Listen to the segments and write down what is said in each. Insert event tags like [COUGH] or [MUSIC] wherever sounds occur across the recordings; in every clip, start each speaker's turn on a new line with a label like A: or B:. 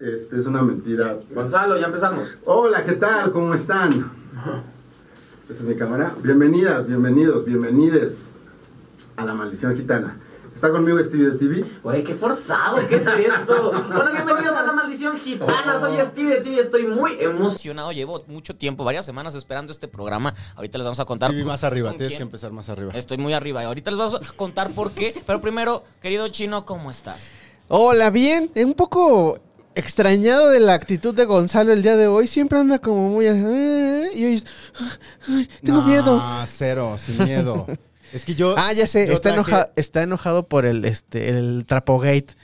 A: Este es una mentira.
B: Gonzalo, Pues ya empezamos.
A: Hola, ¿qué tal? ¿Cómo están? Esta es mi cámara. Bienvenidas, bienvenidos, bienvenides a la maldición gitana. Está conmigo Stevie de TV.
B: Güey, qué forzado, ¿qué es esto? Hola, bienvenidos a la maldición gitana. Soy Steve de TV, estoy muy emocionado. Llevo mucho tiempo, varias semanas esperando este programa. Ahorita les vamos a contar.
C: TV más arriba,
B: con
C: tienes que
B: quién.
C: empezar más arriba.
B: Estoy muy arriba. ¿eh? Ahorita les vamos a contar por qué. Pero primero, querido chino, ¿cómo estás?
D: Hola, bien. Eh, Un poco extrañado de la actitud de Gonzalo el día de hoy. Siempre anda como muy... así, eh, Y hoy es, "Ay, tengo
C: No,
D: miedo.
C: cero, sin miedo. es que yo.
D: Ah, ya sé.
C: yo
D: Está,
C: traje-
D: enoja- está enojado por el, este, el Trapogate.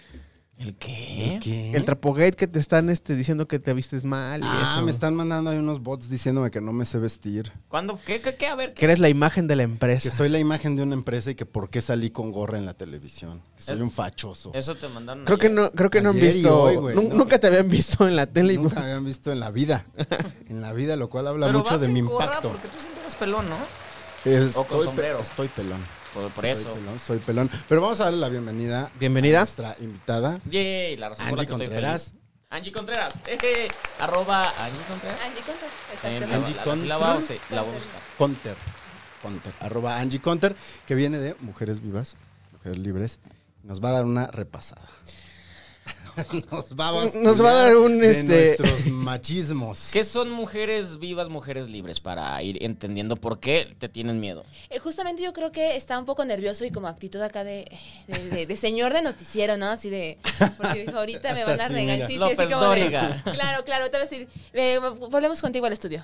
B: ¿El qué?
C: ¿Qué?
D: El Trapogate que te están este, diciendo que te vistes mal y
C: Ah,
D: eso.
C: me están mandando ahí unos bots diciéndome que no me sé vestir.
B: ¿Cuándo? ¿Qué? ¿Qué? qué? A ver,
D: Que
B: ¿qué?
D: eres la imagen de la
C: Que
D: empresa.
C: soy la imagen de una empresa y que por qué salí con gorra en la televisión. Que soy
B: Es-
C: un fachoso.
B: Eso te mandaron.
D: Creo que
B: ayer.
D: no, creo que no han
C: Ayer y
D: visto...
C: hoy, güey,
D: nun-
C: no.
D: Nunca te habían visto en la tele. y-
C: Nunca me habían visto en la vida. En la vida, lo cual habla
B: Pero
C: mucho
B: vas
C: de
B: en
C: mi
B: gorra
C: impacto.
B: Porque tú siempre eres pelón, ¿no?
C: Estoy,
B: o con sombrero.
C: estoy pelón.
B: Por, por
C: Soy
B: eso.
C: pelón, soy pelón. Pero vamos a darle la bienvenida.
D: [LAUGHS] Bienvenida.
C: A nuestra invitada.
B: Yay, la razón por la
C: Angie
B: que estoy
C: Contreras.
B: feliz. Angie Contreras. [LAUGHS] Eje, arroba Angie Contreras.
E: Angie Contra,
B: En
E: exactamente.
B: la-
C: Angie
B: la- la- sí la
C: Contra.
B: voy a bus- la voy a buscar.
C: Conter. Conter. Arroba Angie Conter, que viene de Mujeres Vivas, Mujeres Libres. Nos va a dar una repasada. [LAUGHS] Nos va a, bascular
D: Nos va a dar un,
C: de
D: este-
C: nuestros machismos.
B: ¿Qué son mujeres vivas, mujeres libres? Para ir entendiendo por qué te tienen miedo.
E: Eh, Justamente yo creo que está un poco nervioso y como actitud acá de, de- de- de señor de noticiero, ¿no? Así de, porque dijo, ahorita me
C: Hasta
E: van a
C: así, mira.
E: regañar. Sí, sí,
B: López
E: así como de-
B: Dóriga.
E: claro, claro, te voy a decir, eh, volvemos contigo
C: [LAUGHS]
E: al estudio.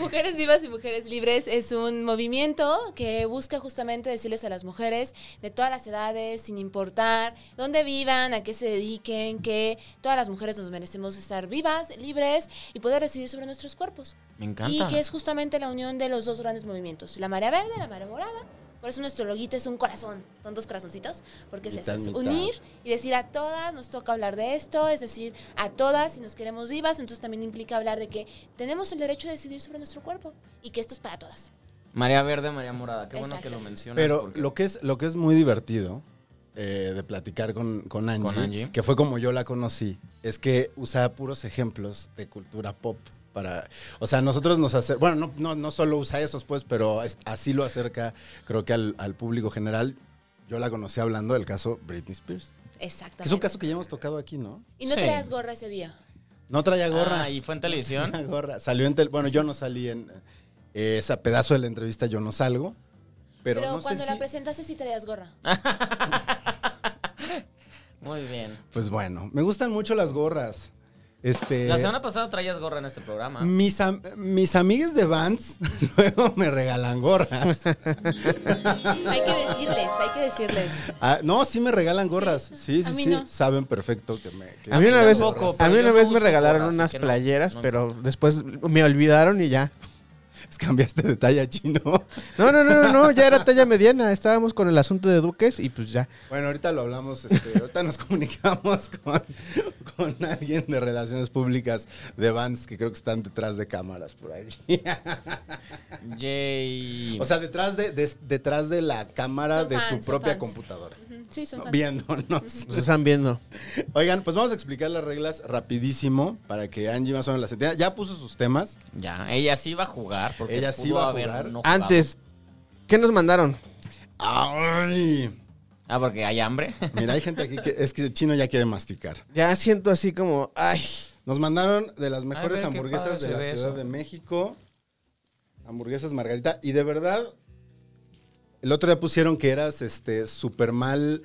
E: Mujeres Vivas y Mujeres Libres es un movimiento que busca justamente decirles a las mujeres de todas las edades, sin importar dónde vivan, a qué se dediquen, que todas las mujeres nos merecemos estar vivas, libres y poder decidir sobre nuestros cuerpos.
B: Me encanta.
E: Y que es justamente la unión de los dos grandes movimientos, la marea verde, la marea morada. Por eso nuestro loguito es un corazón, son dos corazoncitos, porque es
C: Mitad,
E: eso, es
C: mitad.
E: unir y decir a todas, nos toca hablar de esto, es decir, a todas, si nos queremos vivas, entonces también implica hablar de que tenemos el derecho de decidir sobre nuestro cuerpo y que esto es para todas.
B: María Verde, María Morada. Qué bueno que lo
E: Exacto.
B: mencionas.
C: Pero
B: porque-
C: lo que, es, lo que es muy divertido eh, de platicar con, con Angie,
B: Con Angie.
C: que fue como yo la conocí, es que usa puros ejemplos de cultura pop. Para, o sea, nosotros nos hace, bueno, no, no, no solo usa esos, pues, pero es- así lo acerca, creo que al, al público general. Yo la conocí hablando del caso Britney Spears. Que
E: Exactamente.
C: es un caso que ya hemos tocado aquí, ¿no?
E: Y no
B: Sí.
E: traías gorra ese día.
C: No traía gorra.
B: Ah, y fue en televisión.
D: [LAUGHS]
C: Una [LAUGHS] gorra. Salió en tel- Bueno, yo no salí en eh, esa pedazo de la entrevista, yo no salgo. Pero,
E: Pero,
C: no sé
E: cuando la
C: si- Ah.
E: presentaste sí traías gorra.
B: Muy bien.
C: Pues bueno, me gustan mucho las gorras.
D: Eh,
C: Este.
B: La semana pasada traías gorra en este programa.
D: Mm.
C: mis, am- mis amigues de Vans [LAUGHS] luego me regalan gorras.
E: hay que decirles, hay que decirles.
C: Ah, no, sí me regalan gorras. Sí, sí,
E: a
C: sí.
E: mí no.
C: Saben perfecto que me. que-
D: A mí una
B: Yo
D: vez,
B: tampoco,
D: a
B: pero
D: mí
B: yo
D: una
B: no
D: vez me
B: uso
D: regalaron
B: gorra, así
D: unas
B: que no,
D: playeras,
B: no
D: pero después me olvidaron y ya.
C: Cambiaste de talla chino.
D: No, no, no, no, no, ya era talla mediana. Estábamos con el asunto de Duques y pues ya.
C: Bueno, ahorita lo hablamos, este, ahorita nos [LAUGHS] comunicamos con, con alguien de relaciones públicas de Vans que creo que están detrás de cámaras por ahí.
B: Yay.
C: O sea, detrás de, de- detrás de la cámara
E: Son
C: de
E: fans,
C: su
E: son
C: propia
E: fans.
C: computadora.
E: Ujú, [LAUGHS] Sí, son
C: ¿no?
E: fans.
C: Viéndonos.
D: Nos están viendo.
C: Oigan, pues vamos a explicar las reglas rapidísimo para que Angie más o menos las entienda. Ya puso sus temas.
B: Ya, ella sí iba a jugar. Porque
C: Ella sí
B: pudo
C: iba a
B: haber
C: jugar.
B: no jugado.
D: Antes, ¿qué nos mandaron?
C: ¡Ay!
B: Ah, porque hay hambre. [LAUGHS]
C: Mira, hay gente aquí que es que el chino ya quiere masticar.
D: Ya siento así como, ay,
C: Nos mandaron de las mejores
B: Ay, ve qué
C: hamburguesas
B: padre
C: de
B: se
C: la
B: ve
C: Ciudad
B: eso.
C: de México. Hamburguesas Margarita. Y de verdad, el otro día pusieron que eras este súper mal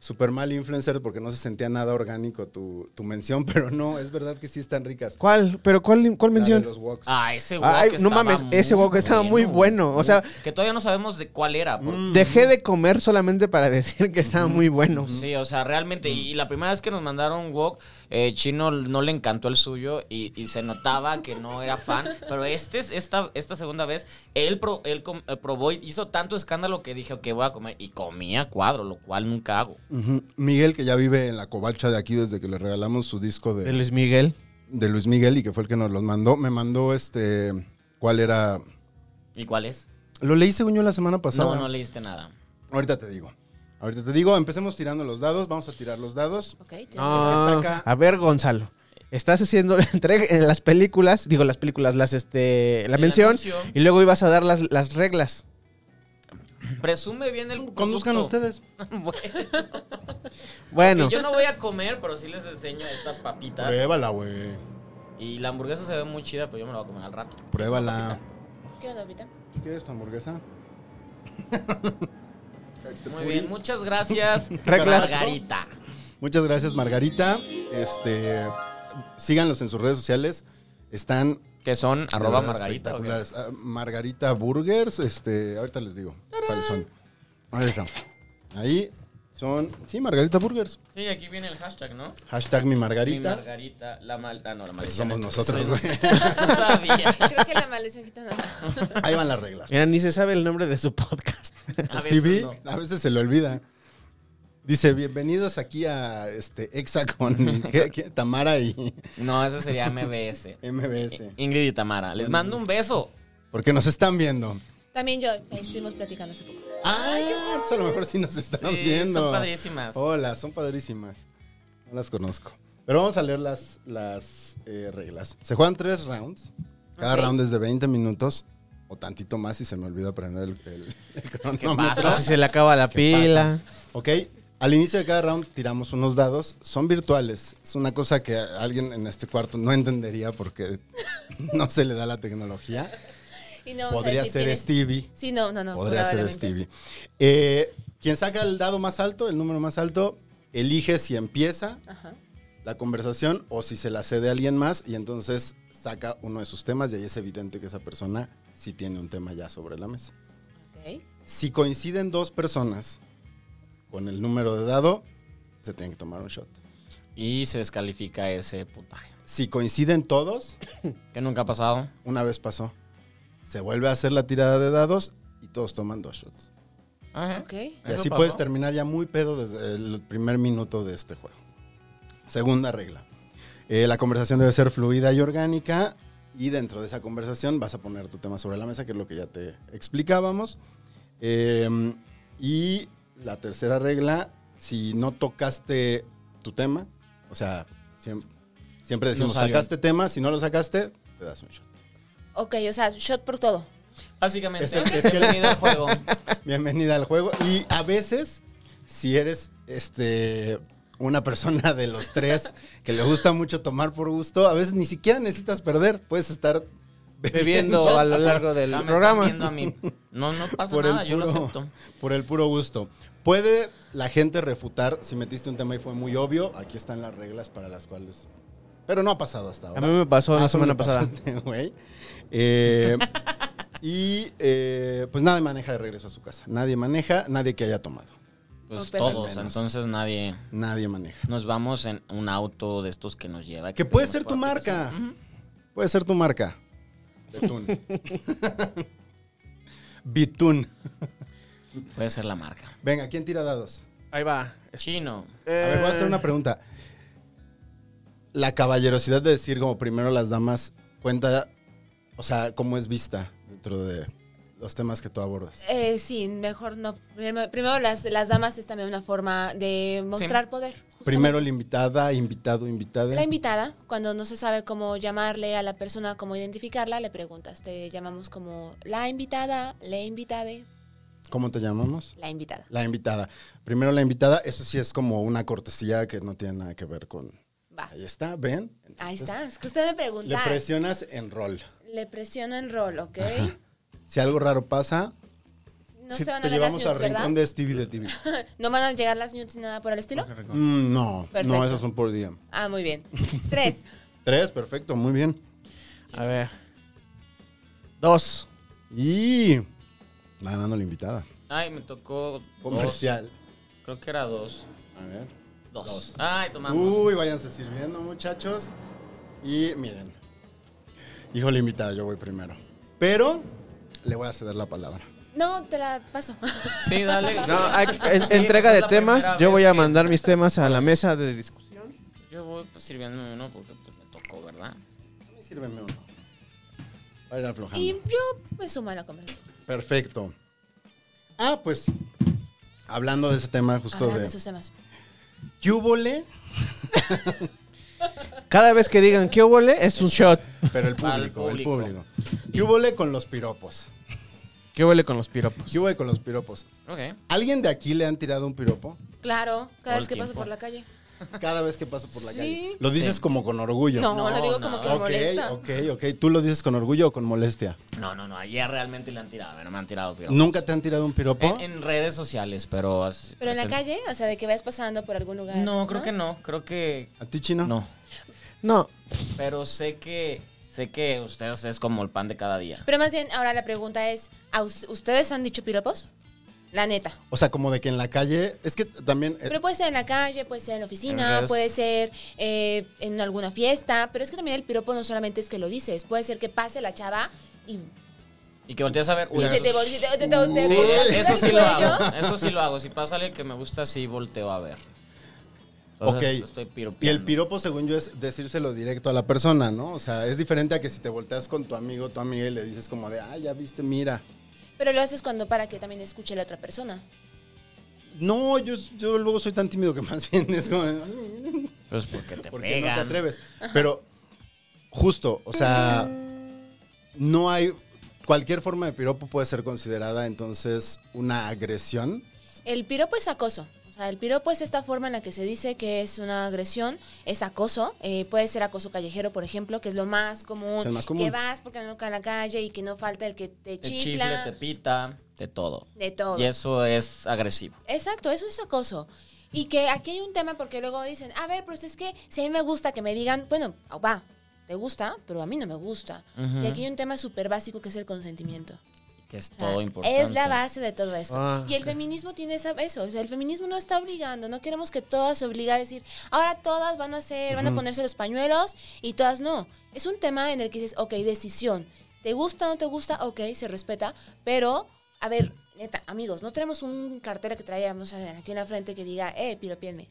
C: super mal influencer porque no se sentía nada orgánico tu, tu mención, [LAUGHS] pero no, es verdad que sí están ricas.
D: ¿Cuál? ¿Pero cuál, cuál
C: La de
D: mención?
C: los woks.
B: Ah, ese wok
D: Ay, no
B: estaba
D: mames,
B: muy
D: ese wok estaba muy bueno. O sea,
B: que todavía no sabemos de cuál era. por-
D: dejé
C: Mm.
D: de comer solamente para [LAUGHS] decir que estaba muy bueno.
B: Sí, o sea, realmente. Y, y la primera vez que nos mandaron wok, eh, Chino no le encantó el suyo y, y se notaba que no era fan. Pero este, es- esta, esta segunda vez, él, pro- él com- eh, probó y hizo tanto escándalo que dije, ok, voy a comer. Y comía cuadro, lo cual nunca hago.
C: Ujú. Miguel, que ya vive en la covacha de aquí desde que le regalamos su disco de,
D: De Luis Miguel.
C: de Luis Miguel y que fue el que nos los mandó, me mandó este, ¿cuál era?
B: ¿Y cuál es?
C: Lo leí según yo la semana pasada.
B: No, no leíste nada.
C: Ahorita te digo. Ahorita te digo, empecemos tirando los dados, vamos a tirar los dados.
E: Ok, te-
D: Ah,
C: saca-
D: A ver, Gonzalo. Estás haciendo [LAUGHS] la entrega en las películas, digo las películas, las este la
B: El
D: mención
B: anuncio.
D: y luego ibas a dar las, las reglas.
B: Presume bien el.
C: Conduzcan
B: producto.
C: ustedes.
B: [LAUGHS] Bueno,
D: Bueno,
B: Yo no voy a comer, pero sí les enseño estas papitas.
C: Pruébala, güey.
B: Y la hamburguesa se ve muy chida, pero yo me la voy a comer al rato.
C: Pruébala.
E: ¿Qué onda, Pita?
C: ¿Tú quieres tu hamburguesa?
B: Muy bien, muchas gracias.
D: Reglas.
B: Margarita.
C: Muchas gracias, Margarita. Este, síganlos en sus redes sociales. Están
B: Que son arroba
C: de verdad
B: margarita. ¿o qué?
C: espectaculares. Ah, Margarita Burgers, este, ahorita les digo cuáles son. Ahí están. Ahí son, sí, Margarita Burgers.
B: Sí, aquí viene el hashtag, ¿no?
C: Hashtag mi
B: Mi
C: Margarita.
B: Margarita, la mal... Ah, no, la
C: Pues
B: maldición.
C: somos nosotros,
B: Soy-
C: güey.
B: [LAUGHS] No sabía.
E: Creo que la
C: [LAUGHS]
E: maldición gitana.
C: Ahí van las
B: [LAUGHS]
C: reglas. Pues
D: mira, ni se sabe el nombre de su [LAUGHS] podcast.
B: A veces
C: [LAUGHS] Stevie
B: no.
C: a veces se le olvida. Dice, bienvenidos aquí a este Exa
B: [LAUGHS]
C: con ¿qué- qué? Tamara y
B: No, ese sería MBS.
C: MBS.
B: Ingrid y Tamara, les mando un beso.
C: Porque nos están viendo.
E: También yo, ahí estuvimos platicando hace poco.
C: Ah, entonces a lo mejor sí nos están
B: Sí,
C: viendo.
B: son padrísimas.
C: Hola, son padrísimas. No las conozco. Pero vamos a leer las, las eh, reglas. Se juegan tres rounds. Cada round es de 20 minutos. O tantito más si se me olvida prender el, el- el
B: [LAUGHS]
C: cronómetro.
B: pasa?
D: si se le acaba la pila.
C: Ok. Al inicio de cada round tiramos unos dados. Son virtuales. Es una cosa que alguien en este cuarto no entendería porque [LAUGHS] no se le da la tecnología.
E: Y no, vamos a
C: Podría
E: decir
C: ser
E: quién es.
C: Stevie.
E: Sí, no, no, no.
C: Podría ser
E: probablemente.
C: Stevie. Eh, quien saca el dado más alto, el número más alto, elige si empieza
E: Ajá.
C: la conversación o si se la cede a alguien más y entonces saca uno de sus temas y ahí es evidente que esa persona sí tiene un tema ya sobre la mesa.
E: Ok.
C: Si coinciden dos personas con el número de dado, se tienen que tomar un shot.
B: Y se descalifica ese puntaje.
C: Si coinciden todos,
B: Que nunca ha pasado.
C: una vez pasó, se vuelve a hacer la tirada de dados y todos toman dos shots.
B: Ajá.
E: Ok.
C: Y
B: Eso
C: así
B: pasó.
C: puedes terminar ya muy pedo desde el primer minuto de este juego. Segunda regla. Eh, la conversación debe ser fluida y orgánica y dentro de esa conversación vas a poner tu tema sobre la mesa, que es lo que ya te explicábamos. Eh, y la tercera regla, si no tocaste tu tema, o sea, siem- siempre decimos,
B: No salió.
C: sacaste tema, si no lo sacaste, te das un shot.
E: Ok, o sea, shot por todo.
B: Básicamente, este
C: Es el- es el-
B: bienvenido al juego.
C: [LAUGHS] Bienvenida al juego. Y a veces, si eres este una persona de los tres que le gusta mucho tomar por gusto, a veces ni siquiera necesitas perder. Puedes estar bebiendo,
D: Bebiendo a lo largo
B: Ah,
D: del
B: me están viendo a
D: programa.
B: mí. No, no pasa
C: por,
B: nada,
C: el
B: yo lo
C: puro-
B: acepto.
C: por el puro gusto. Puede la gente refutar si metiste un tema y fue muy obvio. Aquí están las reglas para las cuales. Pero no ha pasado hasta ahora.
D: A mí me pasó la
C: Ah, solo
D: semana
C: me
D: pasada.
C: pasaste, [LAUGHS] güey. Eh, y eh, pues nadie maneja de regreso a su casa. Nadie maneja, nadie que haya tomado.
B: Pues
E: pero-
B: todos,
C: Menos.
B: entonces nadie.
C: Nadie maneja.
B: Nos vamos en un auto de estos que nos lleva.
C: Que puede
B: pedimos
C: ser
B: por
C: tu marca.
B: aplicación. Ujú.
C: Puede ser tu marca. Betún. [LAUGHS] Bitún.
B: Puede ser la marca.
C: Venga, ¿quién tira dados?
D: Ahí va.
B: Chino.
C: A ver, voy a hacer una pregunta. La caballerosidad de decir como primero las damas cuenta, o sea, cómo es vista dentro de los temas que tú abordas.
E: Eh, sí, mejor no. Primero, primero las, las damas es también una forma de mostrar poder. justamente.
C: Primero la invitada, invitado, invitada.
E: La invitada, cuando no se sabe cómo llamarle a la persona, cómo identificarla, le preguntas. Te llamamos como la invitada, le invitade,
C: ¿Cómo te llamamos?
E: la invitada.
C: La invitada. Primero la invitada, eso sí es como una cortesía que no tiene nada que ver con...
E: Va.
C: Ahí está, ven.
E: Ahí
C: Entonces,
E: está. Es que usted me
C: Le
E: pregunta. Le,
C: presionas en rol.
E: presiono el rol, ¿ok?
C: Si algo raro pasa,
E: No
C: Sí,
E: se van a
C: te
E: ver las
C: llevamos
E: nudes,
C: al rincón
E: ¿verdad?
C: de Stevie de [LAUGHS] TV.
E: No van a llegar las nudes ni nada por el estilo.
C: Mm, no,
E: Perfecto.
C: no, esas son por DM.
E: Ah,
B: [LAUGHS]
E: muy bien. Tres.
C: Tres, perfecto, muy bien.
F: A ver. Dos.
C: Y va ganando la invitada.
B: Ay, me tocó.
C: Comercial.
B: Dos. Creo que era dos.
C: A ver.
B: Dos.
C: Dos.
B: Ay, tomamos.
C: Uy, váyanse sirviendo, muchachos. Y miren. Híjole, invitada, yo voy primero. Pero le voy a ceder la palabra.
E: No, te la paso.
B: Sí, dale.
D: No, hay- en-
B: Sí,
D: entrega
B: pues,
D: de
B: es la
D: temas.
B: primera
D: Yo
B: vez
D: voy a
B: que-
D: mandar mis temas a la mesa de discusión.
B: Yo voy pues, sirviéndome uno porque pues, me tocó, ¿verdad?
C: A mí sírveme uno. Para ir aflojando.
E: Y yo me sumo a la conversación.
C: Perfecto. Ah, pues. Hablando de ese tema
B: Pues
C: justo
E: Hablando de
C: de...
E: sus temas.
C: Yúbole,
D: Cada vez que digan que huele es un shot.
C: pero el
B: Al
C: público, el público.
B: público.
C: Yúbole con los piropos.
D: ¿Qué huele con los piropos?
C: Yúbole con los piropos.
B: Ok.
C: ¿Alguien de aquí le han tirado un piropo?
E: Claro,
B: Todo
E: cada vez
B: el
E: que paso
B: tiempo.
E: por la calle.
C: Cada vez que paso por la
E: Sí.
C: calle. Lo dices
B: Sí.
C: como con orgullo.
E: No,
B: No,
E: lo digo
B: no.
E: como que me
C: Ok,
E: molesta.
C: ok, ok. ¿Tú lo dices con orgullo o con molestia?
B: No, no, no. Ayer realmente le han tirado. Bueno, me han tirado, pero.
C: ¿Nunca te han tirado un piropo?
B: En, en redes sociales, pero. as-
E: Pero en la
B: as-
E: calle, o sea, de que vayas pasando por algún lugar.
B: No, creo que no. Creo que.
C: ¿A ti, chino?
B: No.
D: No.
B: Pero sé que. Sé que ustedes es como el pan de cada día.
E: Pero más bien, ahora la pregunta es, ¿a us- ¿ustedes han dicho piropos? La neta.
B: Eh.
C: O sea, como de que en la calle. Es que también. eh,
E: Pero puede ser en la calle, puede ser en la
B: En
E: oficina,
B: redes.
E: puede ser eh, en alguna fiesta, pero es que también el piropo no solamente es que lo dices, puede ser que pase la chava y
B: Y que volteas a ver. Uy,
E: y se
B: eso
E: te
B: es-
E: vol- se te- te- te- te-
B: Sí,
E: te- te-
B: eso
E: te-
B: sí
E: el
B: lo
E: cuello.
B: hago. Eso sí lo hago. Si pasa alguien que me gusta, sí volteo a ver. Entonces,
C: Ok.
B: Estoy piropeando.
C: y el piropo, según yo, es decírselo directo a la persona, ¿no? O sea, es diferente a que si te volteas con tu amigo, tu amiga y le dices como de, ah, ya viste, mira.
E: Pero lo haces cuando para que también escuche la otra persona.
C: No, yo, yo luego soy tan tímido que [LAUGHS] más bien es como. "Ay,
B: Pues porque te
C: porque
B: pegan.
C: no te atreves. Pero justo, o sea, no hay cualquier forma de piropo puede ser considerada entonces una agresión.
E: El piropo es acoso. O sea, el piropo es esta forma en la que se dice que es una agresión, es acoso. eh, puede ser acoso callejero, por ejemplo, que es lo más común.
C: Es el más común.
E: Que vas porque no a la calle y que no falta el que te
B: Te chifle,
E: chifla.
B: te pita, de todo.
E: De todo.
B: Y eso es agresivo.
E: Exacto, eso es acoso. Y que aquí hay un tema porque luego dicen, a ver, pero es que si a mí me gusta que me digan, bueno, va, te gusta, pero a mí no me gusta.
B: Ujú.
E: Y aquí hay un tema súper básico que es el consentimiento.
B: Que es
E: O sea,
B: todo importante.
E: Es la base de todo esto.
D: Ah,
E: y el feminismo tiene esa- eso. O sea, el feminismo no está obligando. No queremos que todas se obliga a decir, ahora todas van a ser, van a ponerse los pañuelos y todas no. Es un tema en el que dices, ok, decisión. ¿Te gusta o no te gusta? Ok, se respeta. Pero, a ver, neta, amigos, no tenemos un cartera que traíamos aquí en la frente que diga, eh, piropienme.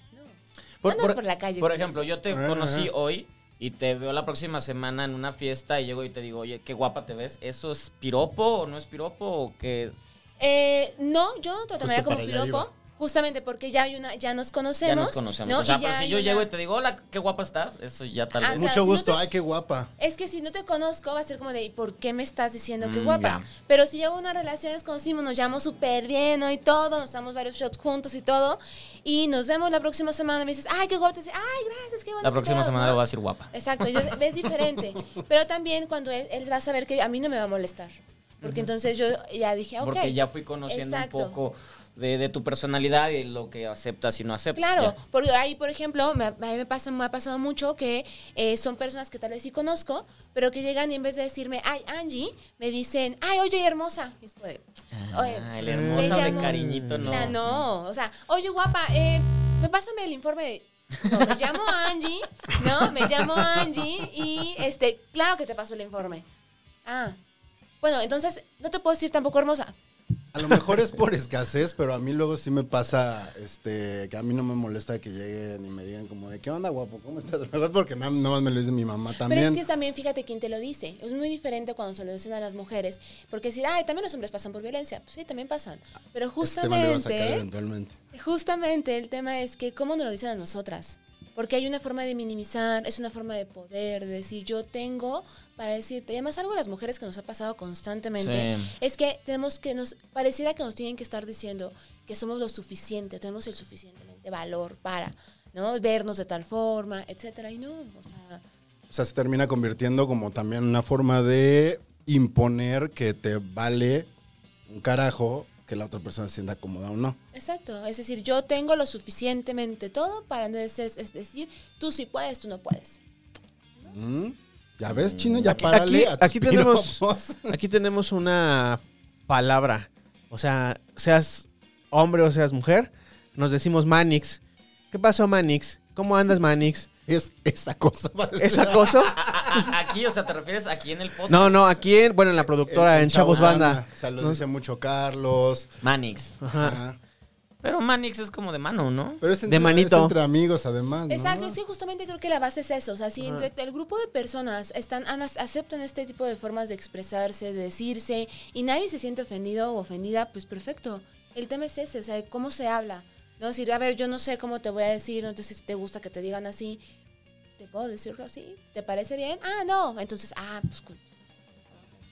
E: No. Andas por la calle
B: Por
E: con
B: ejemplo, yo te conocí hoy y te veo la próxima semana en una fiesta y llego y te digo, oye, qué guapa te ves. ¿Eso es piropo o no es piropo? ¿O qué?
E: Eh, no, yo no te lo tomaría
C: Justo
E: como
C: para allá
E: piropo. Justamente porque ya hay una, ya nos
B: Ya
E: conocemos.
B: nos conocemos.
E: ¿no?
B: O sea,
E: Y
B: pero
E: ya
B: si
E: hay
B: yo llego
E: una-
B: y te digo, hola, qué guapa estás, eso ya tal
E: Ah,
B: vez.
E: claro, si
C: Mucho
E: no
C: gusto,
E: te-
C: ay, qué guapa.
E: Es que si no te conozco, va a ser como de, "¿Y ¿por qué me estás diciendo que
B: Mm,
E: guapa?
B: ya.
E: Pero si llevo una relación, nos conocimos, nos llevamos súper bien, ¿no? Y todo, nos damos varios shots juntos y todo. Y nos vemos la próxima semana. Me dices, ay, qué guapa. Te dices, ay, gracias, qué bueno.
B: La próxima semana le
E: lo
B: voy a decir guapa.
E: Exacto,
B: [LAUGHS]
E: yo, ves diferente. Pero también cuando él, él va a saber que a mí no me va a molestar. Porque entonces yo ya dije, ok.
B: Porque ya fui conociendo
E: exacto.
B: un poco de, de tu personalidad y lo que aceptas y no aceptas.
E: Claro,
B: ya.
E: porque ahí, por ejemplo, me, ha- a mí me, pasa, me ha pasado mucho que eh, son personas que tal vez sí conozco, pero que llegan y en vez de decirme, ay, Angie, me dicen, ay, oye, hermosa. Y es como de, oye,
B: Ah, el hermoso
E: me
B: de
E: llamo-
B: cariñito no.
E: La no, o sea, oye, guapa, eh, me pásame el informe de... No, me llamo Angie, ¿no? Me llamo Angie y, este, claro que te paso el informe. Ah, bueno, entonces, no te puedo decir tampoco hermosa.
C: A lo mejor es por [LAUGHS] escasez, pero a mí luego sí me pasa este, que a mí no me molesta que lleguen y me digan como de, ¿qué onda, guapo? ¿Cómo estás? [LAUGHS] ¿Verdad? Porque nada nada más me lo dice mi mamá también.
E: Pero es que también, fíjate quién te lo dice. Es muy diferente cuando se lo dicen a las mujeres. Porque decir, ay, también los hombres pasan por violencia. Pues sí, también pasan. Pero
C: Este tema lo iba a sacar
E: justamente,
C: eventualmente.
E: justamente el tema es que cómo nos lo dicen a nosotras. Porque hay una forma de minimizar, es una forma de poder, de decir yo tengo para decirte. Y además algo a las mujeres que nos ha pasado constantemente
B: Sí.
E: es que tenemos que nos, pareciera que nos tienen que estar diciendo que somos lo suficiente, tenemos el suficientemente valor para, ¿no? Vernos de tal forma, etcétera. Y no, o sea,
C: O sea, se termina convirtiendo como también una forma de imponer que te vale un carajo que la otra persona se sienta cómoda o no.
E: Exacto, es decir, yo tengo lo suficientemente todo para no des- es decir, tú sí puedes, tú no puedes.
C: Mm, ¿Ya ves, chino? Ya
D: Aquí-
C: párale
D: aquí-
C: a tus
D: aquí tenemos-
C: piropos. [LAUGHS]
D: Aquí tenemos una palabra. O sea, seas hombre o seas mujer, nos decimos Manix. ¿Qué pasó, Manix? ¿Cómo andas, Manix?
C: Es esa cosa. ¿vale?
D: ¿Es
C: [LAUGHS]
D: acoso?
B: A- a- aquí, o sea, ¿te refieres aquí en el podcast?
D: No, no, aquí en, bueno, en la productora, en Chavos Banda.
C: O sea, lo
D: Nos-
C: dice mucho Carlos.
B: Manix.
D: Ajá.
C: Ajá.
B: Pero Manix es como de mano, ¿no?
C: Pero es
D: De manito.
C: es entre amigos, además. Ah, ¿no?
E: Exacto, es que justamente creo que la base es eso, o sea, si entre el grupo de personas están an- aceptan este tipo de formas de expresarse, de decirse, y nadie se siente ofendido o ofendida, pues perfecto. El tema es ese, o sea, cómo se habla. No decir, a ver, yo no sé cómo te voy a decir, no sé si te gusta que te digan así. ¿Te puedo decirlo así? ¿Te parece bien? Ah, no. Entonces, ah, pues cu-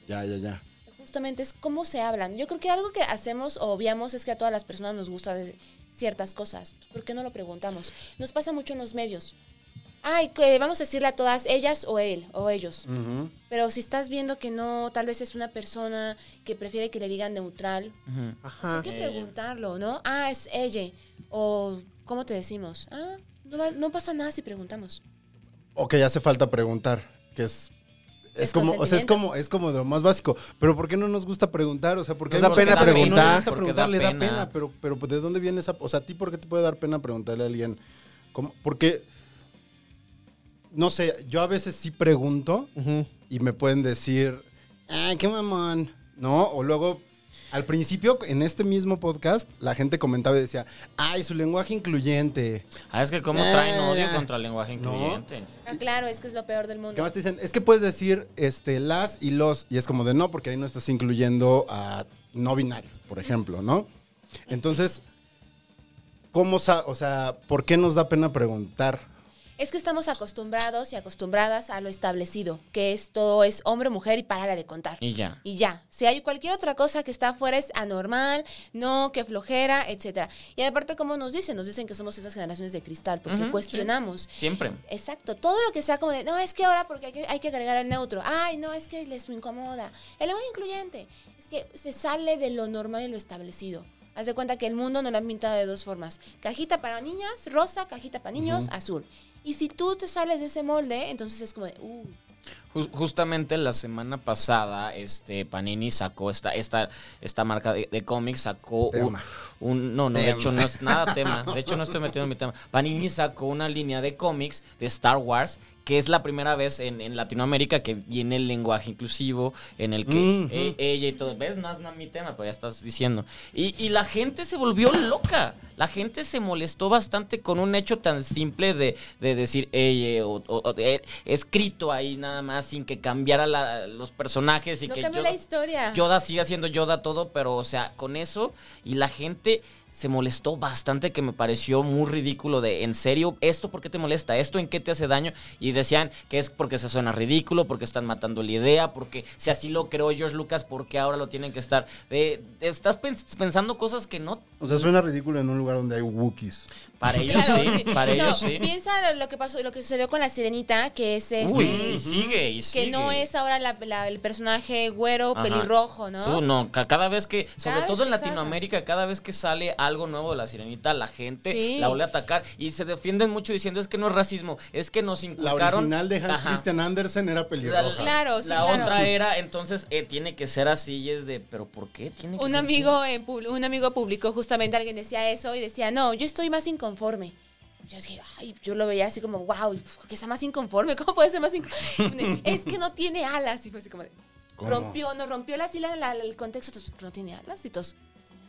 C: Ya, ya, ya.
E: justamente es cómo se hablan. Yo creo que algo que hacemos o obviamos es que a todas las personas nos gusta de- ciertas cosas. Pues, ¿Por qué no lo preguntamos? Nos pasa mucho en los medios. Ay, que vamos a decirle a todas ellas o él o ellos.
C: Ujú.
E: Pero si estás viendo que no, tal vez es una persona que prefiere que le digan neutral,
B: Ujú.
E: pues hay
D: Ajá.
E: que preguntarlo, ¿no? Ah, es ella. O, ¿cómo te decimos? Ah, no, va- no pasa nada si preguntamos.
C: Ok, hace falta preguntar, que es... Es,
E: Es
C: como, o sea, es
E: consentimiento.
C: como, es como de lo más básico. Pero ¿por qué no nos gusta preguntar? O sea, porque
D: Nos da pena preguntar.
C: No gusta
B: Porque
C: preguntar,
B: da
C: le da pena.
B: pena.
C: Pero, pero pues, ¿de dónde viene esa? O sea, ¿a ti por qué te puede dar pena preguntarle a alguien? ¿Cómo? Porque, no sé, yo a veces sí pregunto
D: Ujú.
C: y me pueden decir, ah, qué mamón, ¿no? O luego, al principio, en este mismo podcast, la gente comentaba y decía, ay, su lenguaje incluyente.
B: Ah, es que cómo
C: Eh,
B: traen odio
C: ya.
B: contra el lenguaje
C: No.
B: incluyente.
E: Ah, claro, es que es lo peor del
C: Que
E: mundo.
C: más te dicen, es que puedes decir este, las y los, y es como de no, porque ahí no estás incluyendo a no binario, por ejemplo, ¿no? Entonces, ¿cómo, sa- o sea, por qué nos da pena preguntar?
E: Es que estamos acostumbrados y acostumbradas a lo establecido, que es todo es hombre, mujer y para de contar.
B: Y ya.
E: Y ya, si hay cualquier otra cosa que está afuera es anormal, no, que flojera, etcétera. Y aparte, como nos dicen, nos dicen que somos esas generaciones de cristal, porque
B: Ujú,
E: cuestionamos.
B: Siempre.
E: Exacto, todo lo que sea como de, no, es que ahora porque hay que, hay que agregar el neutro, ay, no, es que les incomoda, el lenguaje incluyente, es que se sale de lo normal y lo establecido. Haz de cuenta que el mundo nos lo han pintado de dos formas, cajita para niñas, rosa, cajita para niños, azul. Y si tú te sales de ese molde, entonces es como de, uh,
B: Ju- Justamente la semana pasada, este Panini sacó esta, esta, esta marca de, de cómics, sacó un,
C: Tema.
B: un- no, no, de
C: Tema.
B: hecho no es
C: [LAUGHS]
B: nada tema. De hecho, no estoy metiendo en mi tema. Panini sacó una línea de cómics de Star Wars, que es la primera vez en, en Latinoamérica que viene el lenguaje inclusivo, en el que
C: Ujú.
B: eh, ella y todo. ¿Ves? No es na- mi tema, pero ya estás diciendo. Y, y la gente se volvió loca. La gente se molestó bastante con un hecho tan simple de, de decir ella o, o- o de- escrito ahí nada más sin que cambiara la- los personajes y
E: no
B: que
E: cambió
B: Yoda-
E: la historia. [LAUGHS]
B: Yoda sigue siendo Yoda todo, pero o sea, con eso y la gente se molestó bastante que me pareció muy ridículo de, en serio, ¿esto por qué te molesta? ¿Esto en qué te hace daño? Y decían que es porque se suena ridículo, porque están matando la idea, porque si así lo creó George Lucas, ¿por qué ahora lo tienen que estar? De- de- estás pens- pensando cosas que no,
C: O sea, suena ridículo en un lugar donde hay Wookiees.
E: [LAUGHS]
B: para ellos
E: Claro,
B: sí, para
E: no,
B: ellos sí.
E: Piensa lo que pasó, lo que sucedió con la sirenita, que es este,
B: Uy, y sigue, y
E: que
B: sigue.
E: no es ahora la- la- el personaje güero,
B: Ajá.
E: pelirrojo, ¿no?
B: Su- no, ca- cada vez que, sobre
E: vez
B: todo en
E: que salga.
B: Latinoamérica, cada vez que sale algo nuevo de la sirenita, la gente
E: Sí.
B: la vuelve a atacar y se defienden mucho diciendo es que no es racismo, es que nos
C: La
B: inculcaron.
C: original de Hans
B: Ajá.
C: Christian Andersen era
B: La,
C: pelirroja.
E: Claro, sí,
B: la
E: claro.
B: otra era, entonces eh, tiene que ser así y es de, pero ¿por qué tiene que
E: Un
B: ser
E: amigo, en pub- un amigo publicó justamente, alguien decía eso y decía, no, yo estoy más inconforme. Yo dije, ay, yo lo veía así como, wow, que está más inconforme, ¿cómo puede ser
B: [LAUGHS]
E: más inconforme? es que no tiene alas. Y fue así como, de,
C: ¿Cómo?
E: rompió, no rompió la, la, la- el contexto, entonces, no tiene alas y todos, ¿tiene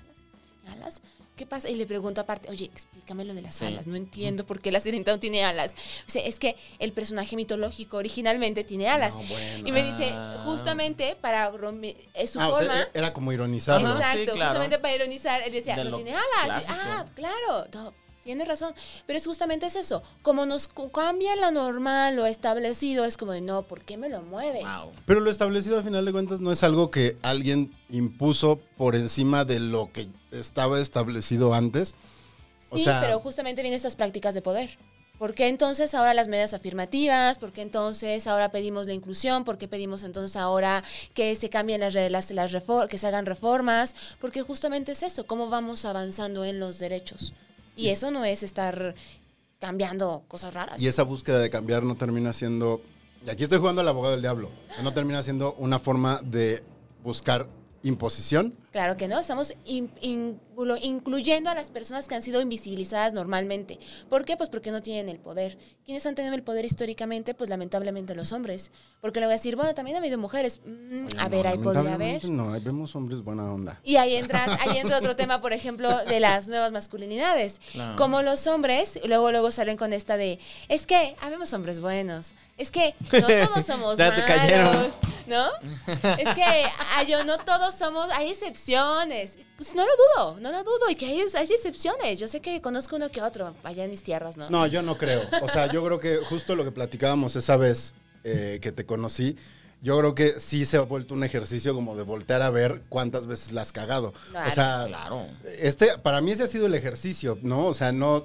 E: alas? ¿Tiene alas? ¿Qué pasa? Y le pregunto aparte, oye, explícame lo de las
B: Sí.
E: alas, no entiendo por qué la sirenita no tiene alas. O sea, es que el personaje mitológico originalmente tiene alas.
C: No, bueno.
E: Y me dice,
B: Ah.
E: justamente para romper, es su
C: Ah, o sea,
E: forma...
C: era como ironizar, ¿no?
B: Ajá.
E: Exacto,
B: Sí, claro.
E: justamente para ironizar, él decía,
B: De
E: no
B: lo
E: tiene alas. Y,
B: clásico.
E: ah, claro, no, tienes razón. Pero es justamente es eso, como nos cu- cambia lo normal, lo establecido, es como de, no, ¿por qué me lo mueves?
B: Wow.
C: Pero lo establecido a final de cuentas no es algo que alguien impuso por encima de lo que estaba establecido antes.
E: Sí,
C: O sea,
E: pero justamente vienen estas prácticas de poder. ¿Por qué entonces ahora las medidas afirmativas? ¿Por qué entonces ahora pedimos la inclusión? ¿Por qué pedimos entonces ahora que se cambien las, re- las, las refor- que se hagan reformas? Porque justamente es eso, cómo vamos avanzando en los derechos. Y eso no es estar cambiando cosas raras.
C: Y esa búsqueda de cambiar no termina siendo. Y aquí estoy jugando al abogado del diablo. No termina siendo una forma de buscar imposición.
E: Claro que no, estamos in- in- lo- incluyendo a las personas que han sido invisibilizadas normalmente. ¿Por qué? Pues porque no tienen el poder. ¿Quiénes han tenido el poder históricamente? Pues lamentablemente los hombres. Porque le voy a decir, bueno, también ha habido mujeres. Mm, a ver,
C: No,
E: ahí podría haber.
C: lamentablemente No, ahí vemos hombres buena onda.
E: Y ahí entra, ahí entra otro tema, por ejemplo, de las nuevas masculinidades.
B: Claro.
E: Como los hombres, luego luego salen con esta de, es que habemos hombres buenos, es que no todos
D: [LAUGHS]
E: somos
D: Ya
E: malos,
D: te cayeron.
E: ¿no? Es que ay, yo, no todos somos, hay excepciones. Pues no lo dudo, no lo dudo, y que hay, hay excepciones. Yo sé que conozco uno que otro allá en mis tierras, ¿no?
C: No, yo no creo. O sea, yo creo que justo lo que platicábamos esa vez eh, que te conocí, yo creo que sí se ha vuelto un ejercicio como de voltear a ver cuántas veces la has cagado.
E: Claro.
C: o sea,
B: Claro.
C: este, para mí ese ha sido el ejercicio, ¿no? O sea, no,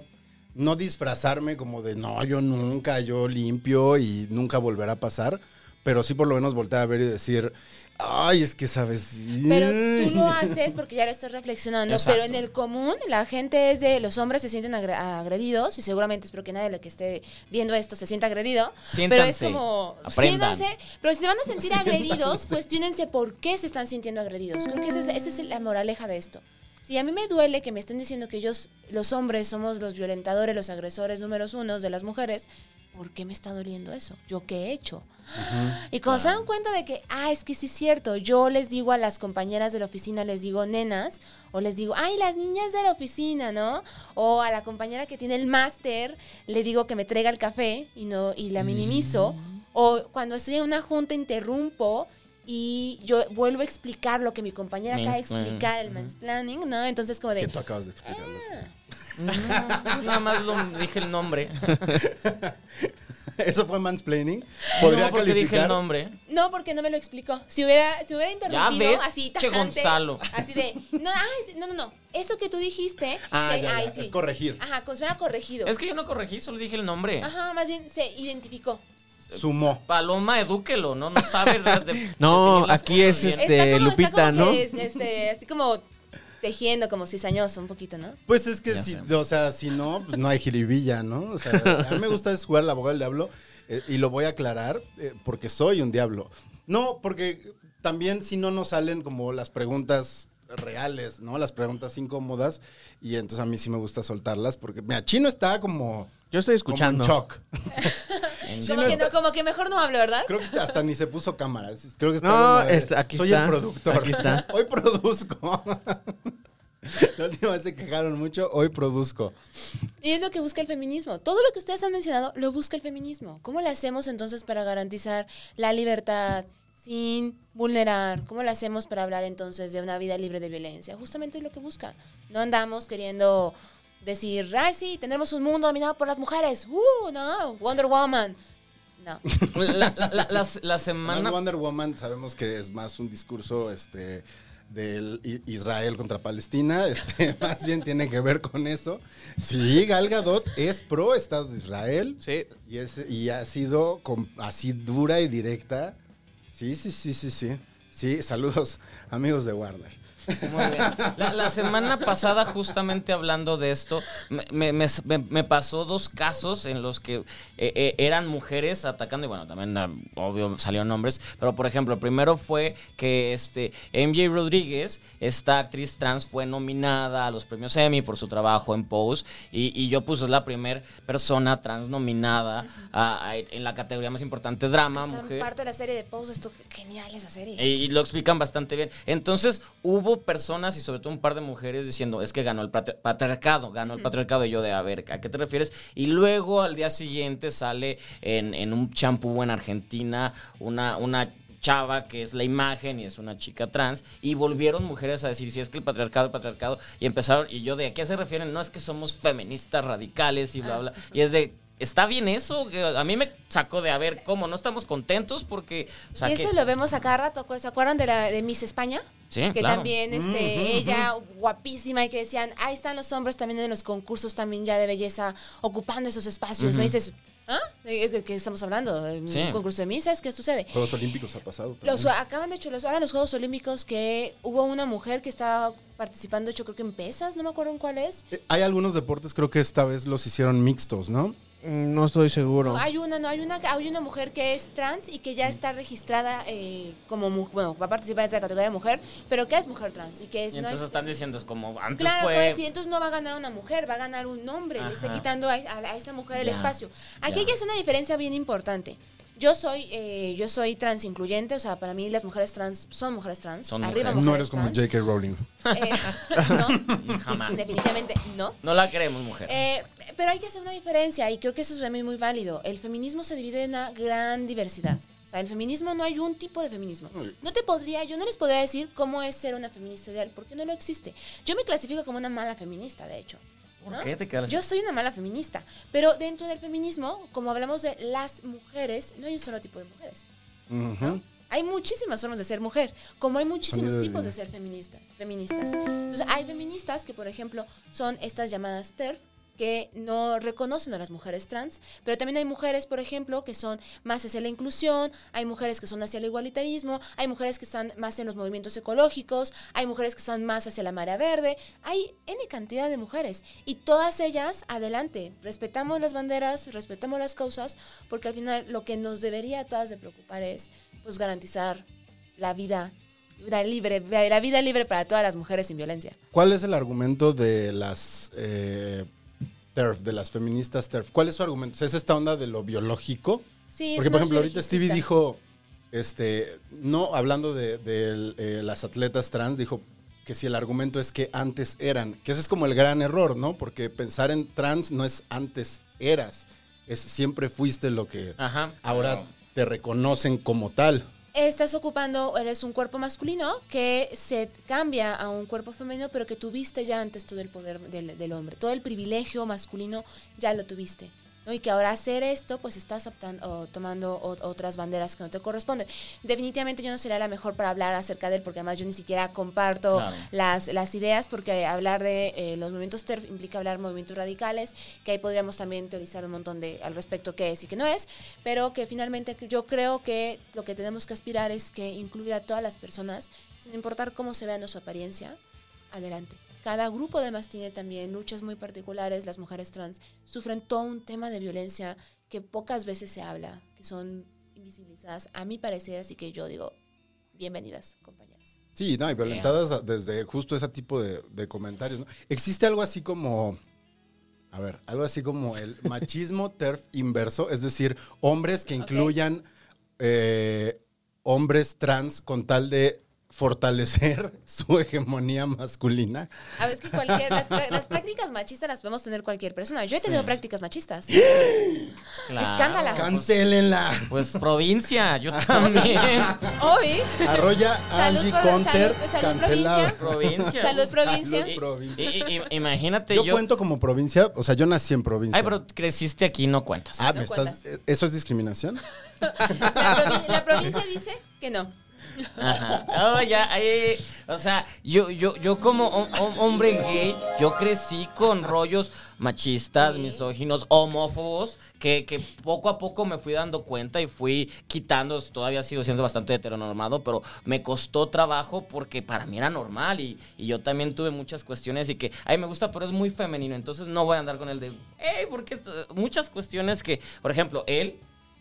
C: no disfrazarme como de no, yo nunca, yo limpio y nunca volverá a pasar. Pero sí por lo menos voltear a ver y decir, ay, es que sabes. sí".
E: Pero tú lo haces porque ya lo estás reflexionando.
B: Exacto.
E: Pero en el común, la gente es de. Los hombres se sienten agre- agredidos y seguramente espero que nadie de lo que esté viendo esto se sienta agredido. pero es
B: Siéntanse,
E: como.
B: aprendan.
E: Siéntanse. Pero si se van a
B: [LAUGHS]
E: sentir agredidos, cuestionense por qué se están sintiendo agredidos. Creo que esa es, esa es la moraleja de esto. Si a mí me duele que me estén diciendo que ellos, los hombres, somos los violentadores, los agresores números uno de las mujeres. ¿Por qué me está doliendo eso? ¿Yo qué he hecho? Y cuando se dan cuenta de que, ah, es que sí es cierto, yo les digo a las compañeras de la oficina, les digo nenas, o les digo, ay, las niñas de la oficina, ¿no? O a la compañera que tiene el máster, le digo que me traiga el café y, no, y la minimizo. O cuando estoy en una junta interrumpo y yo vuelvo a explicar lo que mi compañera acaba de
B: Mansplain.
E: explicar, el mansplaining, ¿no? Entonces como
C: [LAUGHS] Que
E: de,
C: tú acabas de explicarlo.
E: Ah.
B: Nada más lo, dije el nombre.
C: [LAUGHS] Eso fue mansplaining.
B: Podría
C: Podría
B: no, porque dije el
C: calificar.
B: nombre.
E: No, porque no me lo explicó. Si hubiera, si hubiera interrumpido
B: ves,
E: así
B: che,
E: tajante,
B: Gonzalo.
E: Así de, no, ay, no, no, no. Eso que tú dijiste,
C: Ah,
E: se-
C: ya, ya,
E: ay, sí.
C: es corregir.
E: Ajá, con suena corregido.
B: Es que yo no corregí, solo dije el nombre.
E: Ajá, más bien se identificó.
C: Sumó.
B: Paloma, edúquelo, ¿no? No sabe. de- de-
D: No,
B: definir las
D: aquí
B: cosas
D: es
B: bien.
D: este-
E: está como,
D: Lupita,
E: está como
D: ¿no?
E: que es- este, así como tejiendo, como cizañoso un poquito, ¿no?
C: Pues es que,
B: Ya
C: si,
B: sé.
C: o sea, si no, pues no hay jiribilla, ¿no? O sea, a mí me gusta es jugar al abogado del diablo eh, y lo voy a aclarar eh, porque soy un diablo. No, porque también si no nos salen como las preguntas reales, ¿no? Las preguntas incómodas y entonces a mí sí me gusta soltarlas porque, mira, Chino está como...
D: Yo estoy
C: como en
D: escuchando.
C: shock.
E: como,
C: no
E: que
C: está-
E: no, como que mejor no hablo, ¿verdad?
C: Creo que hasta ni se puso cámara. es- Creo que está
D: No,
C: como de,
D: está- aquí
C: soy
D: está,
C: el productor.
D: aquí está.
C: [LAUGHS] Hoy produzco. [LAUGHS] La última vez se quejaron mucho, hoy produzco.
E: Y es lo que busca el feminismo. Todo lo que ustedes han mencionado lo busca el feminismo. ¿Cómo lo hacemos entonces para garantizar la libertad sin vulnerar? ¿Cómo lo hacemos para hablar entonces de una vida libre de violencia? Justamente es lo que busca. No andamos queriendo decir, ay, sí, tendremos un mundo dominado por las mujeres. ¡Uh, no! Wonder Woman. No.
B: La, la- la- la- la
C: Más
B: semana.
C: Wonder Woman sabemos que es más un discurso este del I- Israel contra Palestina, [LAUGHS] este, más bien tiene que ver con eso. Sí, Gal Gadot es pro Estado de Israel
D: Sí.
C: y, es, y ha sido com- así dura y directa. Sí, sí, sí, sí, sí. Sí, saludos amigos de Warner.
B: Muy bien. La, la semana pasada, justamente hablando de esto, me, me- me- me- me pasó dos casos en los que eh, eh, eran mujeres atacando, y bueno, también ah, obvio salieron nombres, pero por ejemplo, el primero fue que este MJ Rodríguez, esta actriz trans, fue nominada a los premios Emmy por su trabajo en Pose, y, y yo pues es la primera persona trans nominada a- a- en la categoría más importante, drama,
E: Esta
B: Ah, mujer.
E: parte de la serie de Pose, esto genial esa serie.
B: Y, y lo explican bastante bien. Entonces, hubo personas y sobre todo un par de mujeres diciendo, es que ganó el patri- patriarcado, ganó el patriarcado. Y yo de, a ver, ¿a qué te refieres? Y luego al día siguiente sale en, en un champú en Argentina una... una chava que es la imagen y es una chica trans y volvieron mujeres a decir si es que el patriarcado el
E: Ah.
B: patriarcado y empezaron y yo de a qué se refieren no es que somos feministas radicales y bla bla y es de está bien eso. que A mí me sacó de a ver cómo no estamos contentos porque. O sea,
E: y eso
B: que-
E: lo vemos acá rato. ¿Se acuerdan de, la, de Miss España?
B: Sí,
E: que
B: claro.
E: también este, ella, guapísima, y que decían, ahí están los hombres también en los concursos también ya de belleza, ocupando esos espacios. ¿No Y dices, ¿ah? ¿De de qué estamos hablando? ¿Un
B: Sí.
E: concurso de misas? ¿Qué sucede?
C: Juegos Olímpicos ha pasado.
E: Los,
C: también.
E: acaban de hecho los, ahora los Juegos Olímpicos que hubo una mujer que estaba participando, yo creo que en pesas, no me acuerdo en cuál es.
C: Eh, Hay algunos deportes, creo que esta vez los hicieron mixtos, ¿no?
D: Mm, No estoy seguro.
E: No, hay una, no, hay una, hay una mujer que es trans y que ya
B: Mm.
E: está registrada eh, como mu- bueno, va a participar en esa categoría de mujer, pero que es mujer trans y que
B: Y
E: es no
B: entonces
E: es-
B: están diciendo, es como antes
E: Claro,
B: fue.
E: pues, y entonces no va a ganar una mujer, va a ganar un hombre, le está
B: Ajá.
E: quitando a, a, a esa mujer el
B: Ya,
E: espacio. Aquí
B: ya.
E: ya es una diferencia bien importante. Yo soy, eh, yo soy trans incluyente, o sea, para mí las mujeres trans son mujeres trans.
B: Son
E: arriba
B: mujeres.
C: No
E: mujeres
C: eres como
E: trans.
C: J.K. Rowling.
E: Eh, [LAUGHS] no,
B: Jamás.
E: definitivamente no.
B: No la queremos, mujer.
E: Eh, pero hay que hacer una diferencia y creo que eso es muy, muy válido. El feminismo se divide en una gran diversidad. O sea, el feminismo no hay un tipo de feminismo. No te podría, yo no les podría decir cómo es ser una feminista ideal, porque no lo existe. Yo me clasifico como una mala feminista, de hecho.
B: ¿Por
E: ¿no?
B: qué Pues te quedas?
E: Yo soy una mala feminista, pero dentro del feminismo, como hablamos de las mujeres, no hay un solo tipo de mujeres.
C: Ujú.
E: Hay muchísimas formas de ser mujer, como hay muchísimos
C: Sonido de-
E: tipos de ser feminista, feministas. Entonces, hay feministas que, por ejemplo, son estas llamadas TERF, que no reconocen a las mujeres trans, pero también hay mujeres, por ejemplo, que son más hacia la inclusión, hay mujeres que son hacia el igualitarismo, hay mujeres que están más en los movimientos ecológicos, hay mujeres que están más hacia la marea verde, hay N cantidad de mujeres y todas ellas adelante, respetamos las banderas, respetamos las causas, porque al final lo que nos debería a todas de preocupar es pues garantizar la vida, la libre, la vida libre para todas las mujeres sin violencia.
C: ¿Cuál es el argumento de las eh, TERF, de las feministas TERF? ¿Cuál es su argumento? O sea, ¿Es esta onda de lo biológico?
E: Sí, es
C: Porque, por
E: más
C: ejemplo, ahorita Stevie
E: biologicista.
C: dijo, este, no, hablando de, de, eh, las atletas trans, dijo que si el argumento es que antes eran, que ese es como el gran error, ¿no? Porque pensar en trans no es antes eras, es siempre fuiste lo que
B: Ajá.
C: ahora
B: Pero-
C: te reconocen como tal.
E: Estás ocupando, eres un cuerpo masculino que se cambia a un cuerpo femenino, pero que tuviste ya antes todo el poder del, del hombre, todo el privilegio masculino ya lo tuviste. ¿no? Y que ahora hacer esto, pues estás optan- o tomando o- otras banderas que no te corresponden. Definitivamente yo no sería la mejor para hablar acerca de él, porque además yo ni siquiera comparto
B: Claro.
E: las, las ideas, porque hablar de eh, los movimientos TERF implica hablar movimientos radicales, que ahí podríamos también teorizar un montón de al respecto qué es y qué no es, pero que finalmente yo creo que lo que tenemos que aspirar es que incluir a todas las personas, sin importar cómo se vean o su apariencia, adelante. Cada grupo además tiene también luchas muy particulares, las mujeres trans sufren todo un tema de violencia que pocas veces se habla, que son invisibilizadas, a mi parecer, así que yo digo, bienvenidas, compañeras.
C: Sí, no, y violentadas a- desde justo ese tipo de, de comentarios. ¿no? Existe algo así como, a ver, algo así como
E: [LAUGHS]
C: el machismo TERF inverso, es decir, hombres que incluyan eh, hombres trans con tal de fortalecer [LAUGHS] su hegemonía masculina.
E: A ver, es que cualquier, las, pra- las prácticas machistas las podemos tener cualquier persona. Yo he tenido prácticas machistas.
B: Claro,
E: Escándala.
B: pues-
C: ¡Cancélenla!
B: Pues provincia, yo también.
C: [LAUGHS]
E: Hoy,
C: Arrolla
E: Salud
C: Angie
E: por-
C: Conter,
E: salud- salud
C: cancelada.
B: provincia.
E: salud provincia.
C: Salud, provincia.
B: I- i- imagínate
C: Yo
B: Este, yo.
C: cuento como provincia, o sea, yo nací en provincia.
B: Ay, pero creciste aquí, no cuentas.
C: Ah,
E: No
C: ¿me estás, ¿eso es discriminación?
E: La, provi- la provincia dice que no.
B: Ajá. Ah, ya, ahí, o sea, yo, yo, yo como hom- hom- hombre gay, yo crecí con rollos machistas, misóginos, homófobos, que, que poco a poco me fui dando cuenta y fui quitando, todavía sigo siendo bastante heteronormado, pero me costó trabajo porque para mí era normal y, y yo también tuve muchas cuestiones y que, ay, me gusta, pero es muy femenino, entonces no voy a andar con el de, hey, porque t- muchas cuestiones que, por ejemplo, él,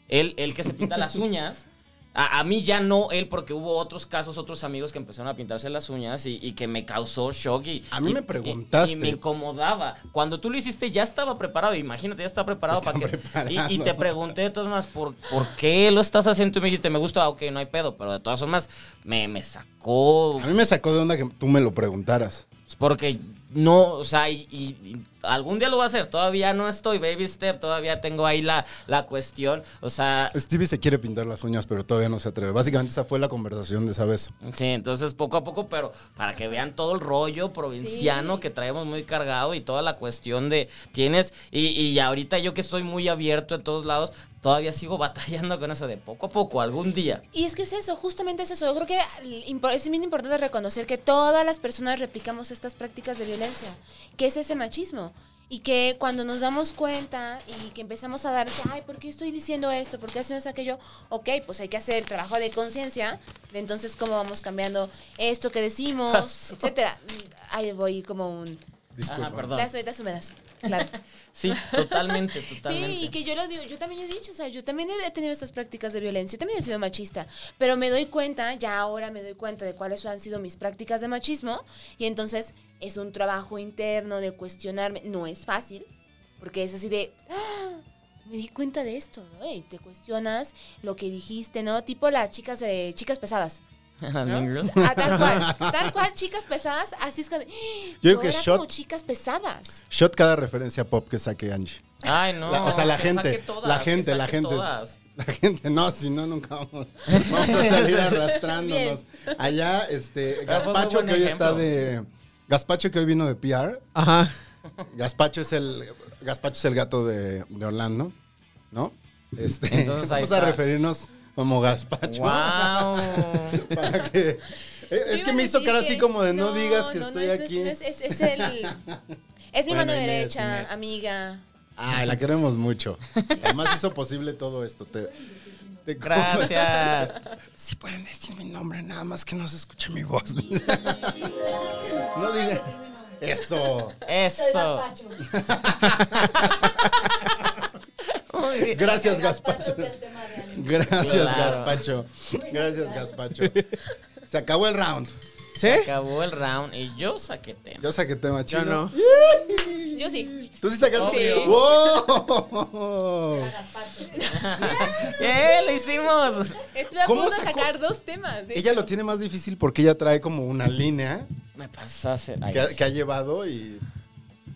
B: él, él que se pinta las uñas. A, a mí ya no él, porque hubo otros casos, otros amigos que empezaron a pintarse las uñas y, y que me causó shock. Y,
C: A mí
B: y-
C: me preguntaste.
B: Y, y me incomodaba. Cuando tú lo hiciste, ya estaba preparado. Imagínate, ya estaba preparado para
C: Están
B: que. Y, y
C: preparando.
B: te pregunté de todas más ¿por, por qué lo estás haciendo? Y me dijiste, me gusta, ah, ok, no hay pedo. Pero de todas formas, me, me sacó.
C: A mí me sacó de onda que tú me lo preguntaras.
B: Porque no, o sea, y, y- y algún día lo voy a hacer. Todavía no estoy baby step, todavía tengo ahí la, la cuestión. O sea,
C: Stevie se quiere pintar las uñas, pero todavía no se atreve. Básicamente esa fue la conversación de esa vez.
B: sí, entonces poco a poco, pero para que vean todo el rollo provinciano
E: Sí.
B: que traemos muy cargado y toda la cuestión de tienes. Y, y ahorita yo que estoy muy abierto en todos lados, todavía sigo [LAUGHS] batallando con eso de poco a poco, algún día.
E: Y es que es eso, justamente es eso. Yo creo que el impo- es bien importante reconocer que todas las personas replicamos estas prácticas de violencia, que es ese machismo. Y que cuando nos damos cuenta y que empezamos a dar, ay, ¿por qué estoy diciendo esto? ¿Por qué hacemos aquello? Ok, pues hay que hacer el trabajo de conciencia de entonces cómo vamos cambiando esto que decimos,
B: Pasó.
E: etcétera. Ahí voy como un...
C: Disculpa.
B: Ajá, perdón.
E: Las metas húmedas, claro.
B: Sí, totalmente, totalmente.
E: [LAUGHS] Sí, y
B: [LAUGHS]
E: que yo lo digo, yo también lo he dicho, o sea, yo también he tenido estas prácticas de violencia, yo también he sido machista, pero me doy cuenta, ya ahora me doy cuenta de cuáles han sido mis prácticas de machismo, y entonces es un trabajo interno de cuestionarme, no es fácil, porque es así de, "Ah, me di cuenta de esto, ¿no? Y te cuestionas lo que dijiste, ¿no? Tipo las chicas, eh, chicas pesadas.
B: Las
E: ¿no?
B: Mean
E: [LAUGHS]
B: Girls.
E: Ah,
C: [LAUGHS]
E: tal cual, tal cual, chicas pesadas, así es que... Yo
C: digo que
E: era
C: shot-
E: como chicas pesadas.
C: Shot cada referencia pop que saque Angie.
B: Ay, no.
C: La- o sea, la
B: que
C: gente,
B: saque todas,
C: la
B: que
C: gente, la
B: saque
C: gente. [LAUGHS]
B: todas.
C: La gente, no, si no, nunca vamos, vamos a salir
B: [LAUGHS]
C: arrastrándonos. Allá, este,
B: Pero fue muy
C: Gaspacho
B: buen
C: que hoy
B: ejemplo.
C: está de... Gaspacho que hoy vino de PR.
D: Ajá.
C: Gaspacho es el, Gaspacho es el gato de, de Orlando, ¿no? Este,
B: Entonces, ahí
C: vamos a
B: está.
C: referirnos como Gaspacho.
B: Wow.
C: Para que- eh,
E: Yo
C: es
E: iba
C: que
E: a
C: me hizo
E: decir
C: cara
E: que-
C: así como de no,
E: no,
C: digas que
E: no, no,
C: estoy
E: es- no,
C: aquí.
E: no, es- es-
C: [LAUGHS]
E: es el- Es mi
C: Bueno,
E: mano
C: Inés,
E: derecha,
C: Inés.
E: amiga.
C: Ay, la queremos mucho. Además hizo posible todo esto. Te, te-
B: Gracias.
C: [LAUGHS] Si pueden decir mi nombre, nada más que no se escuche mi voz. [LAUGHS] no digan. Eso.
B: Eso. Muy bien.
C: Gracias, Gaspacho. Gracias,
B: Claro.
C: Gaspacho. Gracias, Gaspacho. Se acabó el round.
D: ¿Sí?
B: Acabó el round y yo saqué tema.
C: Yo saqué tema
D: Yo
C: chino. [LAUGHS]
D: no.
E: Yo sí.
C: Tú sí sacaste.
B: Obvio.
C: ¡Wow!
B: ¡Eh! ¡Lo hicimos!
E: [LAUGHS] Estuve a
C: ¿Cómo
E: punto de
C: sacó?
E: sacar dos temas. de
C: Ella lo tiene más difícil porque ella trae como una línea
B: Me pasaste. Ay,
C: que, ha- que ha llevado y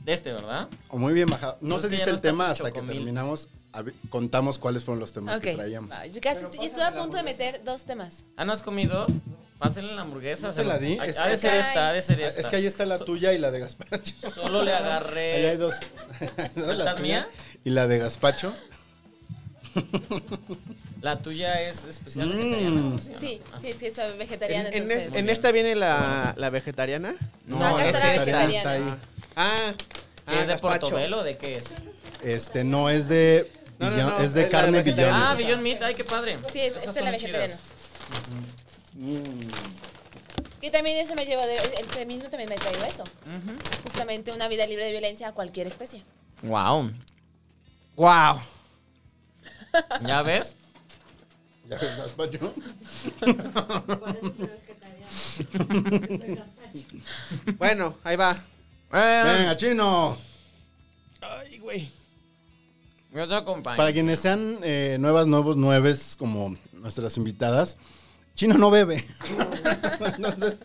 B: De este, ¿verdad?
C: muy bien bajado. No
B: Es
C: se
B: que ya
C: dice
B: no
C: el
B: está
C: tema
B: con
C: hasta que
B: chocomil.
C: terminamos, habi- contamos cuáles fueron los temas
E: Ok.
C: que traíamos.
E: Ah, Yo casi estoy- estuve a punto de meter dos temas.
B: ¿Ah, no has comido? Pásenle la hamburguesa.
C: ¿No
B: se
C: te la
B: lo-
C: di?
B: Ha,
C: Es-
B: ha de
C: es-
B: ser esta, ha de ser
C: Ah,
B: esta.
C: Es que ahí está la
B: So-
C: tuya y la de Gaspacho.
B: Solo
C: [LAUGHS]
B: le
C: Ahí hay
B: agarré.
C: dos.
B: ¿Esta es
C: tuya
B: mía?
C: Y la de Gaspacho.
B: La tuya es especial.
C: Mm.
B: vegetariana, ¿sí o no?
E: Sí, sí, sí, soy vegetariana.
D: En, en es-
E: entonces.
D: en esta viene la, la vegetariana.
C: No,
E: No, acá
C: la
E: está la
C: vegetariana está
E: vegetariana.
C: ahí.
D: Ah.
B: ¿Qué
D: ah,
B: es de
D: gazpacho.
B: Portobelo? ¿De qué es?
C: Este no es de
D: No, no,
C: Beyond-
D: no,
C: es de
D: es la
C: carne
D: de vegetariana.
B: Ah,
C: billón.
B: Beyond Meat, ay, qué padre.
E: Sí, es,
B: Esas
E: esta es la
B: son chidas.
E: vegetariana. Que también eso me llevó, de- el feminismo también me ha traído eso. Justamente una vida libre de violencia a cualquier especie.
B: Wow.
D: Wow.
B: ¿Ya ves?
C: [LAUGHS] ¿Ya ves Gaspacho?
D: Bueno, ahí va.
B: [LAUGHS] Eh,
C: [LAUGHS] Venga, chino.
D: Ay, güey.
B: yo te acompaño.
C: Para quienes sean eh, nuevas, nuevos, nueves, como nuestras invitadas, Chino no
B: [LAUGHS]
C: bebe. Entonces,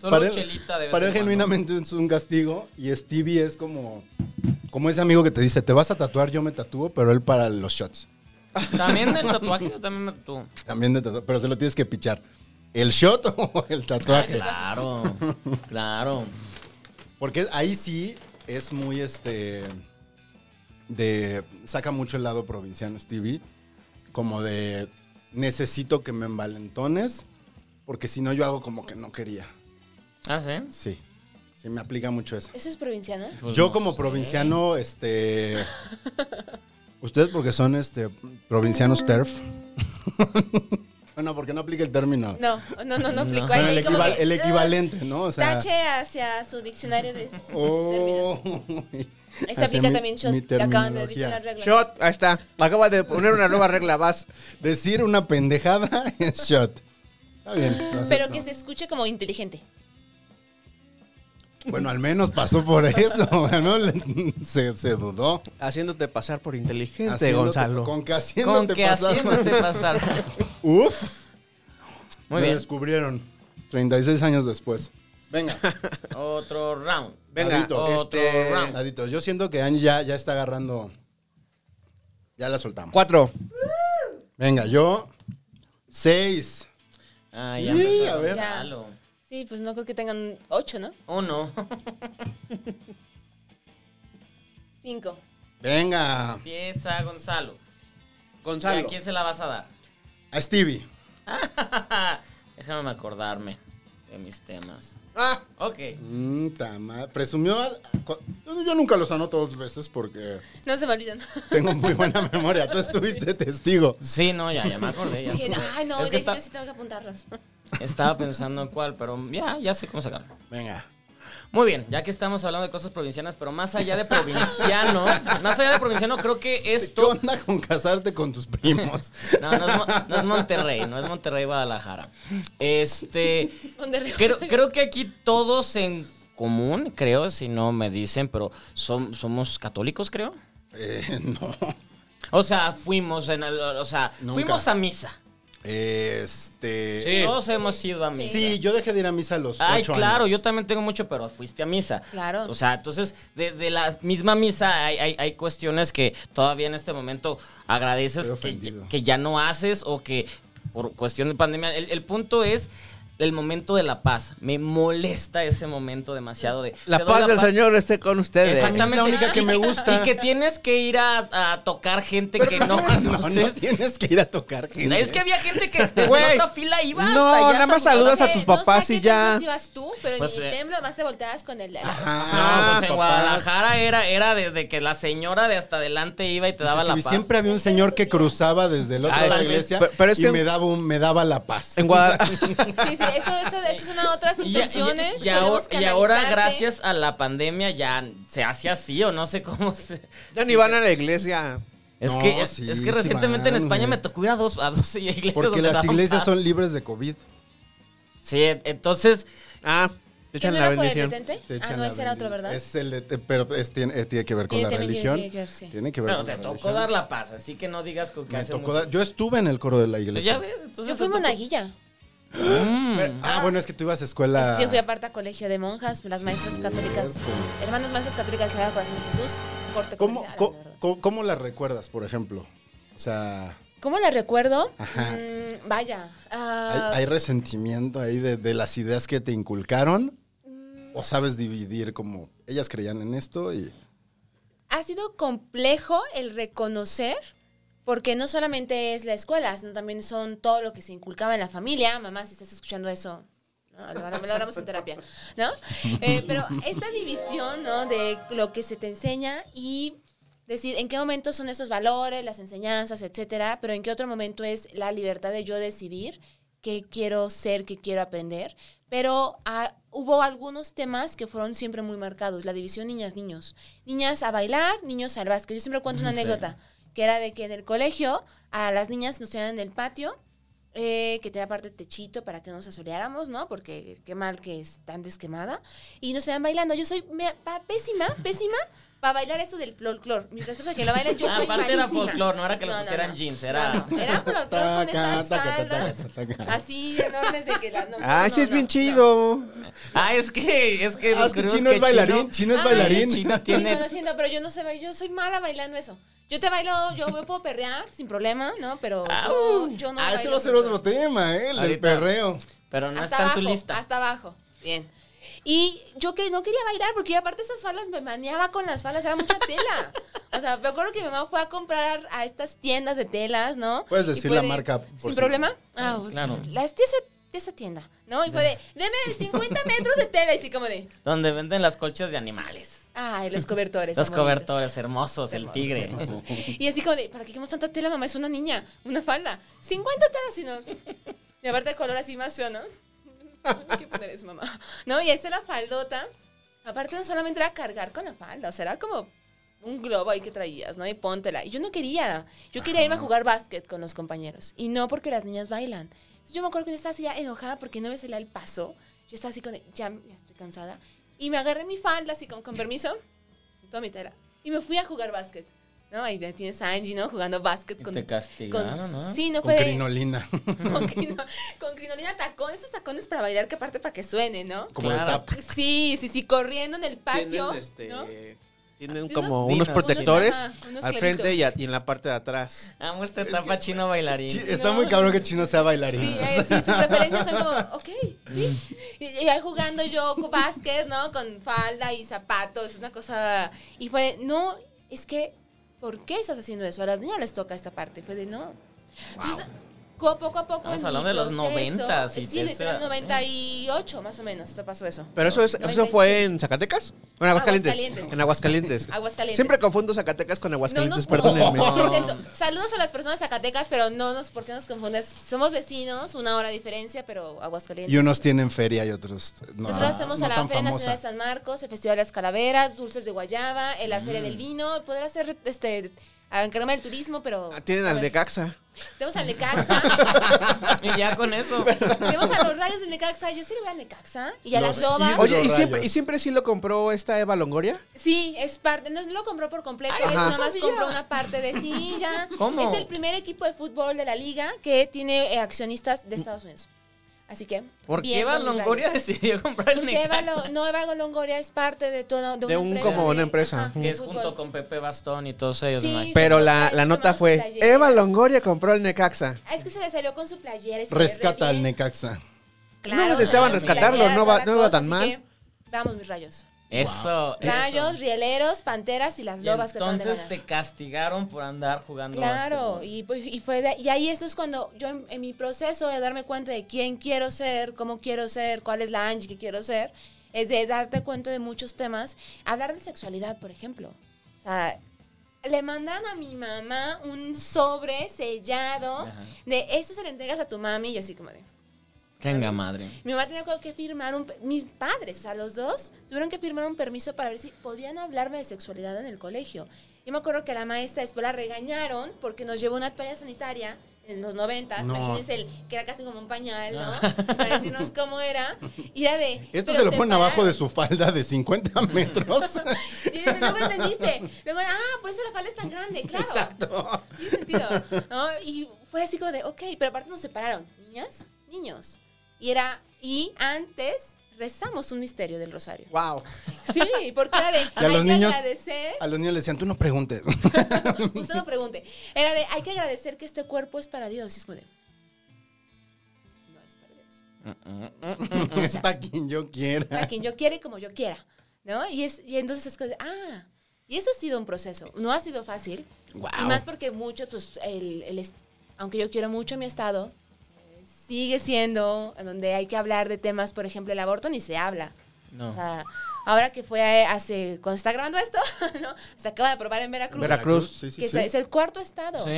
B: Solo chelita de vez
C: para
B: en
C: él
B: cuando.
C: genuinamente es un castigo y Stevie es como, como ese amigo que te dice, te vas a tatuar, yo me tatúo, pero él para los shots.
B: También el tatuaje, yo también me tatuó.
C: También de tatuaje, pero se lo tienes que pichar. ¿El shot [LAUGHS] o el tatuaje?
B: Claro, [LAUGHS] claro.
C: Porque ahí sí es muy este. De. Saca mucho el lado provinciano, Stevie. Como de. Necesito que me envalentones. Porque si no, yo hago como que no quería.
B: Ah, sí.
C: Sí. Sí, me aplica mucho eso.
E: ¿Eso es provinciano?
B: Pues
C: yo,
B: no
C: como
B: sé.
C: provinciano, este. Ustedes, porque son este. Provincianos TERF. [LAUGHS] bueno, porque no aplica el término.
E: No,
C: [LAUGHS]
E: no, no, no aplico
C: Bueno,
E: ahí.
C: el,
E: como
C: equival-
E: que,
C: el
E: ah,
C: equivalente, ¿no? O sea.
E: Tache hacia su
C: [LAUGHS]
E: diccionario de
C: Oh.
E: Ahí
C: Hacia
E: se aplica
C: mi-
E: también shot,
C: mi
E: que acaban de
C: terminología.
E: decir las reglas.
D: Shot, ahí está. Acaba de poner una nueva regla, vas.
C: Decir una pendejada [LAUGHS] es shot. Está bien. lo
E: Pero
C: acepto.
E: que se escuche como inteligente.
C: Bueno, al menos pasó por eso. [LAUGHS] Al menos le- se, se dudó.
D: Haciéndote pasar por inteligente,
C: Haciéndote-
D: Este Gonzalo.
C: Con que
B: Con
C: haciéndote
B: que
C: pasar. [LAUGHS]
B: haciéndote pasar.
C: Uf.
B: Muy
C: me
B: bien.
C: descubrieron 36 años después. Venga.
B: Otro round.
D: Venga,
C: Adictos.
B: otro
D: este,
B: round.
C: Naditos, yo siento que Angie ya, ya está agarrando. Ya la soltamos.
D: Cuatro.
C: Venga, yo. Seis.
B: Ah, ya
C: Y,
B: empezó
C: a ver.
B: Gonzalo.
E: Sí, pues no creo que tengan ocho, ¿no?
B: Uno.
E: Cinco.
C: Venga.
B: Empieza Gonzalo.
D: Gonzalo.
B: ¿Y ¿A quién se la vas a dar?
C: A Stevie.
B: [LAUGHS] Déjame acordarme de mis temas.
D: Ah,
B: Ok.
C: Mm, ta ma- Presumió. al- cu- Yo, yo nunca los anoto dos veces porque
E: No se me olvidan.
C: tengo muy buena [LAUGHS] memoria. Tú estuviste testigo.
B: Sí, no, ya, ya me acordé.
E: [LAUGHS]
B: Ya
E: Dije,
B: supe.
E: ay, no,
B: Es que
E: yo,
B: está-
E: yo sí tengo que
B: [LAUGHS]
E: apuntarlos. [LAUGHS]
B: estaba pensando en cuál, pero ya, ya sé cómo sacarlo.
C: Venga.
B: Muy bien, ya que estamos hablando de cosas provincianas, pero más allá de provinciano, más allá de provinciano, creo que
C: ¿Qué
B: esto.
C: onda con casarte con tus primos? [LAUGHS]
B: No, no es, Mo- no es Monterrey, no es Monterrey, Guadalajara. Este.
E: Monterrey.
B: Creo,
E: [LAUGHS]
B: creo que aquí todos en común, creo, si no me dicen, pero son, somos católicos, creo.
C: Eh, no.
B: O sea, fuimos en el- o sea,
C: Nunca.
B: fuimos a misa.
C: Este.
D: Sí.
B: Todos hemos ido a misa.
C: Sí, yo dejé de ir a misa a los
B: Ay,
C: ocho
B: claro,
C: años.
B: yo también tengo mucho, pero fuiste a misa.
E: Claro.
B: O sea, entonces, de, de la misma misa hay, hay- hay cuestiones que todavía en este momento agradeces
C: Estoy
B: que,
C: ofendido.
B: que ya no haces o que por cuestión de pandemia. El, el punto es el momento de la paz. Me molesta ese momento demasiado de... te
D: la
B: doy
D: paz del Señor esté con ustedes.
B: Exactamente.
C: Es la única que me gusta.
B: Y que tienes que ir a, a tocar gente que no,
C: [LAUGHS] No,
B: conoces.
C: no tienes que ir a tocar gente.
B: Es que había gente que desde
D: Güey.
B: la otra fila iba hasta
D: No,
B: allá
D: nada más
B: saludando.
D: saludas a
E: sé-
D: tus papás
E: sé
D: y
E: qué
D: ya.
E: templos ibas tú, pero
B: Pues,
E: en
B: eh.
E: el templo más te volteabas con el...
B: [LAUGHS] No,
C: Ajá,
B: pues en
C: Ah, papás.
B: Guadalajara era, era desde que la señora de hasta adelante iba y te daba la
C: Y
B: paz.
C: siempre había un señor que cruzaba desde el otro
D: Ay,
C: lado
D: tal
C: de la
D: vez.
C: iglesia
D: Pero- pero es
C: y
D: que-
C: me daba un- me daba la paz.
D: En Guadalajara.
E: Sí, sí, eso, eso, eso es una de
B: [LAUGHS]
E: otras
B: Y, ya- y-
E: intenciones.
B: y ahora- y ahora, gracias a la pandemia, ya se hace así o no sé cómo se.
D: Ya ni van a la iglesia.
B: Es
C: No,
B: que,
C: sí,
B: es
C: sí
B: que recientemente
C: van,
B: en España
C: güey.
B: me tocó ir a dos, a dos iglesias.
C: Porque
B: donde
C: las
B: daban
C: iglesias
B: paz.
C: son libres de COVID.
B: Sí, entonces.
D: Ah, te
E: ¿Te
D: echan la bendición.
E: Por el detente?
C: Te
E: ah,
C: echan
E: no,
C: la
E: ese era otro,
C: bendición.
E: ¿verdad?
C: Es el de- te- pero es- tiene, eh, tiene que ver con
E: Tiene-
C: la
E: también tiene-
C: religión.
E: tiene que ver, sí.
C: Tiene que ver
B: No,
C: con
B: te
C: la
B: tocó
C: religión.
B: dar la paz, así que no digas con que
C: Me
B: hace
C: tocó
B: mucho. Pues
C: dar- Yo estuve en el coro de la
B: Ya
C: iglesia.
B: ves, entonces.
E: Yo fui
B: te tocó-
E: monaguilla.
B: Mm.
C: Ah, bueno, es que tú ibas a escuela.
E: Es que yo fui aparte a colegio de monjas, las maestras católicas, hermanas maestras católicas del Sagrado Corazón de Jesús, corte
C: ¿Cómo,
E: comercial,
C: co-
E: la verdad.
C: co- cómo la recuerdas, por ejemplo? O sea,
E: ¿Cómo la recuerdo?
C: Ajá.
E: Mm, vaya.
C: ¿hay,
E: ah,
C: hay resentimiento ahí de, de las ideas que te inculcaron?
E: Mm.
C: ¿O sabes dividir como ellas creían en esto? Y...
E: ha sido complejo el reconocer, porque no solamente es la escuela, sino también son todo lo que se inculcaba en la familia. Mamá, si estás escuchando eso, ¿no? lo, hablamos- lo hablamos en terapia, ¿no? Eh, pero esta división, ¿no? De lo que se te enseña y decir en qué momento son esos valores, las enseñanzas, etcétera, pero en qué otro momento es la libertad de yo decidir qué quiero ser, qué quiero aprender. Pero ah, hubo algunos temas que fueron siempre muy marcados, la división niñas-niños. Niñas a bailar, niños al básquet. Yo siempre cuento una anécdota, que era de que en el colegio a las niñas nos tenían en el patio, eh, que tenía aparte techito para que no nos asoleáramos, ¿no? Porque qué mal que es tan desquemada. Y nos tenían bailando. Yo soy me- pa- pésima, [LAUGHS] pésima para bailar eso del folclor. Mi respuesta es que lo bailan yo
B: Ah,
E: soy
B: aparte era
E: malísima.
B: folclor, no era que le pusieran jeans, era-
E: No, no, Era folclor con estas
C: Taca, taca, taca,
E: faldas
C: taca.
E: así enormes de que la... no,
D: Ah,
E: no,
D: sí es
E: no,
D: bien
E: no.
D: chido.
B: Ah, es que. Es que,
C: Ah, es que
B: descubrimos
C: Chino es bailarín, Chino es
E: Ah,
C: bailarín.
B: Chino
E: Sí,
B: tiene.
E: no, lo siento, pero yo no sé, ba- yo soy mala bailando eso. Yo te bailo, yo yo puedo perrear sin problema, ¿no? Pero yo, yo no
C: Ah, ese
E: bailo
C: va a ser
E: folclor.
C: otro tema, ¿eh? El del
B: Ahorita.
C: perreo.
B: Pero no está
E: hasta
B: en
E: abajo,
B: tu lista.
E: Hasta abajo. Bien. Y yo que no quería bailar porque yo aparte esas falas me maniaba con las falas, era mucha [LAUGHS] tela. O sea, me acuerdo que mi mamá fue a comprar a estas tiendas de telas, ¿no?
C: Puedes
E: Y
C: decir
E: fue
C: la
E: de,
C: marca, por
E: Sin
C: si-
E: problema. Ah,
B: claro.
E: claro. La es de esa, de esa tienda, ¿no? Y fue de, deme 50 metros de tela y así como de,
B: Donde venden las colchas de animales.
E: ay, [LAUGHS] los cobertores.
B: Los
E: son bonitos".
B: cobertores hermosos, el tigre.
E: [LAUGHS] Y así como de, ¿para qué queremos tanta tela, mamá? Es una niña, una falda. 50 telas y no. Y aparte de color así más feo, ¿no? Hay que poner eso, mamá. No, y esta era la faldota. Aparte no solamente era cargar con la falda, o sea, era como un globo ahí que traías, ¿no? Y póntela. Y yo no quería. Yo quería irme a jugar básquet con los compañeros. Y no porque las niñas bailan. Entonces, yo me acuerdo que yo estaba así ya enojada porque no me salía el paso. Yo estaba así con, de, ya, ya estoy cansada. Y me agarré mi falda así con, con permiso, toda mi tela. Y me fui a jugar básquet. ¿no? Ahí tienes a Angie, ¿no? Jugando básquet
B: Y
E: con...
B: te castigaron,
E: con-
B: ¿no?
E: Sí, no
C: Con
E: fue de-
C: crinolina. [LAUGHS]
E: [LAUGHS] con, crino- con crinolina tacón, esos tacones para bailar que aparte para que suene, ¿no?
C: Como de
B: Claro.
C: tap.
E: Sí, sí, sí, corriendo en el patio,
F: Tienen, este,
E: ¿no?
D: Tienen
E: Unos
D: como unos
F: dinas, sí.
D: protectores
E: Unos, ajá, unos
D: al frente y, a- y en la parte de atrás.
B: [LAUGHS] Amo esta etapa chino bailarín.
C: Chi- Está muy cabrón que Chino sea bailarín.
E: Sí, eh, sí, sus referencias son como, ok, sí. Y, y ahí jugando yo con básquet, ¿no? Con falda y zapatos, una cosa. Y fue, no, es que, ¿por qué estás haciendo eso? A las niñas les toca esta parte. Y fue de, no. Entonces, co- poco a poco.
B: Estamos
E: en mi
B: hablando de los
E: proceso-
B: noventas y
E: Sí, en
B: esa-
E: el 98, más o menos, esto pasó eso.
D: Pero eso es, eso fue en Zacatecas. O en Aguascalientes.
E: Aguascalientes.
D: En Aguascalientes.
E: [LAUGHS] Aguascalientes.
D: Siempre confundo Zacatecas con
E: No
D: Aguascalientes,
E: nos
D: perdónenme.
E: [LAUGHS] confundamos eso. Saludos a las personas zacatecas, pero no nos, ¿por qué nos confundes? Somos vecinos, una hora de diferencia, pero Aguascalientes.
C: Y unos tienen feria y otros no.
E: Nosotros hacemos
C: no
E: a la
C: tan
E: Feria
C: famosa.
E: Nacional de San Marcos, el Festival de las Calaveras, Dulces de Guayaba, eh, la Feria del Vino. Podrá hacer, este, a encargarme del turismo, pero...
D: Ah, Tienen
E: a
D: al
E: ver,
D: Necaxa.
E: Tenemos al Necaxa.
B: [LAUGHS] Y ya con eso.
E: tenemos a los rayos del Necaxa. Yo sí le voy al Necaxa. Y a
C: Los
E: las Lobas.
C: ídolos.
D: Oye, ¿y
C: Rayos.
D: siempre, ¿y siempre sí lo compró esta Eva Longoria?
E: Sí, es parte. No lo compró por completo.
B: Ay,
E: es
B: eso
E: nada
B: no
E: más
B: sabía.
E: compró una parte de sí, ya.
B: ¿Cómo?
E: Es el primer equipo de fútbol de la liga que tiene eh, accionistas de Estados Unidos. Así que.
B: ¿Por qué
E: bien
B: Eva
E: por mis
B: Longoria
E: Rayos.
B: decidió comprar el
E: Que Eva
B: Necaxa?
E: Lo- no, Eva Longoria es parte de, todo, de,
D: De un- como una empresa.
E: ajá,
B: Que es
E: de
B: junto
E: fútbol.
B: con Pepe Bastón y todos ellos.
E: Sí,
B: me imagino.
D: Pero
E: sacó
D: la,
E: ahí
D: la
E: nomás
D: nota
E: su
D: fue,
E: playera.
D: Eva Longoria compró el Necaxa.
E: Ah, Es que se le salió con su playera. y se le
C: Rescata
E: ve
C: al
E: bien.
C: Necaxa.
E: Claro,
D: No deseaban
E: con su
D: rescatarlo,
E: playera,
D: no va-
E: toda la
D: no iba
E: cosa,
D: tan
E: así
D: mal.
E: que Vamos, mis rayos.
B: Eso.
E: Rayos, rieleros, panteras y las
B: Y
E: lobas que acaban de
B: entonces
E: ganar.
B: te castigaron por andar jugando.
E: Claro,
B: básquetbol.
E: y, pues- y fue de- y ahí esto es cuando yo en, en mi proceso de darme cuenta de quién quiero ser, cómo quiero ser, cuál es la Angie que quiero ser, es de darte cuenta de muchos temas. Hablar de sexualidad, por ejemplo. O sea, le mandan a mi mamá un sobre sellado
B: Ajá.
E: de esto se lo entregas a tu mami y así como de...
B: Venga, madre.
E: Mi mamá tenía que firmar un... Mis padres, o sea, los dos, tuvieron que firmar un permiso para ver si podían hablarme de sexualidad en el colegio. Yo me acuerdo que la maestra después la regañaron porque nos llevó una toalla sanitaria en los noventas,
C: No. Ah.
E: imagínense, el- que era casi como un pañal, ¿no? Para decirnos cómo era. Y era de...
C: Esto
E: pero
C: se lo ponen abajo de
E: separaron.
C: su falda de 50
E: [LAUGHS]
C: metros.
E: Y dices, luego
C: [LAUGHS]
E: entendiste. Luego, ah, por eso la falda es tan grande, claro.
C: Exacto.
E: Tiene sentido. ¿no? Y fue así como de, ok, pero aparte nos separaron. Niñas, niños. Y era, y antes rezamos un misterio del rosario.
D: Wow.
E: Sí, porque era de,
C: [LAUGHS] a los
E: hay que
C: niños- [LAUGHS]
E: agradecer.
C: A los niños les decían, tú no preguntes. [LAUGHS]
E: Usted no pregunte. Era de, hay que agradecer que este cuerpo es para Dios. Y es como de, no es para Dios.
C: es para quien yo
E: a
C: [LAUGHS] quiera.
E: quien yo quiera y como yo quiera, ¿no? Y, es, y entonces es cosa, ah, y eso ha sido un proceso, no ha sido fácil, y más porque mucho, pues, el, el est- aunque yo quiero mucho mi estado, eh, sigue siendo en donde hay que hablar de temas, por ejemplo, el aborto ni se habla. O
B: No.
E: sea, ahora que fue hace, cuando está grabando esto, [LAUGHS] ¿no? Se acaba de aprobar en Veracruz,
D: Veracruz.
C: Sí,
E: que
C: sí,
E: es,
C: sí.
E: es el cuarto estado.
B: Sí.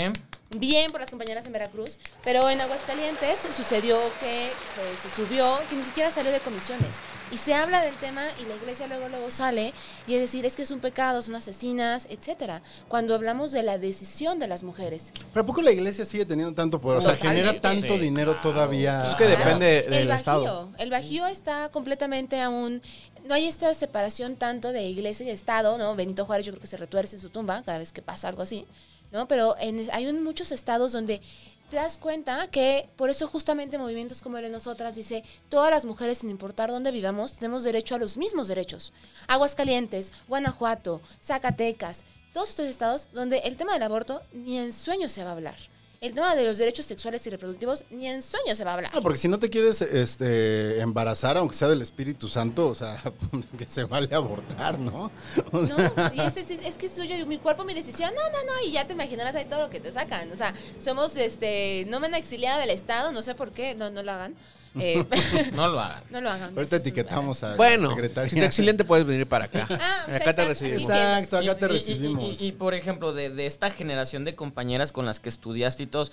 E: Bien por las compañeras en Veracruz, pero en Aguascalientes sucedió que pues, se subió, que ni siquiera salió de comisiones. Y se habla del tema y la iglesia luego luego sale y es decir, es que es un pecado, son asesinas, etcétera. Cuando hablamos de la decisión de las mujeres.
C: ¿Pero a poco la iglesia sigue teniendo tanto poder? O sea,
B: Totalmente.
C: genera tanto
B: Sí,
C: dinero
B: claro.
C: todavía.
D: Pues Es que depende
E: El
D: del
E: Bajío,
D: estado.
E: el Bajío está completamente aún no hay esta separación tanto de iglesia y estado, ¿no? Benito Juárez yo creo que se retuerce en su tumba cada vez que pasa algo así, ¿no? Pero en- hay un- muchos estados donde te das cuenta que por eso justamente movimientos como el de nosotras dice, todas las mujeres sin importar dónde vivamos tenemos derecho a los mismos derechos. Aguascalientes, Guanajuato, Zacatecas, todos estos estados donde el tema del aborto ni en sueños se va a hablar. El tema de los derechos sexuales y reproductivos ni en sueños se va a hablar.
C: Ah, porque si no te quieres este, embarazar, aunque sea del Espíritu Santo, o sea, [LAUGHS] que se vale abortar, ¿no? [LAUGHS] O
E: No,
C: sea,
E: y es, es, es que soy yo, mi cuerpo, mi decisión. No, no, no, y ya te imaginarás ahí todo lo que te sacan. O sea, somos este, no me han exiliado del Estado, no sé por qué, no, no lo hagan.
C: [LAUGHS]
E: Eh, [LAUGHS]
B: No lo hagan.
E: no lo hagan.
C: Ahorita etiquetamos a la
D: Bueno, [LAUGHS]
C: secretaria.
D: si te exilian, te puedes venir para acá.
E: Ah, pues ahí
D: acá te
E: está.
D: recibimos.
C: [LAUGHS] Exacto, pues acá te
B: Y- y- y-
C: recibimos.
B: Y, y, por ejemplo, de, de esta generación de compañeras con las que estudiaste y todos,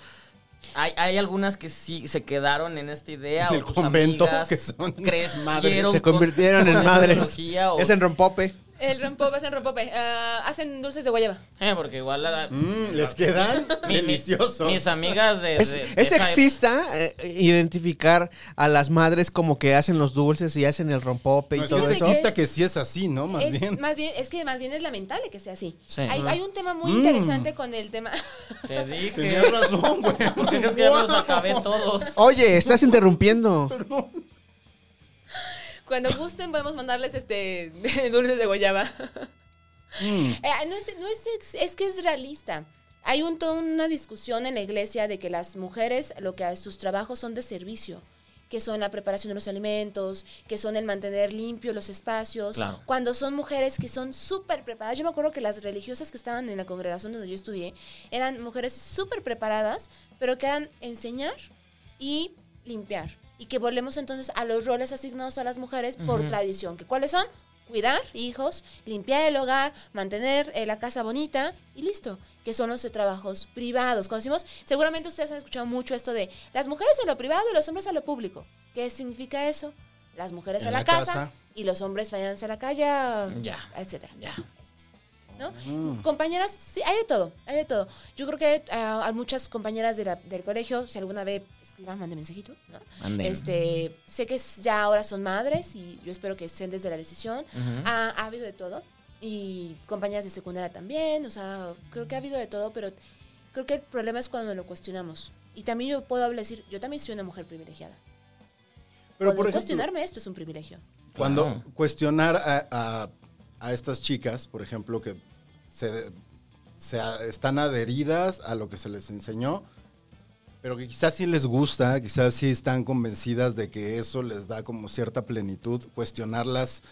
B: hay, hay algunas que sí se quedaron en esta idea.
C: En
B: o
C: el
B: tus
C: convento,
B: amigas
C: que son
B: crecieron
C: madres.
D: Se convirtieron en madres.
B: tecnología o-
D: Es en rompope.
E: [LAUGHS] El rompope, hacen rompope. Ah, hacen dulces de guayaba.
B: Eh, porque igual la-
C: Mm, les quedan
B: mi- mi-
C: deliciosos.
B: [LAUGHS] Mis amigas de.
D: Es,
B: de- de
D: es
B: esa
D: sexista eh, identificar a las madres como que hacen los dulces y hacen el rompope y
C: No, es que
D: todo
C: es
D: eso.
C: sexista que sí es así, ¿no? Más
E: es,
C: bien.
E: Más bien, es que más bien es lamentable que sea así.
B: Sí.
E: Hay, hay un tema muy
C: Mm.
E: interesante con el tema.
B: época. Te dije.
C: Tenías razón,
B: [LAUGHS]
C: güey.
B: ¿Por qué crees que ya me los acabé todos?
D: Oye, estás interrumpiendo. [LAUGHS]
E: Cuando gusten podemos mandarles este [LAUGHS] dulces de guayaba. Eh, no es, no es, sex- es que es realista. Hay un, toda una discusión en la iglesia de que las mujeres, lo que a sus trabajos son de servicio, que son la preparación de los alimentos, que son el mantener limpio los espacios.
B: Claro.
E: Cuando son mujeres que son súper preparadas, yo me acuerdo que las religiosas que estaban en la congregación donde yo estudié eran mujeres súper preparadas, pero que eran enseñar y limpiar. Y que volvemos entonces a los roles asignados a las mujeres por tradición, que cuáles son cuidar hijos, limpiar el hogar, mantener eh, la casa bonita y listo, que son los eh, trabajos privados. Conocimos, seguramente ustedes han escuchado mucho esto de las mujeres a lo privado y los hombres a lo público. ¿Qué significa eso? Las mujeres
C: En
E: a la,
C: la
E: casa,
C: casa.
E: y los hombres váyanse a la calle, a-
B: Ya.
E: etcétera.
B: Ya.
E: ¿no?
C: Mm.
E: Compañeras, sí, hay de todo, hay de todo. Yo creo que ah, a muchas compañeras de la- del colegio, si alguna vez escriban, manden mensajito, ¿no?
B: Manden.
E: Este, sé que es- ya ahora son madres y yo espero que estén desde la decisión. ha, ha habido de todo. Y compañeras de secundaria también, o sea, creo que ha habido de todo, pero creo que el problema es cuando lo cuestionamos. Y también yo puedo hablar y decir, yo también soy una mujer privilegiada.
C: Pero
E: Poder
C: por ejemplo,
E: cuestionarme esto es un privilegio.
C: cuando
B: Claro.
C: cuestionar a, a- a estas chicas, por ejemplo, que se, se a- están adheridas a lo que se les enseñó, pero que quizás sí les gusta, quizás sí están convencidas de que eso les da como cierta plenitud, cuestionarlas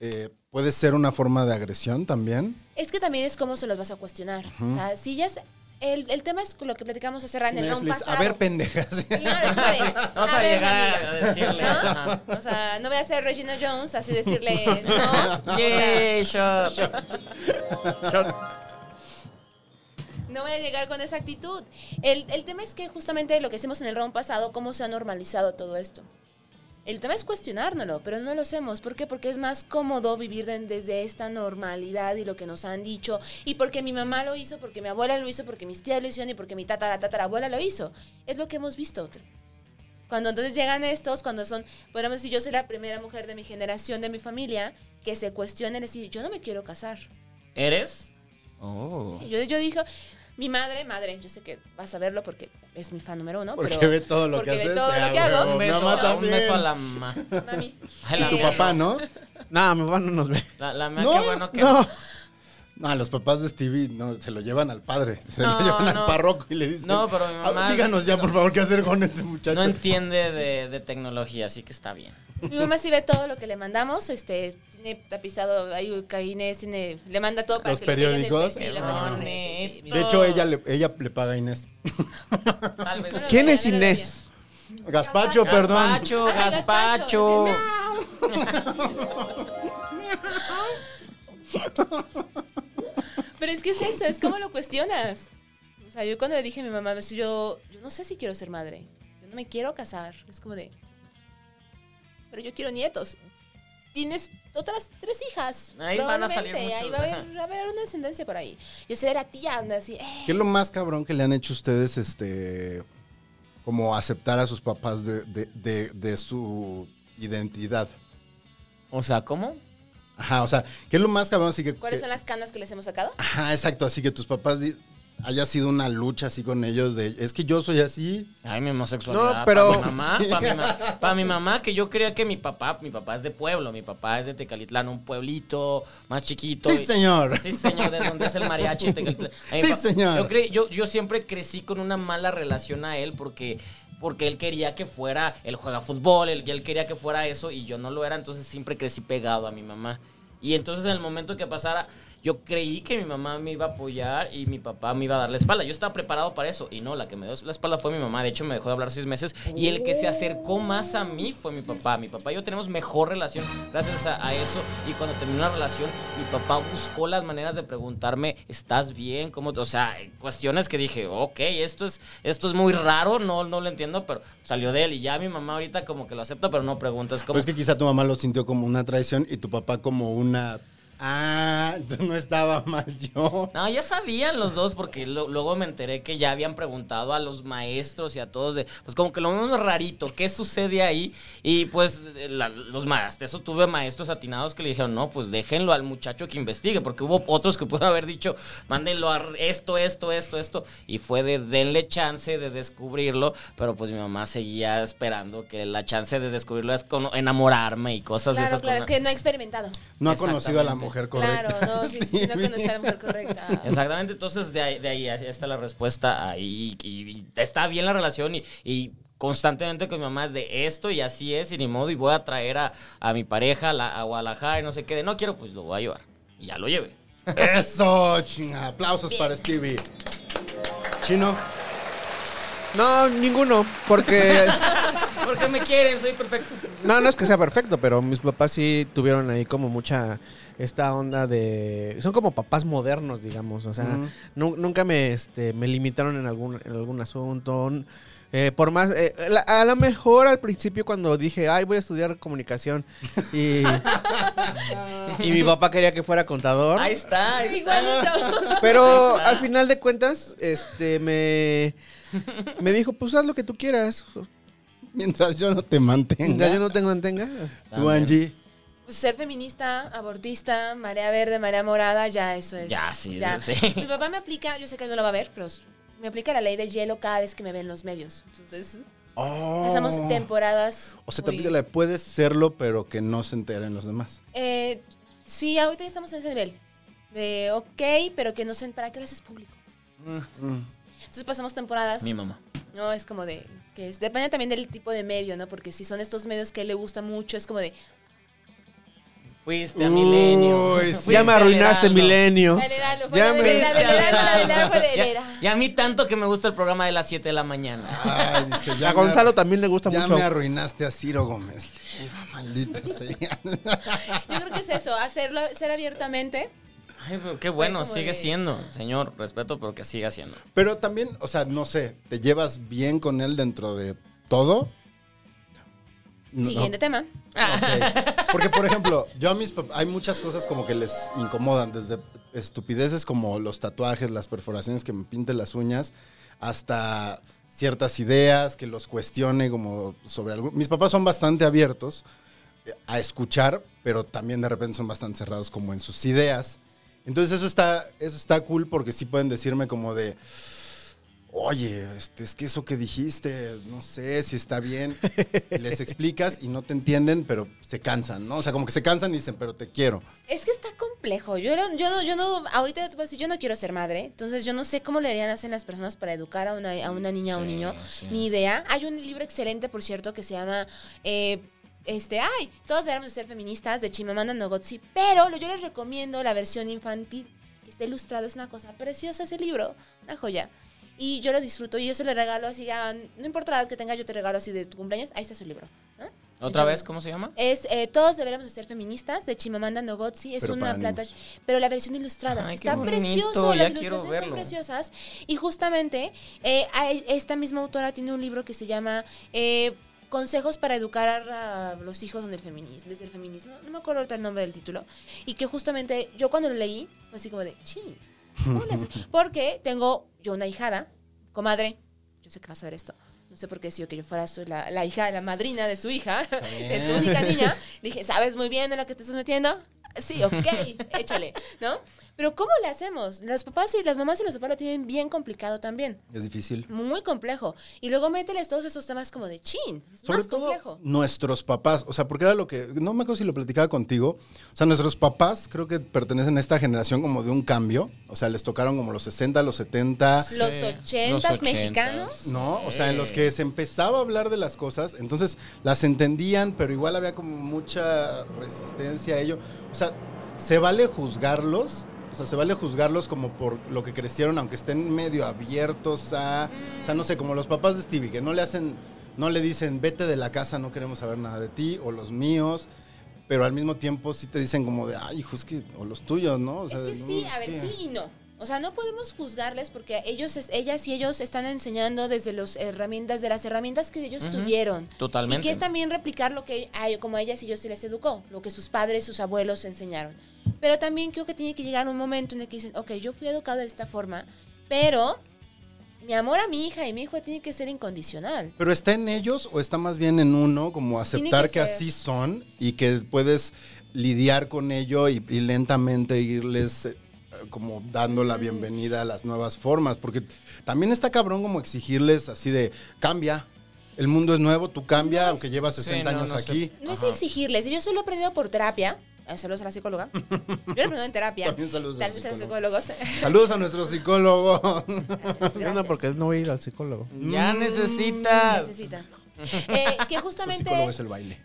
C: eh, puede ser una forma de agresión también.
E: Es que también es cómo se los vas a cuestionar. O sea, si ya es- el, el tema es lo que platicamos hace rato en el
C: Es
E: round
C: les-
E: pasado.
C: a ver, [LAUGHS] pendejas.
E: Claro, es como
B: [LAUGHS]
E: de,
B: Vamos
E: a,
B: a, ¿Ah?
E: ver,
B: llegar a-
E: amiga.
B: a decirle. ajá.
E: O sea, no voy a ser Regina Jones, así decirle
B: [LAUGHS]
E: no. Eh,
B: Yay, shot.
E: No voy a llegar con esa actitud. El, el tema es que justamente lo que hicimos en el round pasado, cómo se ha normalizado todo esto. El tema es cuestionárnoslo, pero no lo hacemos. ¿Por qué? Porque es más cómodo vivir de- desde esta normalidad y lo que nos han dicho. Y porque mi mamá lo hizo, porque mi abuela lo hizo, porque mis tías lo hicieron y porque mi tatara, tatarabuela lo hizo. Es lo que hemos visto. Cuando entonces llegan estos, cuando son, podríamos decir, yo soy la primera mujer de mi generación, de mi familia, que se cuestiona y decir, yo no me quiero casar.
B: ¿Eres? Oh.
E: Yo, yo dije, mi madre, madre, yo sé que vas a verlo porque es mi fan número uno.
C: Porque
E: pero-
C: ve todo lo
E: porque
C: que
E: ve
C: haces.
E: todo
C: ah,
E: lo que hago.
C: huevo.
B: Un
C: Mi
B: beso,
C: mamá
B: un beso a
C: también.
B: la mamá.
E: Mami.
B: Ay, la
E: eh,
C: Tu papá, ¿no?
D: No, mi papá no nos ve.
B: La, la mía,
C: No,
B: qué bueno que.
D: No.
C: No, los papás de Stevie no, se lo llevan al padre, se
B: No,
C: lo llevan
B: no.
C: al párroco y le dicen,
B: No, pero mi
C: "A-
B: mamá-
C: díganos ya por favor qué hacer con este muchacho.
B: No entiende de, de tecnología, así que está bien.
E: Mi mamá sí ve todo lo que le mandamos. Este, tiene tapizado, hay caínes, tiene, le manda todo para
C: Los
E: que le peguen el-
C: periódicos. Ah.
E: sí, le
B: Qué
E: mandan-
B: bonito.
E: sí, mi-
C: de hecho, ella le, ella le paga a Inés.
B: Tal vez.
D: ¿Quién es Inés?
C: Gaspacho, perdón.
B: Gazpacho,
E: Ay,
B: gazpacho.
E: Pero es que es eso, es como lo cuestionas. O sea, yo cuando le dije a mi mamá, pues, yo, yo no sé si quiero ser madre. Yo no me quiero casar. Es como de. Pero yo quiero nietos. Tienes otras tres hijas.
B: Ahí van a salir
E: probablemente, Ahí va
B: muchos,
E: a haber, va a haber una descendencia por ahí. Yo seré la tía, anda así. eh,
C: ¿Qué es lo más cabrón que le han hecho ustedes, este, como aceptar a sus papás de, de- de- de su identidad?
B: O sea, ¿cómo?
C: Ajá, o sea, ¿qué es lo más cabrón así que...
E: ¿Cuáles
C: que-
E: son las canas que les hemos sacado?
C: Ajá, exacto, así que tus papás di- haya sido una lucha así con ellos de, es que yo soy así,
B: Ay, mi homosexualidad.
D: No, pero-
B: Para mi mamá, para mi, ma- pa' mi mamá, que yo creía que mi papá, mi papá es de pueblo, mi papá es de Tecalitlán, un pueblito más chiquito.
C: sí
B: y-
C: señor.
B: Sí, señor, de donde es el mariachi. de Tecalitlán. Ay,
C: Sí,
B: pa-
C: señor.
B: Yo, cre- yo, yo siempre crecí con una mala relación a él porque, porque él quería que fuera, él juega fútbol, él, y él quería que fuera eso y yo no lo era, entonces siempre crecí pegado a mi mamá. Y entonces en el momento que pasara, yo creí que mi mamá me iba a apoyar y mi papá me iba a dar la espalda. Yo estaba preparado para eso y no, la que me dio la espalda fue mi mamá. De hecho, me dejó de hablar seis meses y el que se acercó más a mí fue mi papá. Mi papá y yo tenemos mejor relación gracias a, a eso. Y cuando terminó la relación, mi papá buscó las maneras de preguntarme, ¿estás bien? ¿Cómo? te-?" O sea, cuestiones que dije, ok, esto es, esto es muy raro, no, no lo entiendo, pero salió de él y ya mi mamá ahorita como que lo acepta, pero no preguntas cómo.
C: Pues es que quizá tu mamá lo sintió como una traición y tu papá como una Ah, entonces no estaba mal
E: [LAUGHS]
C: yo.
B: No, ya sabían los dos porque lo- luego me enteré que ya habían preguntado a los maestros y a todos de, pues como que lo menos rarito, ¿qué sucede ahí? Y pues la- los maestros, eso tuve maestros atinados que le dijeron, no, pues déjenlo al muchacho que investigue, porque hubo otros que [LAUGHS] pueden haber dicho, mándenlo a esto, esto, esto, esto, y fue de denle chance de descubrirlo, pero pues mi mamá seguía esperando que la chance de descubrirlo es con enamorarme y cosas de
E: Claro,
B: esas.
E: claro, es
B: con-
E: que no he experimentado.
C: No ha conocido a la
B: Exactamente.
C: mujer correcta.
E: Claro,
C: [LAUGHS]
E: no, sí, sí, no
C: Stevie.
E: conocí a la mujer correcta.
B: [LAUGHS] Exactamente, entonces de ahí, de ahí está la respuesta ahí y, y está bien la relación y, y constantemente con mi mamá es de esto y así es y ni modo y voy a traer a, a mi pareja a la, a Guadalajara y no sé qué, de no quiero, pues lo voy a llevar y ya lo lleve.
C: Eso, chinga. Aplausos para Stevie. Chino.
D: No, ninguno, porque
B: Porque me quieren, soy perfecto.
D: no, no es que sea perfecto, pero mis papás sí tuvieron ahí como mucha esta onda de son como papás modernos, digamos, o sea, nu- nunca me este me limitaron en algún en algún asunto. n- eh, por más, eh, la- a lo mejor al principio cuando dije, ay, voy a estudiar comunicación y, y mi papá quería que fuera contador.
B: Ahí está, ahí está.
E: Igualito.
D: Pero al final de cuentas, este me, me dijo, pues haz lo que tú quieras.
C: Mientras yo no te mantenga.
D: Ya yo no tengo mantenga.
C: Tú, Angie.
E: Pues Ser feminista, abortista, marea verde, marea morada, ya eso es.
B: Ya, sí,
E: ya.
B: sí, sí.
E: [LAUGHS] Mi papá me aplica, yo sé que él no lo va a ver, pero me aplica la ley de hielo cada vez que me ve en los medios. Entonces,
C: Oh.
E: pasamos temporadas.
C: O sea, te
E: muy-
C: aplica la de puedes serlo, pero que no se enteren los demás.
E: Eh, sí, ahorita ya estamos en ese nivel. De ok, pero que no sé para qué horas es público. Entonces pasamos temporadas.
B: Mi mamá.
E: No, es como de. que es, Depende también del tipo de medio, ¿no? Porque si son estos medios que a él le gusta mucho, es como de.
B: Fuiste a Milenio.
C: Uy, sí.
B: Fuiste
D: Ya me
B: al
D: arruinaste,
B: Heraldo.
D: milenio.
E: "La del Heraldo, fue
D: Ya
E: la
D: me-
E: del Heraldo, la del Heraldo, la del Heraldo, fue del
B: Ya,
E: Heraldo".
B: ya a mí tanto que me gusta el programa de las 7 de la mañana.
C: Ay, dice,
D: A
C: ya me
D: Gonzalo
C: ar-
D: también le gusta
C: Ya
D: mucho.
C: me arruinaste a Ciro Gómez. Leiva, Maldita sea.
E: Yo creo que es eso, hacerlo, ser abiertamente.
B: Ay, pero qué bueno,
E: como
B: sigue
E: de-
B: siendo. Señor, respeto, pero que siga siendo.
C: Pero también, o sea, no sé, ¿te llevas bien con él dentro de todo? No,
E: Siguiente tema.
C: ok. Porque, por ejemplo, yo a mis papás, hay muchas cosas como que les incomodan, desde estupideces como los tatuajes, las perforaciones, que me pinte las uñas, hasta ciertas ideas, que los cuestione como sobre algo. Mis papás son bastante abiertos eh, a escuchar, pero también de repente son bastante cerrados como en sus ideas. Entonces eso está, eso está cool porque sí pueden decirme como de, oye, este, es que eso que dijiste, no sé si está bien. Y les explicas y no te entienden, pero se cansan, ¿no? O sea, como que se cansan y dicen, pero te quiero.
E: Es que está complejo. Yo, no- yo, no, yo no, ahorita yo te voy a decir, yo no quiero ser madre, entonces yo no sé cómo le harían hacen las personas para educar a una, a una niña o un
B: Sí,
E: niño,
B: sí.
E: ni idea. Hay un libro excelente, por cierto, que se llama, eh, este, ay, todos debemos ser feministas, de Chimamanda Ngozi, pero lo- yo les recomiendo la versión infantil, que está ilustrado, es una cosa preciosa ese libro, una joya. Y yo lo disfruto y yo se lo regalo así, a- no importa la edad que tenga, yo te regalo así de tu cumpleaños, ahí está su libro. ¿no?
B: ¿Otra
E: Entonces-
B: vez cómo se llama?
E: Es eh, Todos deberíamos de ser feministas de Chimamanda Ngozi. Es
C: Pero
E: una
C: para
E: plata, pero la versión ilustrada.
B: Ay, qué
E: está
B: bonito,
E: precioso,
B: ya
E: las
B: quiero
E: ilustraciones son
B: verlo.
E: preciosas. Y justamente eh, hay- esta misma autora tiene un libro que se llama eh, Consejos para educar a los hijos del feminismo, desde el feminismo. No me acuerdo ahorita el nombre del título. Y que justamente yo cuando lo leí fue así como de, ching.
C: [LAUGHS]
E: ¿cómo le hace? Porque tengo yo una hijada, comadre, yo sé que vas a ver esto. No sé por qué si yo que yo fuera su- la, la hija, la madrina de su hija, [LAUGHS] de su única niña. Dije, ¿sabes muy bien en lo que te estás metiendo? Sí, ok, échale, ¿no? Pero ¿cómo le hacemos? Las papás y las mamás y los papás lo tienen bien complicado también.
C: Es difícil.
E: Muy complejo. Y luego mételes todos esos temas como de chin. Es
C: Sobre
E: más
C: todo
E: complejo.
C: nuestros papás, o sea, porque era lo que, no me acuerdo si lo platicaba contigo, o sea, nuestros papás creo que pertenecen a esta generación como de un cambio, o sea, les tocaron como los 60, los 70,
E: Los
B: Sí.
E: ochentas
B: Los
E: mexicanos.
C: ¿no? O sea, en los que se empezaba a hablar de las cosas, entonces las entendían, pero igual había como mucha resistencia a ello. O sea, se vale juzgarlos, o sea, se vale juzgarlos como por lo que crecieron, aunque estén medio abiertos a, o sea, no sé, como los papás de Stevie, que no le hacen, no le dicen, vete de la casa, no queremos saber nada de ti, o los míos. Pero al mismo tiempo sí te dicen como de, ay, hijo, es que, o los tuyos, ¿no? O sea,
E: es que
C: no,
E: sí,
C: es
E: a ver,
C: que-
E: sí y no. O sea, no podemos juzgarles porque ellos, es- ellas y ellos están enseñando desde los herramientas, de las herramientas que ellos tuvieron.
B: Totalmente.
E: Y que
C: [LAUGHS]
E: es también replicar lo que a, como a ellas y ellos se les educó, lo que sus padres, sus abuelos enseñaron. Pero también creo que tiene que llegar un momento en el que dicen, ok, yo fui educado de esta forma, pero mi amor a mi hija y mi hijo tiene que ser incondicional.
C: Pero está en ellos o está más bien en uno como
E: Tiene
C: aceptar
E: que
C: que,
E: ser.
C: así son y que puedes lidiar con ello y, y lentamente irles eh, como dando la bienvenida a las nuevas formas, porque también está cabrón como exigirles así de cambia. El mundo es nuevo, tú cambia, aunque llevas
B: sí,
C: 60
B: no,
C: años
B: no sé.
E: [LAUGHS]
C: aquí.
E: No es
B: Ajá.
E: exigirles. Yo solo he aprendido por terapia. Eh, Saludos a la psicóloga.
C: [LAUGHS]
E: Yo lo he aprendido en terapia.
C: También saludos a la
E: Tal vez a los
C: psicóloga. [LAUGHS]
E: psicólogos.
C: Saludos a nuestro psicólogo.
E: Gracias,
D: Yo No,
E: gracias.
D: porque no voy a ir al psicólogo.
E: Mm.
B: Ya necesitas.
E: Necesita. Eh, que
C: Nuestro
E: justamente
C: psicólogo
E: es-
C: es el baile.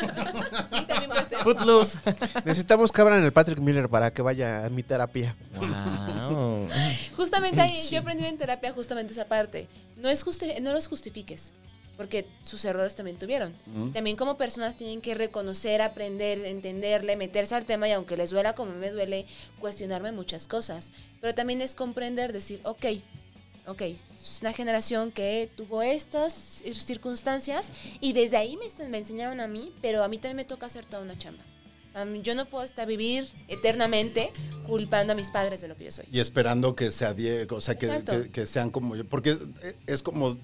E: sí, también puede ser.
B: Footloose.
D: Necesitamos que abran el Patrick Miller para que vaya a mi terapia.
B: Wow.
E: Justamente ahí yo he aprendido en terapia justamente esa parte. No, es justi- no los justifiques, porque sus errores también tuvieron. También como personas tienen que reconocer, aprender, entenderle, meterse al tema y aunque les duela como me duele, cuestionarme muchas cosas. Pero también es comprender, decir, ok, ok, es una generación que tuvo estas circunstancias y desde ahí me, están- me enseñaron a mí, pero a mí también me toca hacer toda una chamba. O sea, yo no puedo estar vivir eternamente culpando a mis padres de lo que yo soy.
C: Y esperando que sea Diego, o sea, que,
E: Exacto.
C: que- que sean como yo. Porque es, es como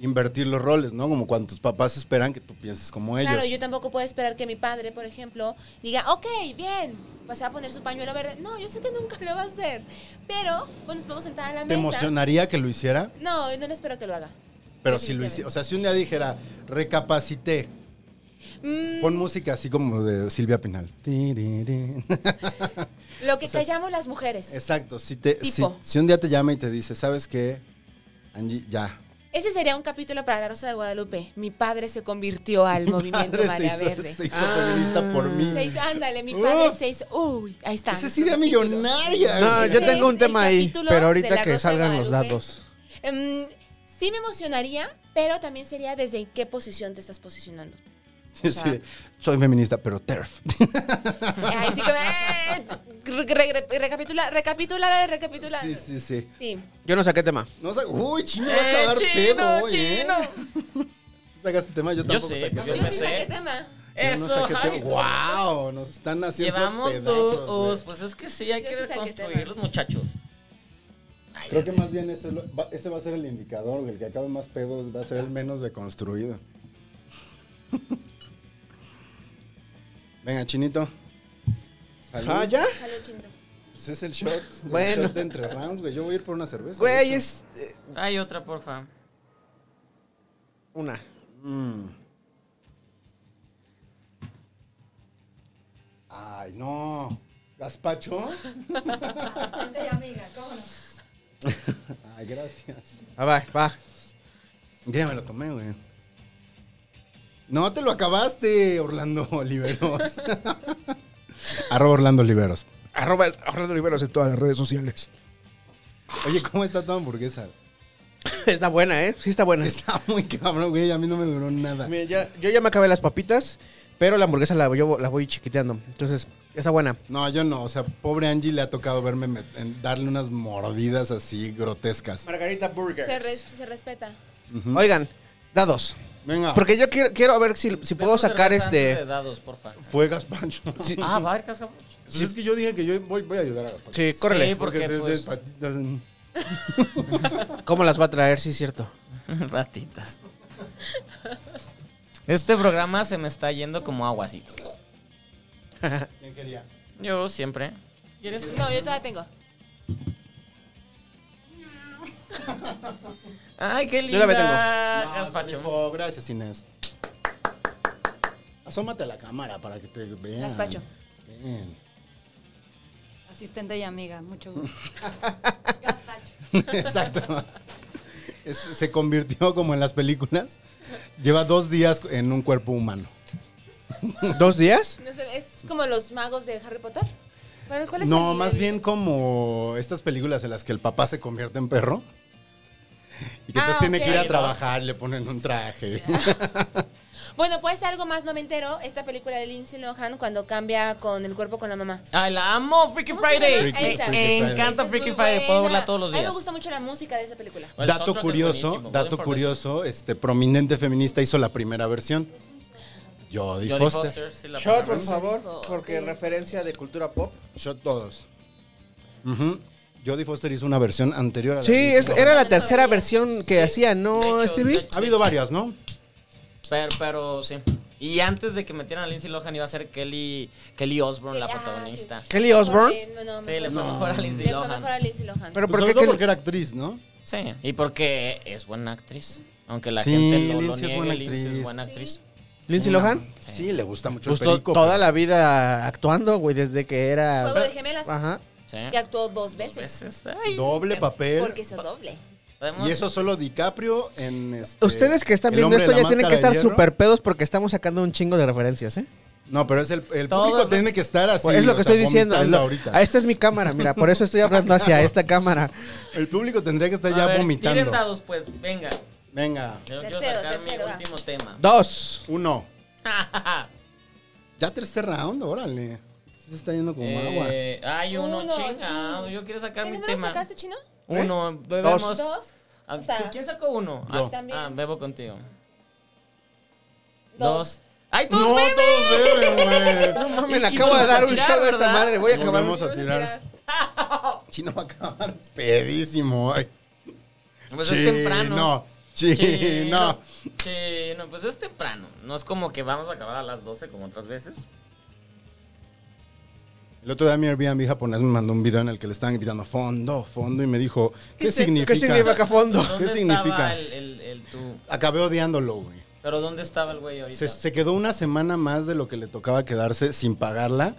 C: invertir los roles, ¿no? Como cuando tus papás esperan que tú pienses como ellos.
E: Claro, yo tampoco puedo esperar que mi padre, por ejemplo, diga, ok, bien, vas a poner su pañuelo verde. No, yo sé que [LAUGHS] nunca lo va a hacer, pero pues nos podemos sentar a la
C: ¿Te
E: mesa.
C: emocionaría que lo hiciera?
E: No, yo no le espero que lo haga.
C: Pero si lo hiciera, o sea, si un día dijera, recapacité,
E: Mm,
C: pon música así como de Silvia Pinal.
E: [LAUGHS]
C: Tirirín.
E: lo que
C: o sea,
E: callamos las mujeres.
C: Exacto, si, te, si,
E: Tipo.
C: si un día te llama y te dice, ¿sabes qué? Angie, ya.
E: Ese sería un capítulo para la Rosa de Guadalupe. Mi padre se convirtió al [LAUGHS] movimiento
C: Padre,
E: Marea
C: se hizo,
E: Verde. Ah.
C: se hizo feminista por mí.
E: Se hizo- ándale, mi padre
C: Oh.
E: se hizo. Uy, ahí está.
C: Esa es
E: nuestro
C: idea
E: capítulo.
C: millonaria.
D: No,
C: [LAUGHS] güey.
D: yo
E: Ese
D: tengo un
E: es el
D: tema ahí,
E: capítulo
D: pero
E: de
D: ahorita
E: la
D: que
E: Rosa de
D: salgan los
E: Guadalupe.
D: datos.
E: Em, sí me emocionaría, pero también sería desde en qué posición te estás posicionando.
C: Sí, sí, soy feminista, pero TERF.
E: [LAUGHS] Ay, sí que me- re- re- recapitula, recapitula, recapitula.
C: Sí, sí, sí.
E: Sí.
D: Yo no saqué tema.
C: No sé, uy, chino, va a acabar pedo hoy, ¿eh? ¿Tú sacaste tema? Yo tampoco
B: sé,
C: saqué
B: yo
E: Yo
C: tema.
E: sí
B: sé.
E: saqué tema.
C: Yo no
B: Eso,
C: saqué
B: ay,
C: tema. ¡Wow! Nos están haciendo
B: Llevamos
C: pedazos, güey.
B: dos. Pues es que sí, hay
E: Yo
B: que
E: sí saqué
B: reconstruir los muchachos. Ay,
C: Creo que más bien eso es lo- va- ese va a ser el indicador, güey, El que acabe más pedos va a ser el menos deconstruido. [LAUGHS] Venga, chinito. Salud.
D: Ah, ya.
E: Salud, chinto.
C: Pues es el shot. el
D: Bueno.
C: shot de entre rounds, güey. Yo voy a ir por una cerveza.
D: Güey,
C: de hecho.
D: es eh,
B: Hay otra, porfa.
D: una.
C: Ay, no. ¿Gazpacho? [LAUGHS] Ay, gracias.
D: A ver, Ah, va.
C: Ya me lo tomé, güey. No, te lo acabaste, Orlando Oliveros. [LAUGHS] Arroba Orlando Oliveros.
D: Arroba Orlando Oliveros en todas las redes sociales.
C: Oye, ¿cómo está tu hamburguesa?
D: [LAUGHS] Está buena, ¿eh? Sí está buena.
C: Está muy cabrón, güey. A mí no me duró nada.
D: Mira, ya- yo ya me acabé las papitas, pero la hamburguesa la, yo la voy chiquiteando. Entonces, está buena.
C: No, yo no. O sea, pobre Angie le ha tocado verme met- en- darle unas mordidas así grotescas.
D: Margarita Burger.
E: Se, res- se respeta.
D: Oigan, dados.
C: Venga.
D: Porque yo quiero, quiero a ver si, si puedo
B: Besos de
D: sacar
B: raza antes de
D: este.
B: dados, porfa.
C: fue Gaspacho.
D: Sí,
B: Ah, va a haber
D: [LAUGHS]
B: cascabel.
C: Pues es que yo dije que yo voy, voy a ayudar a Gaspacho.
D: sí, córrele.
B: Sí, porque
C: desde
B: pues,
C: patitas-
D: ¿Cómo las va a traer? Sí, cierto.
B: ratitas. Este programa se me está yendo como agua así.
C: ¿Quién quería?
B: Yo siempre. ¿Quieres
E: No, yo todavía tengo.
B: Ay, qué linda.
D: Yo también
C: No,
B: Gazpacho.
C: se rifó. Gracias, Inés. Asómate a la cámara para que te vean.
E: Gazpacho.
C: Ven.
G: Asistente y amiga, mucho gusto.
C: [LAUGHS] Exacto. Es- se convirtió como en las películas. Lleva dos días en un cuerpo humano.
D: ¿Dos días?
E: No sé, es como los magos de Harry Potter. Bueno, ¿cuál es
C: No,
E: el-
C: más
E: el-
C: bien como estas películas en las que el papá se convierte en perro. Y que
E: Ah,
C: entonces tiene
E: ok.
C: que ir a trabajar, le ponen un traje.
E: Bueno, pues algo más no me entero. Esta película de Lindsay Lohan cuando cambia con el cuerpo con la mamá.
B: Ay, Ah, la amo, Freaky
E: ¿Cómo se llama?
B: Friday.
E: Ahí está.
B: Me encanta
E: Esa es
B: Freaky
E: muy
B: Friday, puedo
E: buena.
B: verla todos los
E: A mí me
B: días.
E: gusta mucho la música de esa película.
C: Dato
B: El soundtrack es
C: curioso,
B: buenísimo,
C: dato
B: Golden
C: curioso, este prominente feminista hizo la primera versión. Jodie
B: Jodie
C: Foster.
B: Foster, sí, la
F: Shot, por
B: primera.
F: favor, porque referencia de cultura pop.
C: Yo todos. Ujú. Jodie Foster hizo una versión anterior a la
D: Sí,
C: de
D: es-
C: Disney.
D: era la tercera versión que hacía, ¿no,
B: De hecho,
D: Stevie?
B: de-
C: Ha habido varias, ¿no?
B: Pero, pero sí. Y antes de que metieran a Lindsay Lohan iba a ser Kelly, Kelly Osbourne la
E: Ah,
B: protagonista.
D: Kelly Osbourne.
E: Porque- no, no,
B: Sí, le fue
E: no.
B: mejor a Lindsay
E: Le fue
B: Lohan.
E: mejor a Lindsay Lohan.
D: Pero ¿por
C: Pues
D: qué
C: sobre todo
D: Kelly-
C: porque era actriz, ¿no?
B: Sí, y porque es buena actriz. Aunque la
C: Sí,
B: gente lo, lo
C: Lindsay es
B: niegue,
C: buena
B: Lindsay es
C: actriz.
B: buena actriz.
D: Lindsay Lohan.
C: Ah, Sí, le gusta mucho
D: Pues
C: el
D: to-
C: perico.
D: toda la vida actuando, güey, desde que era.
E: Juego de gemelas.
D: Ajá.
B: Sí.
E: Y actuó ¿Eh? dos veces.
B: Veces, ay.
C: Doble papel.
E: Porque hizo doble.
B: Podemos-
C: Y eso solo DiCaprio en este,
D: Ustedes que están
C: El
D: viendo
C: hombre de
D: esto
C: la
D: ya tienen que
C: máscara
D: estar
C: de hierro.
D: súper pedos porque estamos sacando un chingo de referencias, ¿eh?
C: No, pero es el, el
B: Todo
C: público
B: el-
C: tiene que estar así.
D: Pues es lo
C: o
D: que
C: sea,
D: estoy diciendo. es
C: vomitando
D: lo-
C: ahorita.
D: Ah, esta es mi cámara, mira, por eso estoy hablando
C: [LAUGHS]
D: hacia esta cámara.
C: El público tendría que estar
B: A
C: ya
B: ver,
C: vomitando.
B: Tiren dados, pues, venga.
C: Venga,
B: Yo quiero
E: Tercero,
B: sacar
E: tercero,
B: mi
E: va.
B: último tema.
F: Dos.
B: [LAUGHS]
C: uno. Ya tercer round, órale. Sí se está yendo como agua.
B: Eh, Ay, uno,
E: Uno,
B: chinga. ah,
E: chinga.
B: Yo quiero sacar
E: ¿Qué
B: mi
E: número
B: tema.
E: sacaste, Chino?
B: Uno, bebemos.
E: Dos.
B: Ah,
E: O sea,
B: ¿tú- ¿Quién sacó uno?
C: ¿Eh? Yo.
B: Ah,
E: También.
B: ah, bebo contigo.
E: Dos.
B: Dos. ¡Ay, todos
C: No,
B: beben!
C: todos
B: [LAUGHS]
C: beben, güey.
D: No mames,
B: Y- y
D: acabo de
B: volvemos
D: dar
B: a
D: un
B: tirar,
D: show de esta
B: ¿verdad?
D: madre. Voy a acabar.
C: Volvemos a tirar. Chino va a acabar pedísimo. Ay,
B: Pues es temprano.
C: [LAUGHS] No, chino.
B: Chino, pues es temprano. No es como que vamos a acabar a las 12 como otras veces.
C: El otro día mi Airbnb japonés me mandó un video en el que le estaban gritando fondo, fondo y me dijo, ¿qué, significa?
D: ¿Qué significa acá a fondo?
B: ¿Dónde
C: significa?
B: estaba el, el, el tú?
C: Acabé odiándolo, güey.
B: Pero ¿dónde estaba el güey ahorita?
C: Se, se quedó una semana más de lo que le tocaba quedarse sin pagarla.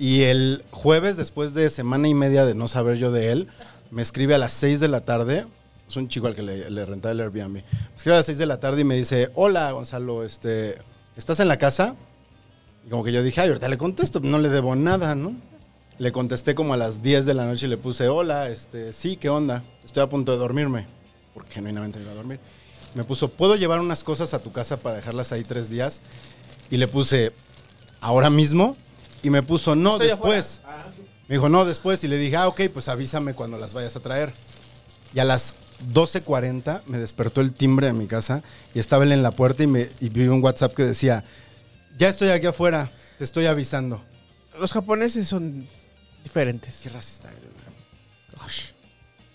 C: Y el jueves, después de semana y media de no saber yo de él, me escribe a las 6 de la tarde. Es un chico al que le, le rentaba el Airbnb. Me escribe a las 6 de la tarde y me dice, hola Gonzalo, este, ¿estás en la casa? Y como que yo dije, ay, ahorita le contesto, no le debo nada, ¿no? Le contesté como a las 10 de la noche y le puse, hola, este, sí, ¿qué onda? Estoy a punto de dormirme, porque genuinamente me iba a dormir. Me puso, ¿puedo llevar unas cosas a tu casa para dejarlas ahí tres días? Y le puse, ¿ahora mismo? Y me puso, no, después. Me dijo, no, después. Y le dije, ah, ok, pues avísame cuando las vayas a traer. Y a las 12.40 me despertó el timbre de mi casa y estaba él en la puerta y, me, y vi un WhatsApp que decía, ya estoy aquí afuera, te estoy avisando.
D: Los japoneses son diferentes.
C: Qué racista eres, güey.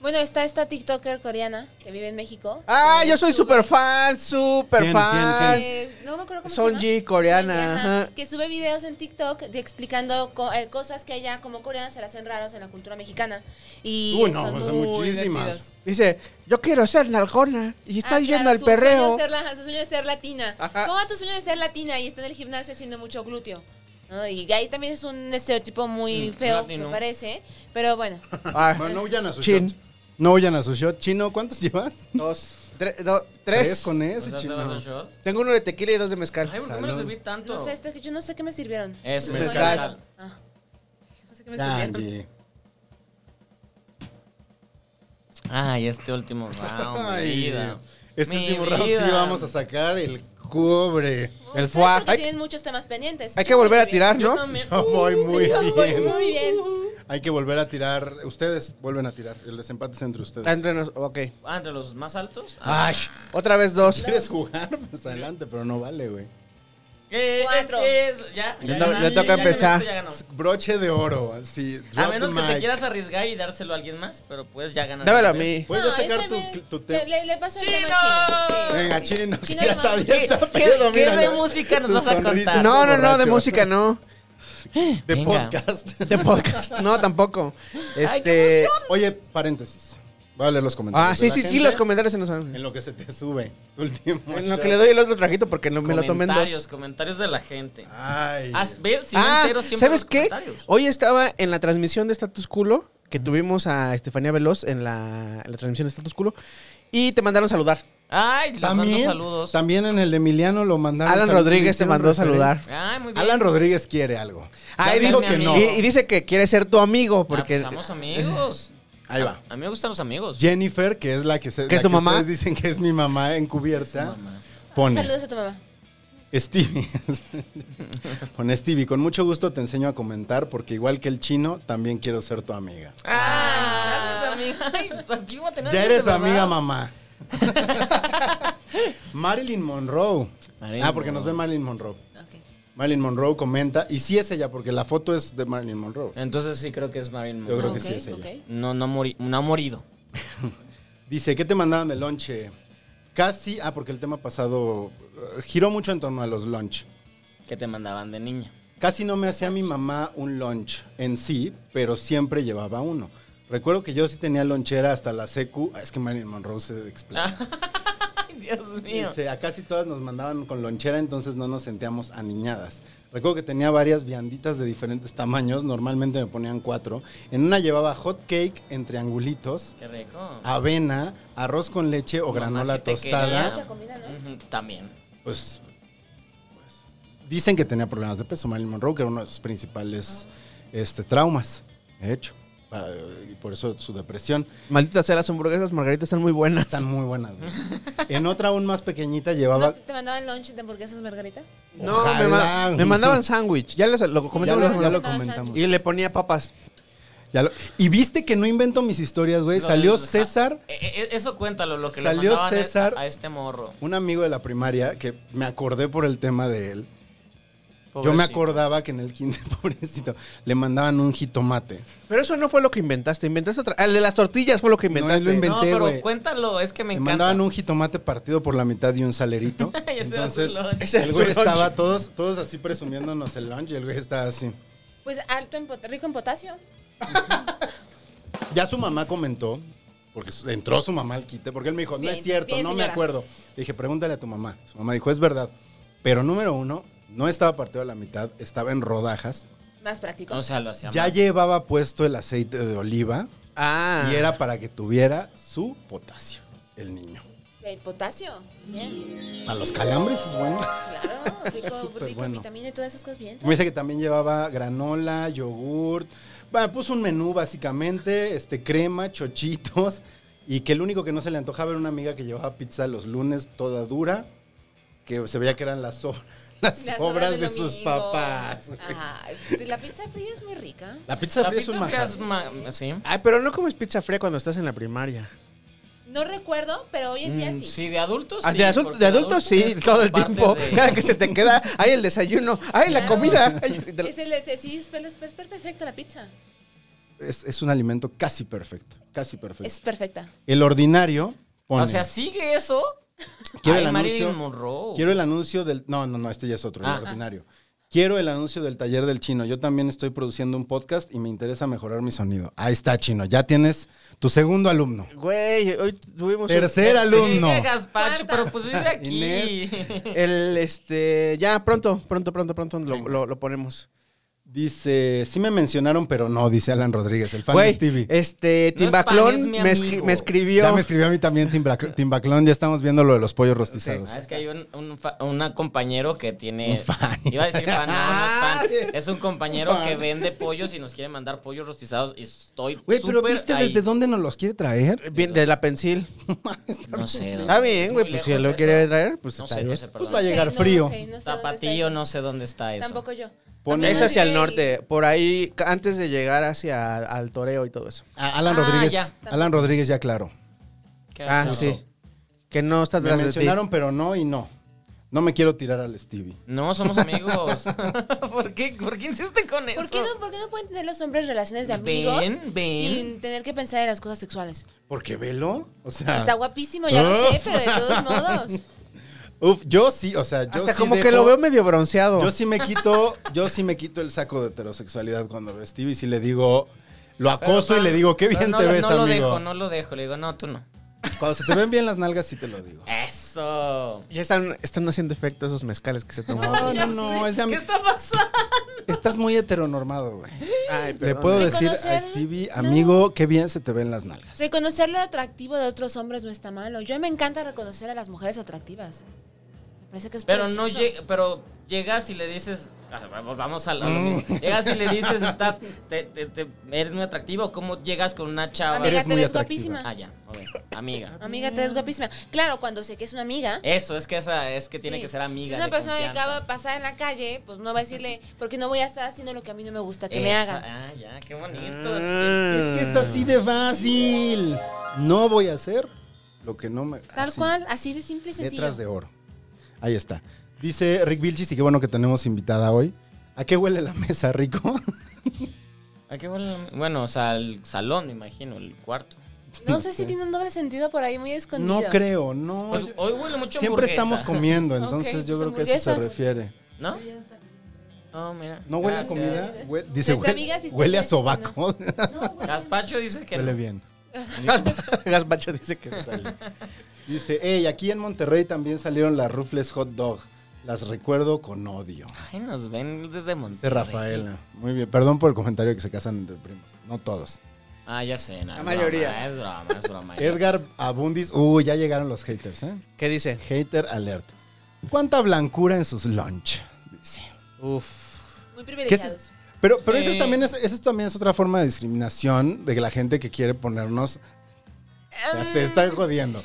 E: Bueno, está esta TikToker coreana que vive en México.
D: Ah, yo soy
E: Sube-
D: super fan, super
C: ¿Quién,
D: fan.
C: quién,
E: Eh, no me acuerdo cómo
D: Sonji,
E: se llama.
D: coreana,
E: Sonji, ajá,
D: ajá.
E: Que sube videos en TikTok de explicando co- eh, cosas que allá como coreanos se las hacen raros en la cultura mexicana. Y
C: Uy, no,
E: son
C: pues, son
E: muy
C: muchísimas.
E: divertidos.
D: Dice, yo quiero ser nalgona y estoy
E: Ah,
D: yendo
E: claro,
D: al
E: su
D: perreo.
E: Sueño de ser, la- su sueño de ser latina.
D: Ajá.
E: ¿Cómo va tu sueño de ser latina y está en el gimnasio haciendo mucho glúteo? ¿No? Y ahí también es un estereotipo muy
B: Mm,
E: feo,
B: latino.
E: me parece. Pero
D: [LAUGHS]
E: bueno,
D: [LAUGHS] Ah,
C: Bueno, no huyan a su
D: Chin.
C: shot. No huyan a su shot. Chino, ¿cuántos llevas?
D: dos, tre- do- tres.
C: con
B: ¿O
C: ese,
B: sea, te
C: chino.
B: vas al shot?
D: Tengo uno de tequila y dos de mezcal.
B: Ay, ¿por qué me lo serví tanto?
E: no sé, esto que yo no sé qué me sirvieron.
B: Es
C: Mezcal.
B: mezcal.
E: Ah, no sé qué me sirvieron.
C: Kanji.
B: Ay, este último round, mi
C: Ay,
B: vida.
C: Este
B: Mi
C: último round
B: vida.
C: sí vamos a sacar el cobre. [LAUGHS]
D: El
E: Ustedes
D: foie.
E: porque
D: Ay.
E: tienen muchos temas pendientes.
D: Hay que volver a tirar,
B: Yo
D: ¿no?
C: [LAUGHS]
B: también.
C: No voy
D: Uh,
C: muy
E: Yo voy
C: bien.
E: [LAUGHS] muy bien.
C: Hay que volver a tirar. Ustedes vuelven a tirar. El desempate es entre ustedes.
D: Está entre nos- ok.
B: Ah, entre los más altos.
D: Ay, otra vez dos.
C: ¿Quieres jugar? Pues adelante, pero no vale, güey.
B: Eh,
E: Cuatro.
B: es- es- ya,
D: Le
B: ya
D: to- le
B: ganaste,
D: toca
B: ya ganaste,
D: empezar.
B: ya ganó.
C: Broche de oro. Así,
B: A
C: drop
B: menos
C: the
B: que te
C: mic.
B: quieras arriesgar y dárselo a alguien más, pero puedes ya ganar.
D: Dámelo a mí.
C: Puedes
E: No,
C: ya sacar
E: ese
C: tu,
E: me-
C: tu tema.
E: Le, le paso el
B: ¡Chino!
E: tema a Chino. Sí.
C: Venga, chino.
E: Chino
C: ya
E: no
C: está,
E: mames.
C: ya está.
B: ¿Qué-
C: pedo,
B: qué de
C: míralo.
B: música nos
C: Su
B: vas a
C: sonrisa
B: contar?
D: No, no, no, de
C: borracho.
D: música no.
C: De
B: Venga.
C: podcast.
D: De
C: [LAUGHS]
D: podcast. No, tampoco.
B: Ay,
D: Este.
C: Oye, paréntesis. Voy a leer los comentarios.
D: Ah,
C: de
D: sí,
C: la
D: sí, sí,
C: gente.
D: los comentarios se nos han.
C: En lo que se te sube. Tu último.
D: En lo
C: shot.
D: que le doy el otro trajito porque no- me lo tomé en
B: Comentarios,
D: dos.
B: comentarios de la gente.
C: Ay.
B: Haz- ¿Ves? Si me
D: Ah,
B: entero siempre
D: ¿sabes
B: los
D: qué?
B: comentarios.
D: Hoy estaba en la transmisión de Status Culo, que tuvimos a Estefanía Veloz en la, en la transmisión de Status Culo, y te mandaron saludar.
B: Ay, les mando
C: También,
B: saludos.
C: también en el de Emiliano lo mandaron.
D: Alan
C: saludos,
D: Rodríguez te
C: hicieron
D: mandó
C: referencia.
D: saludar.
B: Ay, muy bien.
C: Alan Rodríguez quiere algo.
D: Ah, y
C: ya
B: es
C: dijo
B: mi
C: que
B: amigo.
C: no.
D: Y, y dice que quiere ser tu amigo
B: porque
D: porque...
B: Ah, pues somos amigos.
C: Ahí va.
B: A mí me gustan los amigos.
C: Jennifer, que es la que se,
D: ¿Que es
C: la
D: tu mamá?
C: ustedes dicen que es mi mamá encubierta,
B: Mamá.
C: pone.
E: Saludos a tu mamá.
C: Stevie. [LAUGHS] Con Stevie, con mucho gusto te enseño a comentar porque igual que el chino, también quiero ser tu amiga.
B: Ah, ¿sabes, amiga? Ay, aquí [LAUGHS] voy a tener
C: ya
B: amigos
C: eres
B: de
C: amiga,
B: verdad.
C: mamá. Marilyn Monroe.
B: Marilyn
C: ah, porque nos
B: Monroe.
C: ve Marilyn Monroe.
E: Ok.
C: Marilyn Monroe comenta, y sí es ella, porque la foto es de Marilyn Monroe.
B: Entonces sí creo que es Marilyn
C: Yo creo
B: Monroe.
C: que
E: Ok,
C: sí es ella.
E: ok.
B: No, no, ha muri- no ha morido.
C: Dice, ¿qué te mandaron de lonche? Casi, ah, porque el tema pasado eh, giró mucho en torno a los lunch.
B: Que te mandaban de niña.
C: Casi no me hacía mi mamá un lunch en sí, pero siempre llevaba uno. Recuerdo que yo sí tenía lonchera hasta la secu. Ah, Es que Marilyn Monroe se explana.
B: Ay, Dios mío.
C: Dice, a casi todas nos mandaban con lonchera, entonces no nos sentíamos aniñadas. Recuerdo que tenía varias vianditas de diferentes tamaños, normalmente me ponían cuatro. En una llevaba hot cake en triangulitos,
B: Qué rico.
C: Ah. avena, arroz con leche o granola
B: sí te
C: tostada.
E: Mucha comida, Ah. ¿no?
B: Ujú, También.
C: Pues, pues, dicen que tenía problemas de peso, Marilyn Monroe, que era uno de sus principales este, traumas, de hecho. Para- y por eso su depresión.
D: Maldita sea, las hamburguesas margaritas están muy buenas.
C: Están muy buenas.
B: [LAUGHS]
C: güey. En otra aún más pequeñita
E: ¿No
C: llevaba...
E: te mandaban lunch de hamburguesas, Margarita?
D: No, me,
C: Ojalá.
D: ma- me mandaban sándwich. Ya les lo
C: Ya
D: comentamos. la
C: lo, ya
E: Ah,
D: semana-
C: lo comentamos.
D: Y le ponía papas.
C: Ya lo- y viste que no invento mis historias, güey.
B: Lo
C: Salió
B: del-
C: César,
B: Eh, eh, Eso cuéntalo, lo que
C: Salió
B: le mandaban a-
C: César.
B: a este morro.
C: un amigo de la primaria, que me acordé por el tema de él. Yo me
B: Pobrecito.
C: acordaba que en el kinder, [LAUGHS] pobrecito, le mandaban un jitomate.
D: Pero eso no fue lo que inventaste. Inventaste otra. ah, El de las tortillas fue lo que
C: No,
D: inventaste.
C: lo inven-
B: No,
C: Inventé,
B: pero
C: güey.
B: cuéntalo, es que me
C: Le
B: encanta.
C: mandaban un jitomate partido por la mitad y un salerito.
B: [LAUGHS] Ese era su
C: Entonces,
B: lunch.
D: Ese era
C: el güey
D: su lunch.
C: estaba todos, todos así presumiéndonos el lunch y el güey estaba así.
E: Pues alto en pot- rico en potasio.
C: Ya su mamá comentó, porque su- entró su mamá al quite, porque él me dijo, no
E: Bien,
C: es cierto,
E: bien,
C: no me
E: señora.
C: acuerdo. Le dije, pregúntale a tu mamá. Su mamá dijo, es verdad. Pero número uno, no estaba partido a la mitad, estaba en rodajas.
E: Más práctico.
B: O sea, lo hacía
C: Ya
B: mal.
C: llevaba puesto el aceite de oliva
D: Ah.
C: y era para que tuviera su potasio, el niño.
E: Eh, potasio. Bien.
C: A los calambres es bueno.
E: Claro.
C: [LAUGHS] Súper
E: Rico, rico en
C: Pues bueno.
E: vitamina y todas esas cosas bien.
C: Me dice que también llevaba granola, yogurt. Bueno, puso un menú básicamente, este, crema, chochitos. [LAUGHS] Y que el único que no se le antojaba era una amiga que llevaba pizza los lunes toda dura, que se veía que eran las, so- [LAUGHS] las
E: Las
C: obras
E: del
C: de sus
E: domingo.
C: papás.
E: Ay, pues, la pizza fría es muy rica.
C: La pizza
B: La
C: fría es
B: pizza
C: un
B: fría
C: manjar.
B: es ma- Sí.
D: Ay, pero no comes pizza fría cuando estás en la primaria.
E: No recuerdo, pero hoy en día
B: Mm,
E: sí.
B: de adultos
D: Ah,
B: sí.
D: de adulto,
B: porque
D: de adulto sí,
B: es
D: todo el
B: parte
D: tiempo.
C: [LAUGHS]
B: de-
D: Cada [LAUGHS] que se te queda, hay el desayuno, hay la
B: [LAUGHS]
E: Claro.
D: comida. ay, sí, te lo-
E: Es el, es, sí, es, es- es perfecta la pizza.
C: Es, es un alimento casi perfecto, casi perfecto.
E: Es perfecta.
C: El ordinario pone,
B: O sea, sigue eso.
C: Quiero
B: Ay,
C: el
B: Marilyn
C: anuncio.
B: Monroe.
C: quiero el anuncio del... No, no, no, este ya es otro,
B: Ah.
C: el ordinario. Quiero el anuncio del taller del chino. Yo también estoy produciendo un podcast y me interesa mejorar mi sonido. Ahí está, chino. Ya tienes tu segundo alumno.
D: Güey, hoy tuvimos un-
C: Tercer alumno.
B: Sigue Gaspacho,
E: Cuarta.
B: pero
C: [LAUGHS]
B: pues vive aquí.
D: [LAUGHS] el este ya pronto, pronto, pronto, pronto lo, lo- lo ponemos.
C: Dice, sí me mencionaron, pero no, dice Alan Rodríguez, el fan de
D: Güey,
C: Stevie.
B: eh,
D: este
B: No es fan,
D: Timbaclón
B: es mi
D: me, escri-
B: amigo.
D: me
C: Ya
D: escribió.
C: me escribió a mí también Timbacl- Timbaclón, ya estamos viendo lo de los pollos rostizados.
B: [LAUGHS] Ah, es que hay un, un fa- una compañero que tiene.
C: Un fan.
B: [LAUGHS] Iba a decir fan, no, no es
C: Ah, [LAUGHS]
B: fan.
C: bien.
B: Es un compañero
C: Fan.
B: que vende pollos y nos quiere mandar pollos rostizados. Y estoy.
C: Güey, pero
B: súper
C: ¿viste
B: ahí.
C: desde dónde nos los quiere traer?
D: Bien, de la pensil.
C: Está
B: No sé. dónde.
D: Está bien,
B: Es
D: güey,
B: muy
D: pues si
B: lejos
D: él lo
B: eso.
D: quiere traer, pues
B: No
D: está
B: sé,
D: bien.
B: no sé,
C: Pues
B: perdón.
C: va a llegar
E: No sé,
C: frío.
E: No sé, no sé dónde está
B: Zapatillo,
E: eso.
B: no sé dónde está eso.
E: Tampoco yo.
C: Pone-
E: Apenas
D: Es hacia el
E: llegué y-
D: norte, por ahí, ca- antes de llegar hacia al toreo y todo eso.
C: Ah, Alan
B: Ah,
C: Rodríguez,
B: ya.
C: Alan Rodríguez ya claro.
B: Qué
D: Ah,
B: raro.
D: sí. Que no está
C: Me
D: atrás de ti.
C: mencionaron, pero no y no. No me quiero tirar al Stevie.
B: No, somos amigos. [LAUGHS] ¿Por, qué, ¿Por qué insiste con eso?
E: ¿Por qué, no, ¿Por qué no pueden tener los hombres relaciones de amigos
B: Ven, ven.
E: sin tener que pensar en las cosas sexuales?
C: Porque velo, o sea,
E: Está guapísimo, ya lo sé,
C: Uf.
E: pero de
C: [LAUGHS]
E: todos modos.
C: uf, yo sí, o sea, yo
D: Hasta
C: sí
D: como que
C: dejo-
D: lo veo medio bronceado.
C: Yo sí me quito, yo sí me quito el saco de heterosexualidad cuando veo a Stevie y sí le digo, lo
B: Pero,
C: acoso y
B: pero,
C: le digo, qué
B: pero
C: bien
B: no
C: te
B: lo-
C: ves,
B: no
C: amigo.
B: lo dejo, no lo dejo. Le digo, no, tú no.
C: Cuando se te ven bien las nalgas sí te lo
B: [LAUGHS]
C: digo.
B: Eso.
D: Ya están, están haciendo efecto esos mezcales que se
C: No,
D: tomaron.
C: no, no,
D: Pues
C: es de
B: ¿Qué
C: am-
B: está pasando?
C: estás muy heteronormado, güey.
D: Ay,
C: Le
D: perdón. Ah.
C: puedo decir
E: Reconocer-
C: a Stevie, amigo, qué bien se te ven las nalgas.
E: Reconocer lo atractivo de otros hombres no está malo. Yo me encanta reconocer a las mujeres atractivas. Me parece que es
B: Pero no
E: precioso.
B: llega, pero llegas y le dices, Ah, Vamos, vamos a, la- a lo
D: Mm.
B: mismo. Llegas y le dices, estás, te- te- te- eres muy atractivo. ¿Cómo llegas con una chava?
E: Amiga,
C: Eres
E: te
C: muy
E: ves
C: atractiva.
E: guapísima.
B: Ah, ya, ok. Amiga.
E: Amiga, te ves guapísima. Claro, cuando sé que es una amiga.
B: Eso, es que esa, es que Eh, tiene
E: Sí.
B: que ser amiga.
E: Si es una
B: de
E: persona que
B: confianza.
E: acaba de pasar en la calle, pues no va a decirle, porque no voy a estar haciendo lo que a mí no me gusta que me
B: Esa-
E: hagan.
B: Ah, ya, qué bonito.
C: Es
D: Es
C: que es así de fácil. No voy a hacer lo que no me.
E: Tal
C: así.
E: cual, así de simple y sencillo.
C: Letras de oro. Ahí está. Dice Rick Vilchis, y qué bueno que tenemos invitada hoy. ¿A qué huele la mesa, Rico?
B: ¿A Ah, qué huele la- Bueno, o sea, el salón, me imagino, el cuarto.
E: No sé si tiene un doble sentido por ahí muy escondido.
C: No creo, no.
B: Pues, hoy huele mucho
C: Siempre
B: hamburguesa,
C: estamos
E: [LAUGHS]
C: comiendo, entonces
E: Ok,
C: yo
E: pues
C: creo que a eso se
E: hamburguesas.
C: refiere.
B: ¿No? No, mira.
C: ¿No huele
B: Gracias.
C: a comida? Hue- dice,
E: Nuestra
C: huele,
E: amiga sí
C: huele a
E: está diciendo [LAUGHS] que
C: sobaco.
B: Gaspacho dice que
C: huele
B: no.
E: [LAUGHS]
C: bien.
D: Gaspacho dice que.
C: Dice, hey, aquí en Monterrey también salieron las rufles hot dog. Las recuerdo con odio.
B: Ay, nos ven desde
C: Dice
B: Monterrey.
C: Rafaela. Muy bien, perdón por el comentario que se casan entre primos. No todos.
B: Ah, ya sé. No,
D: La
B: es
D: mayoría.
B: broma, es broma, es broma.
C: [LAUGHS] Edgar Abundis. Uy, ya llegaron los haters, ¿eh?
D: ¿Qué dice?
C: Hater alert. ¿Cuánta blancura en sus lunch? Dice.
D: Uf.
E: Muy
C: ¿Qué es eso?
E: privilegiados.
C: Pero, pero
B: Sí.
C: esa también es, esa también es otra forma de discriminación de la gente que quiere ponernos. Ya se está
B: [LAUGHS]
C: jodiendo.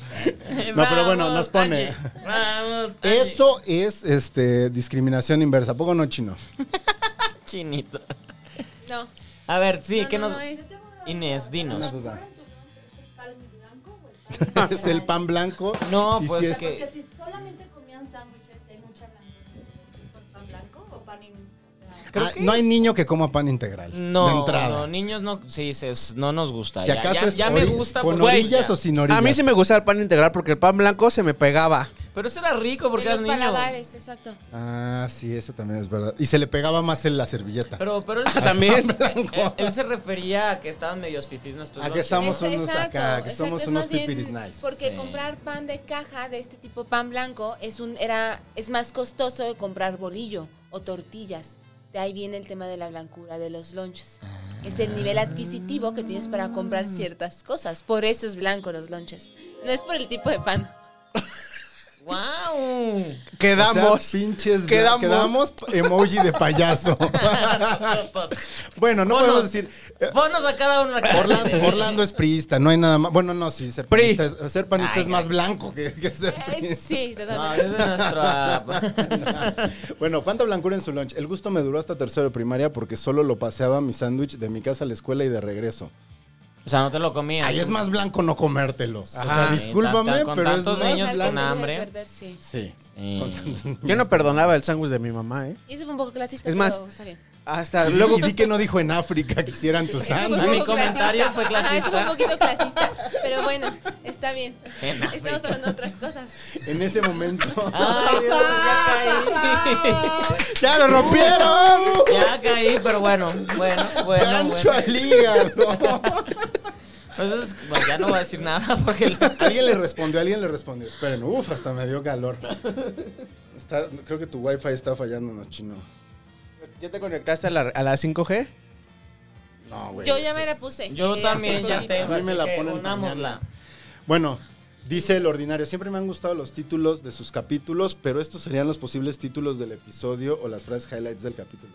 C: No, pero bueno, nos pone.
B: Em.
C: Eh.
B: Angie, vamos. Angie.
C: Eso es este discriminación inversa. ¿A poco no chino?
B: Chinito.
E: No.
B: A ver, sí,
E: No,
B: ¿qué
E: no,
B: nos.
E: no es.
B: Inés,
C: Una
B: dinos. [LAUGHS]
C: duda. Es el pan blanco.
B: No,
C: Y si
B: pues
C: es-
B: que.
G: Porque si solamente comían sándwiches, hay mucha blanca. Pues, ¿Por pan blanco o pan in- o sea,
B: creo
C: Ah,
B: que
C: no hay niño que coma pan integral.
B: No,
C: de entrada.
B: no, niños no, sí, se- no nos gusta.
C: si
B: ya,
C: acaso
B: ya,
C: es
B: ya me
C: ori-
B: gusta
C: con
B: güey,
C: orillas
B: ya.
C: o sin orillas.
D: A mí sí me gustaba el pan integral porque el pan blanco se me pegaba.
B: Pero eso era rico porque
E: en
B: eras
E: los
B: niño.
E: paladares, exacto.
C: Ah, sí, eso también es verdad. Y se le pegaba más en la servilleta.
B: Pero,
C: [LAUGHS]
B: pero él,
D: También.
B: él, [LAUGHS] él se refería a que estaban medios fifís nuestros.
C: A que
B: noches.
C: estamos
E: Eso,
C: unos
E: exacto,
C: acá, que
E: exacto,
C: somos
E: es
C: unos
E: más bien
C: pipiris nice.
E: Porque
B: Sí.
E: comprar pan de caja de este tipo pan blanco es un era es más costoso que comprar bolillo o tortillas. De ahí viene el tema de la blancura de los lonches.
B: Ah.
E: Es el nivel adquisitivo que tienes para comprar ciertas cosas. Por eso es blanco los lonches. No es por el tipo
C: [LAUGHS]
E: de pan.
B: ¡Guau!
C: Eh, O
D: Quedamos.
C: sea, pinches
D: Quedamos.
C: quedamos. quedamos emoji de
B: [LAUGHS]
C: payaso. bueno, no
B: Ponos-
C: podemos decir. eh,
B: Ponos a cada uno la cara. [LAUGHS]
C: Orlando, Orlando es priista, no hay nada más. Bueno, no, sí, ser
D: Pri.
C: panista, es, ser panista
B: Ay,
C: es más
B: ay.
C: blanco que, que ser
E: Eh,
C: priista.
E: sí,
B: No,
E: totalmente.
B: es ah,
C: [LAUGHS]
B: de nuestra.
C: Bueno, cuánta blancura en su lunch. El gusto me duró hasta tercero de primaria porque solo lo paseaba mi sándwich de mi casa a la escuela y de regreso.
B: [LAUGHS] o sea, no te lo comías.
C: Ahí es más blanco no comértelo. O sea,
B: Ajá. Tan-
C: discúlpame,
B: tan- con
C: pero es
B: tantos
C: más
B: niños con
C: blanco.
B: hambre.
E: Perder, sí.
C: Sí. [LAUGHS]
B: Sí.
D: Yo no perdonaba el sándwich de mi mamá, ¿eh?
E: Y eso fue un poco clasista,
D: Es más,
E: pero está bien.
D: Hasta
C: Y
D: Ah, luego.
C: di- y di que no dijo en África que hicieran
E: [LAUGHS]
C: tu
E: Eso fue un
B: Sandra. Mi
C: sándwich.
E: poco
B: comentario fue
E: Ajá, eso fue
B: clasista.
E: un poquito clasista, pero bueno, está bien.
B: En
E: [LAUGHS] Estamos
B: África.
E: hablando de otras cosas.
C: En ese momento.
B: Ay, Dios,
C: [LAUGHS]
B: ya
C: ¡Ya lo rompieron!
B: caí. [LAUGHS] Ya caí, pero bueno, bueno, bueno.
C: ¡Gancho
B: bueno.
C: al hígado! [LAUGHS]
B: Pues es- bueno, ya no voy a decir nada
E: [LAUGHS]
B: porque
C: Alguien le respondió, alguien le respondió. Esperen, uf, hasta me dio calor. Está- creo que tu wifi está fallando, no chino.
D: ¿Ya te conectaste a la, a la 5G?
C: No, güey.
E: Yo
C: ese
E: ya me la
C: es-
E: puse.
B: yo
E: eh,
B: también
E: hace
B: ya
E: poquito.
B: tengo.
C: A mí me
B: así
C: la
B: que
C: ponen
B: unámosla.
C: mañana. Bueno, dice el ordinario, siempre me han gustado los títulos de sus capítulos, pero estos serían los posibles títulos del episodio o las frases highlights del capítulo.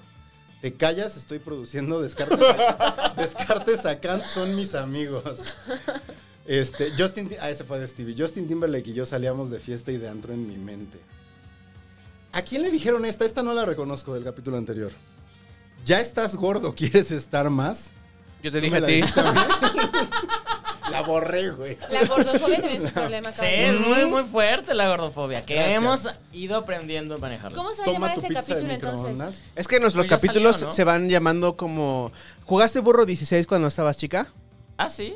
C: Te callas, estoy produciendo descartes. a- [LAUGHS] descartes a Kant son mis amigos. Este, Justin, Ti- ah, ese fue de Stevie. Justin Timberlake y yo salíamos de fiesta y de antro en mi mente. ¿A quién le dijeron esta? Esta no la reconozco del capítulo anterior. Ya estás gordo, ¿quieres estar más?
D: Yo te
C: ¿Tú
D: dije
C: me
D: a
C: la
D: ti.
C: dijiste
D: [LAUGHS]
C: a mí? la borré, güey.
E: La gordofobia también es un problema.
B: Sí,
E: cabrón.
B: es muy, muy fuerte la gordofobia. Que
C: Gracias.
B: hemos ido aprendiendo a manejarla.
E: ¿Cómo se va a
C: Toma
E: llamar
C: tu
E: ese
C: pizza de
E: capítulo entonces?
C: microondas.
D: Es que nuestros
B: Pero ya
D: capítulos
B: salió, ¿no?
D: se van llamando como. ¿Jugaste burro 16 cuando estabas chica?
B: Ah, sí.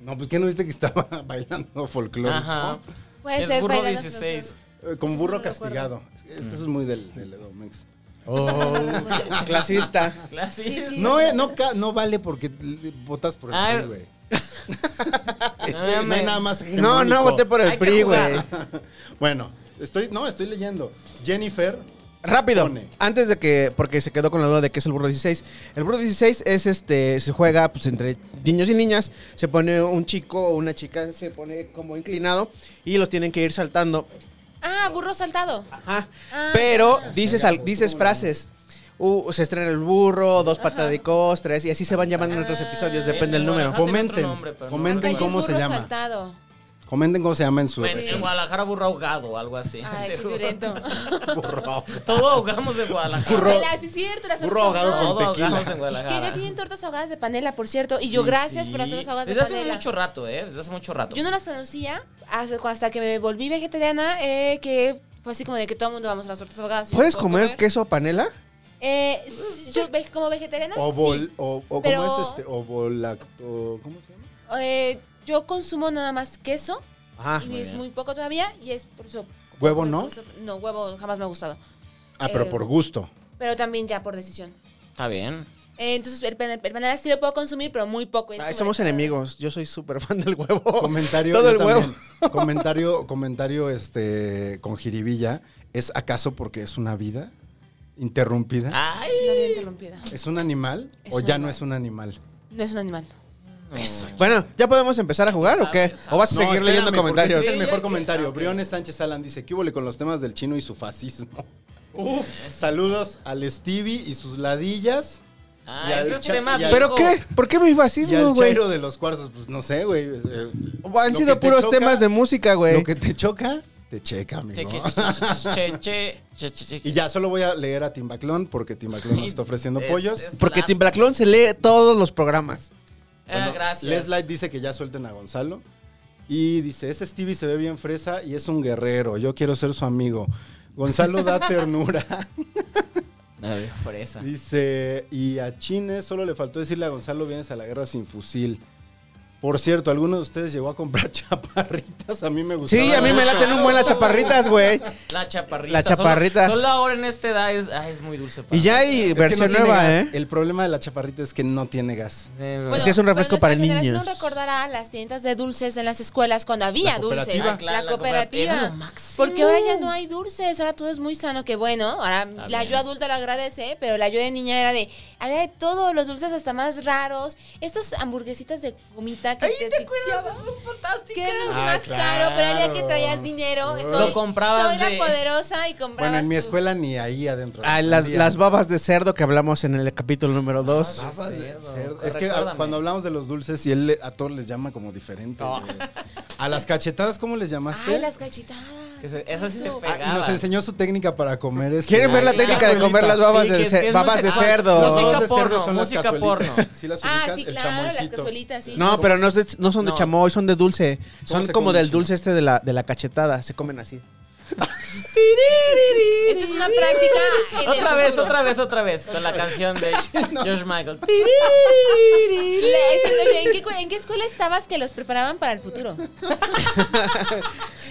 C: No, pues que no viste que estaba [LAUGHS] bailando folclore.
B: Ajá.
E: Puede
B: Es
E: ser
B: burro
E: bailando
B: 16.
C: Eh, Con burro castigado. Es que, es que eso es muy del, del Edomex.
D: Oh, [LAUGHS] clasista.
B: Clases.
E: Sí, sí.
C: No, eh, no, ca- no vale porque l- votas por el
B: Ah,
C: PRI, güey. Ese no hay
B: mames.
C: nada más
D: No, no,
C: hegemónico.
D: voté por
B: Hay
D: el
B: que
D: PRI,
B: jugar.
D: güey.
C: Bueno, estoy, no, estoy leyendo. Jennifer.
D: Rápido,
C: Pone.
D: antes de que, porque se quedó con la duda de qué es el burro 16. El burro 16 es este, se juega pues entre niños y niñas, se pone un chico o una chica, se pone como inclinado y los tienen que ir saltando.
E: Ah, burro saltado.
D: Ajá.
E: Ah,
D: Pero
E: ya.
D: dices, al- dices frases, uh, se estrena el burro, dos patas de costras, y así se van llamando en otros episodios, depende del número.
B: Ajá, tiene otro
C: Comenten,
B: nombre, pero no.
C: comenten
E: Acá ya es
C: cómo se
E: burro
C: llama.
E: saltado.
C: Comenten cómo se llama en su... [LAUGHS]
B: En, en Guadalajara burro ahogado, algo [LAUGHS] así.
E: Ay, qué violento.
C: Burro.
B: Todo ahogamos en
C: [LAUGHS]
B: Guadalajara.
C: Burro.
E: Panela, sí es cierto, las
C: Burro
E: tortas
C: ahogado
E: ahogadas.
B: Todo
C: con tequila.
B: ahogamos en
E: Que ya
B: Guadalajara.
E: tienen tortas ahogadas de panela, por cierto. Y yo, gracias por las tortas ahogadas de
B: Desde hace
E: panela.
B: mucho rato, ¿eh? Desde hace mucho rato.
E: Yo no las conocía hasta, hasta que me volví vegetariana, eh, que fue así como de que todo el mundo vamos a las tortas ahogadas. Yo
D: ¿Puedes
E: puedo
D: comer queso a panela?
E: Eh, yo ve- como vegetariana,
C: O
E: sí.
C: bol... O, o
E: Pero-
C: ¿Cómo es este? O volacto... ¿Cómo se llama?
E: Eh, yo consumo nada más queso,
D: Ajá.
B: Ah,
E: y es muy poco todavía, y es por eso...
C: ¿Huevo
E: por
C: no?
E: eso- no, huevo jamás me ha gustado,
C: Ah, pero
E: Eh,
C: por gusto.
E: pero también ya por decisión.
B: Está bien.
E: Eh, entonces, el, pan- el panela sí lo puedo consumir, pero muy poco. y es
D: Ay,
E: como
D: somos
E: de-
D: enemigos. Yo soy súper fan del huevo.
C: [LAUGHS] Comentario.
D: Todo
C: yo
D: el huevo.
C: también. Comentario, comentario este, con jiribilla. ¿Es acaso porque es una vida interrumpida?
D: Ah.
B: Ay.
E: Es una vida interrumpida.
C: ¿Es un animal
E: Es
C: o
E: un
C: ya
E: animal.
C: no es un animal?
E: No es un animal.
D: Bueno, ¿ya podemos empezar a jugar o qué? ¿O vas a
C: No,
D: seguir
C: espérame,
D: leyendo
C: porque
D: comentarios?
C: este es el mejor comentario. Briones Sánchez Alan dice, ¿qué hubo con los temas del chino y su fascismo? Uf, [LAUGHS] saludos al Stevie y sus ladillas.
B: Ah,
C: Y al
B: ese es
C: cha-
B: tema
C: y al-
D: ¿Pero qué? ¿Por qué mi
C: Y al
D: fascismo, güey?
C: chairo de los cuarzos, pues no sé, güey. eh,
D: Han
C: lo
D: sido
C: que te
D: puros
C: choca-
D: temas de música, güey.
C: Lo que te choca, te checa, amigo.
B: Cheque,
C: [LAUGHS]
B: che, che, che, che, che,
C: Y ya solo voy a leer a Timbaclón porque Timbaclón nos está ofreciendo
B: [LAUGHS] Es-
C: pollos.
B: es-
D: Porque Timbraclón se lee todos los programas.
B: Ah, gracias.
C: Les Light dice que ya suelten a Gonzalo. Y dice, ese Stevie se ve bien fresa y es un guerrero. Yo quiero ser su amigo. Gonzalo
B: [LAUGHS]
C: da ternura. [LAUGHS]
B: A ver, fresa.
C: dice, y a Chine solo le faltó decirle a Gonzalo, vienes a la guerra sin fusil. Por cierto, ¿alguno de ustedes llegó a comprar [LAUGHS] chaparritas? A mí me gustaban.
D: Sí, a mí me
B: la-
D: laten un buen las chaparritas, güey.
B: La chaparrita.
D: La chaparrita.
B: Solo, solo ahora en esta edad es, ay, es muy dulce. para
D: Y ya
B: mí.
D: hay
C: Es que no
D: versión
C: tiene
D: nueva,
C: gas.
D: ¿eh?
C: El problema de la chaparrita es que no tiene gas.
B: Eh,
D: Es que es un
E: pero
D: refresco
E: nuestra
D: para
E: generación
D: niños.
E: recordará las tiendas de dulces en las escuelas cuando había
C: La
E: dulces.
C: cooperativa.
E: La,
B: Claro, la
E: cooperativa.
B: cooperativa era lo máximo.
E: Porque ahora ya no hay dulces, ahora todo es muy sano, que bueno. Ahora la
B: bien.
E: yo adulta lo agradece, pero la yo de niña era de, había de todos los dulces hasta más raros. Estas hamburguesitas de gomita que te, asfixiaban, Que eran los
C: Ah,
E: más caro, pero era el día que traías dinero.
C: Lo
E: Soy,
B: comprabas
E: soy la
B: de-
E: poderosa y comprabas
C: Bueno, en mi
E: tu-
C: escuela ni ahí adentro.
D: Ah, las,
C: Vendían.
D: las babas de cerdo que hablamos en el capítulo número 2.
C: Babas de cerdo.
B: cerdo.
C: Es que a-
B: Recuérdame.
C: cuando hablamos de los dulces, y él le- a todos les llama como diferente. güey. A las cachetadas, ¿cómo les llamaste?
E: Ay, Ah, las cachetadas.
B: Que se- esas sí se
E: Eso.
C: Ah, y
B: pegaban.
C: nos enseñó su técnica para comer este.
D: ¿Quieren ver la
B: Ay,
D: técnica de
B: cazuelita.
D: comer las babas
B: Sí, que
D: de,
B: es-
D: cer-
B: que es
D: babas de
B: música-
C: Las
D: cerdo?
B: música
C: babas de cerdo
B: porno,
C: son las
B: música
C: cazuelitas. [LAUGHS]
B: porno.
C: Sí, las ubicas,
E: Ah, sí,
C: el
E: claro, las
C: chamoycito.
E: cazuelitas, sí.
D: No, pero no, es de- no son de
B: No.
D: chamoy, son de dulce. Son
C: se
D: como
C: come
D: del
C: chino?
D: dulce este de la, de la cachetada. Se comen así.
E: Esa es una práctica. en el
B: Otra vez,
E: futuro.
B: otra vez, otra vez.
C: [LAUGHS]
B: Con la canción de George Michael.
E: Le- es- oye, ¿en qué, cu- en qué escuela estabas que los preparaban para el futuro?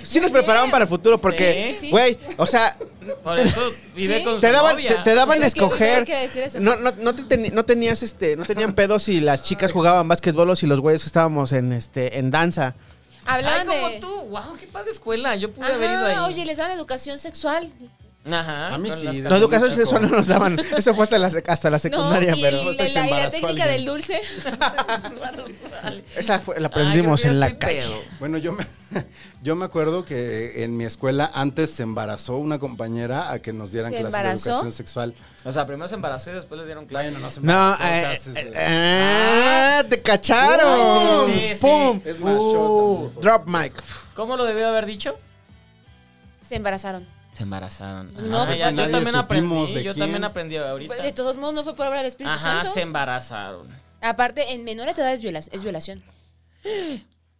D: Sí nos preparaban para el futuro
B: Sí,
D: porque,
B: sí,
E: sí.
D: güey, o sea,
B: Por eso vive
E: Sí.
B: con
D: te
B: su
D: daban,
B: Pues novia.
D: te, te daban a
E: Es que yo
D: escoger.
E: quería decir eso.
D: No, no, no, te teni- no tenías este, no tenían pedos si las chicas jugaban básquetbol o si los güeyes estábamos en este, en danza.
B: Ay,
E: Hablaban
B: como
E: de.
B: tú. Wow, qué padre escuela. Yo pude haber ido ahí.
E: Ajá, oye, les daban educación sexual.
B: Ajá.
C: A mí
B: con
C: sí,
B: las-
C: de-
D: No, educación
C: Chaco.
D: sexual no nos daban. Eso fue hasta la, sec- hasta la secundaria,
E: no, y,
D: pero.
E: el-
C: Hasta que
E: la-
C: se
E: y la
C: embarazó
E: técnica
C: alguien.
E: del dulce. [LAUGHS]
D: Esa fue, la
B: Ay, creo
D: aprendimos
B: que yo
D: en la
B: estoy
D: calle.
B: pedo.
C: Bueno, yo me, [LAUGHS] yo me acuerdo que en mi escuela antes se embarazó una compañera a que nos dieran
E: ¿Se
C: clases
E: embarazó?
C: de educación sexual.
B: O sea, primero se embarazó y después les dieron clases.
C: Bueno, no se
D: No,
C: embarazó, o sea,
D: eh,
C: se-
D: eh, ah, te cacharon.
B: Sí, sí, sí.
D: Pum.
C: Es más,
D: Uh.
C: yo también. pues.
D: Drop mic.
B: ¿Cómo lo debió haber dicho?
E: Se embarazaron.
B: Se embarazaron.
E: No,
B: Ah,
E: pues
B: ya,
C: que
B: yo
C: nadie
B: también aprendí.
C: supimos de
B: yo
C: quién.
B: también aprendí ahorita.
E: De todos modos, no fue por obra del Espíritu
B: Ajá,
E: Santo.
B: se embarazaron.
E: Aparte, en menores de edad es, viola- es violación.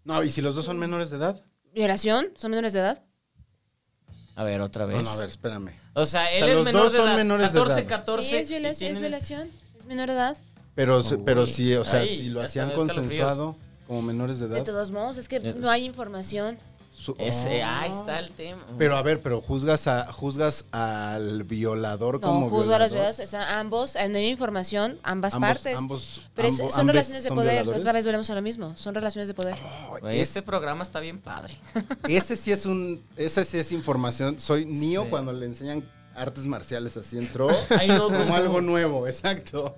C: No, y si los dos son menores de edad.
E: ¿Violación? ¿Son menores de edad?
B: A ver, otra vez.
C: No, no, a ver, espérame.
B: O sea, él
C: sea,
B: es
C: los
B: menor
C: dos
B: de
C: son
B: edad.
C: menores de
B: 14,
C: edad.
B: 14.
E: sí, es
B: y
E: violación.
B: tienen-
E: Es violación. Es menor de edad.
C: Pero, se- pero
B: Uy.
C: sí, o sea,
B: Ay,
C: si lo
B: hasta
C: hacían
B: me da escalofríos.
C: consensuado como menores de
E: De
C: edad.
E: todos modos, es que no hay información.
C: su-
B: Ese, ah,
C: Oh.
B: ahí está el tema.
C: Pero a ver, pero juzgas a juzgas al violador
E: No,
C: como
E: juzgo a
C: violador.
E: los violadores. o sea, ambos, eh, no hay información, ambas
C: Ambos-
E: partes.
C: ambos-
E: Pero es-
C: ambos-
E: son
C: ambes
E: relaciones de
C: son
E: poder.
C: violadores.
E: Otra vez volvemos a lo mismo. Son relaciones de poder.
B: Güey,
C: Es-
B: este programa está bien padre.
C: [LAUGHS] ese sí es un ese sí es información. Soy Neo cuando le enseñan artes marciales así entró
B: Ay, no,
C: como
B: no.
C: algo nuevo, exacto.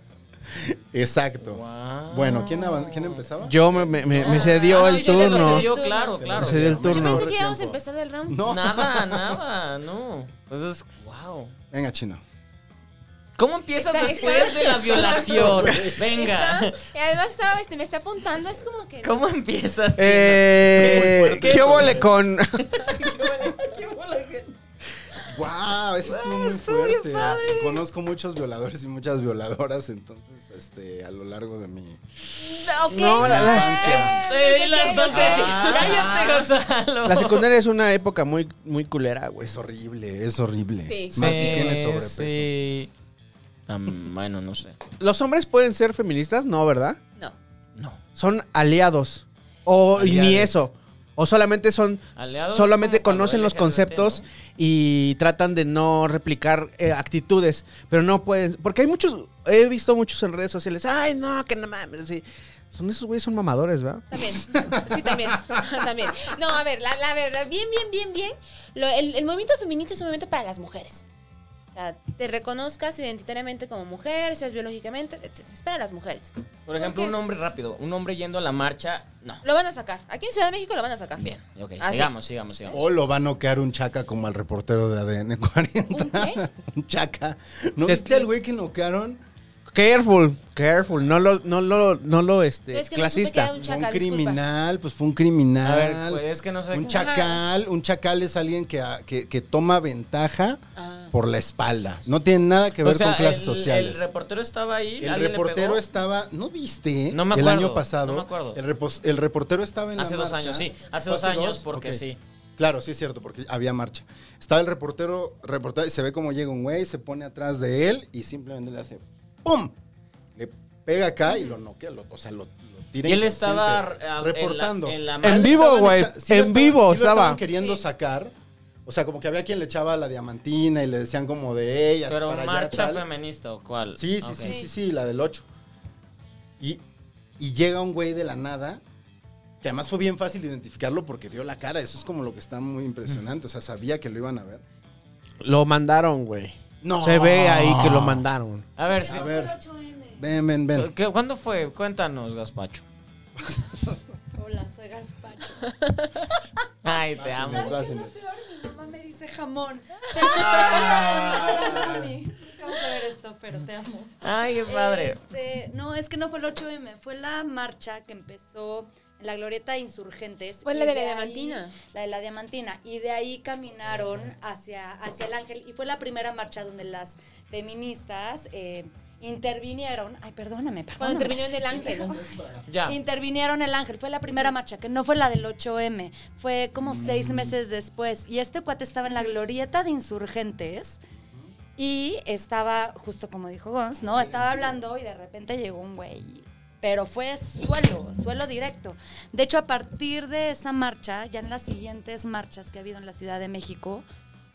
C: Exacto.
B: Wow.
C: Bueno, ¿quién
B: [LAUGHS]
C: avan- quién empezaba?
D: Yo me, me, me, me cedió
B: Ah,
D: el
B: sí, te lo
D: turno.
B: cedió, claro, claro.
D: Se dio el
E: Yo
D: turno.
E: pensé que íbamos a
C: Tiempo.
E: empezar el round.
C: No.
B: Nada, nada, no. Entonces, wow.
C: Venga, chino.
B: Pues ¿Cómo empiezas
E: Está-
B: después
E: está-
B: de la violación?
E: Está-
B: Venga.
E: [LAUGHS] y además estaba, este, me está apuntando, es como que...
B: ¿Cómo empiezas, Chino?
D: Eh,
B: Estoy muy fuerte
D: ¿Qué
B: eso,
D: huele
B: güey.
D: con...?
C: ¡Wow! Eso estuvo muy fuerte. Ah, Conozco muchos violadores y muchas violadoras, entonces, este, a lo largo de mi.
E: Ok,
D: No, la- la-
E: ay,
B: Eh,
E: ok,
B: las dos
E: ok.
B: de-
C: Ah.
B: Cállate, Gonzalo.
E: [LAUGHS]
D: La secundaria es una época muy, muy culera, güey.
C: pues, Es horrible, es horrible.
E: Sí.
C: Más
B: Sí,
C: si tienes sobrepeso.
B: Este, sí. Tam- bueno, no sé.
D: ¿Los hombres pueden ser feministas? No, ¿verdad?
E: No.
B: No.
D: Son aliados. O y ni
C: Aliades.
D: eso. O solamente son...
B: Aliados
D: solamente
B: es como
D: conocen
B: cuando
D: los
B: el LGBT, ¿no?
D: conceptos y tratan de no replicar eh, actitudes. Pero no pueden... Porque hay muchos... He visto muchos en redes sociales. Ay, no, que no mames. así. Son esos güeyes, son mamadores, ¿verdad?
E: También, [LAUGHS] sí, también, también. No, a ver, la, la verdad, bien, bien, bien, bien. Lo- el, el movimiento feminista es un movimiento para las mujeres. O sea, te reconozcas identitariamente como mujer, seas biológicamente, etcétera. Es para las mujeres.
B: Por ejemplo,
E: qué?
B: un hombre rápido, un hombre yendo a la marcha, no.
E: Lo van a sacar. Aquí en Ciudad de México lo van a sacar.
B: Bien, ok,
E: Ah, sí.
B: sigamos, sigamos, sigamos.
C: O lo va a noquear un chaca como al reportero de ADN 40.
E: ¿Un qué?
C: [LAUGHS] Un chaca. ¿No
D: Te-
C: viste al güey que noquearon?
D: Careful, careful. No lo, no lo, no lo, este,
E: No, es que no supe que
D: clasista.
E: era un chacal,
C: un
E: disculpa.
C: criminal, pues fue un criminal.
B: A ver, pues, es que no sé.
C: Un
B: qué-
C: chacal, un chacal es alguien que, que- que toma ventaja
E: Ah.
C: por la espalda. No tiene nada que
B: O
C: ver
B: sea,
C: con clases
B: el-
C: sociales.
B: El reportero estaba ahí.
C: El
B: ¿alguien le
C: reportero
B: pegó?
C: estaba, ¿no viste?
B: No me
C: El
B: acuerdo,
C: año pasado.
B: no me acuerdo.
C: El, repos- el reportero estaba en la
B: Hace dos
C: marcha.
B: años, sí. Hace
C: ¿Fue
B: dos años, porque
C: Ok.
B: sí.
C: Claro, sí es cierto, porque había marcha. Estaba el reportero, reportero, y se ve como llega un güey, se pone atrás de él y simplemente le hace ¡pum! Le pega acá y lo noquea, lo- o sea, lo, lo tira
B: Y él
C: inconsciente,
B: estaba, ah,
C: reportando.
B: en la- en la
D: En
C: Él
D: vivo,
C: estaba
D: güey,
C: echa- sí lo
D: en
C: estaban-
D: vivo
C: sí lo estaban
D: estaba.
C: queriendo
E: Sí.
C: sacar. O sea, como que había quien le echaba la diamantina y le decían como de ellas
B: Pero
C: para allá,
B: marcha
C: tal.
B: feminista o cuál.
C: Sí, sí,
B: Ok.
C: sí, sí, sí, la del 8. Y, y llega un güey de la nada, que además fue bien fácil identificarlo porque dio la cara. Eso es como lo que está muy impresionante. O sea, sabía que lo iban a ver.
D: Lo mandaron, güey.
C: No.
D: Se ve ahí que lo mandaron.
B: A ver, sí.
C: A ver, ven, ven, ven.
B: ¿Qué- ¿Cuándo fue? Cuéntanos, Gaspacho.
G: Hola, soy Gaspacho.
C: Ah,
B: Ay, te amo.
C: Vas, Ah,
G: ¿Qué es lo
C: señor.
G: peor? Mi mamá me dice jamón. Te [LAUGHS] amo,
C: ah,
G: Perdóname. Nunca vamos a ver esto, pero te amo.
B: Ay, qué padre.
G: Este, no, es que no fue el 8M, fue la marcha que empezó en la glorieta de Insurgentes.
E: Fue
G: y
E: la de la
G: ahí-
E: Diamantina.
G: la de la Diamantina. Y de ahí caminaron hacia, hacia el Ángel. Y fue la primera marcha donde las feministas eh, intervinieron. Ay, perdóname, perdóname.
E: Cuando terminó en el ángel.
G: [LAUGHS]
B: Ya.
G: Intervinieron el ángel. Fue la primera marcha, que no fue la del 8M. Fue como seis meses después. Y este cuate estaba en la glorieta de insurgentes. Y estaba, justo como dijo Gons, ¿no? Estaba hablando y de repente llegó un güey. Pero fue suelo, suelo directo. De hecho, a partir de esa marcha, ya en las siguientes marchas que ha habido en la Ciudad de México,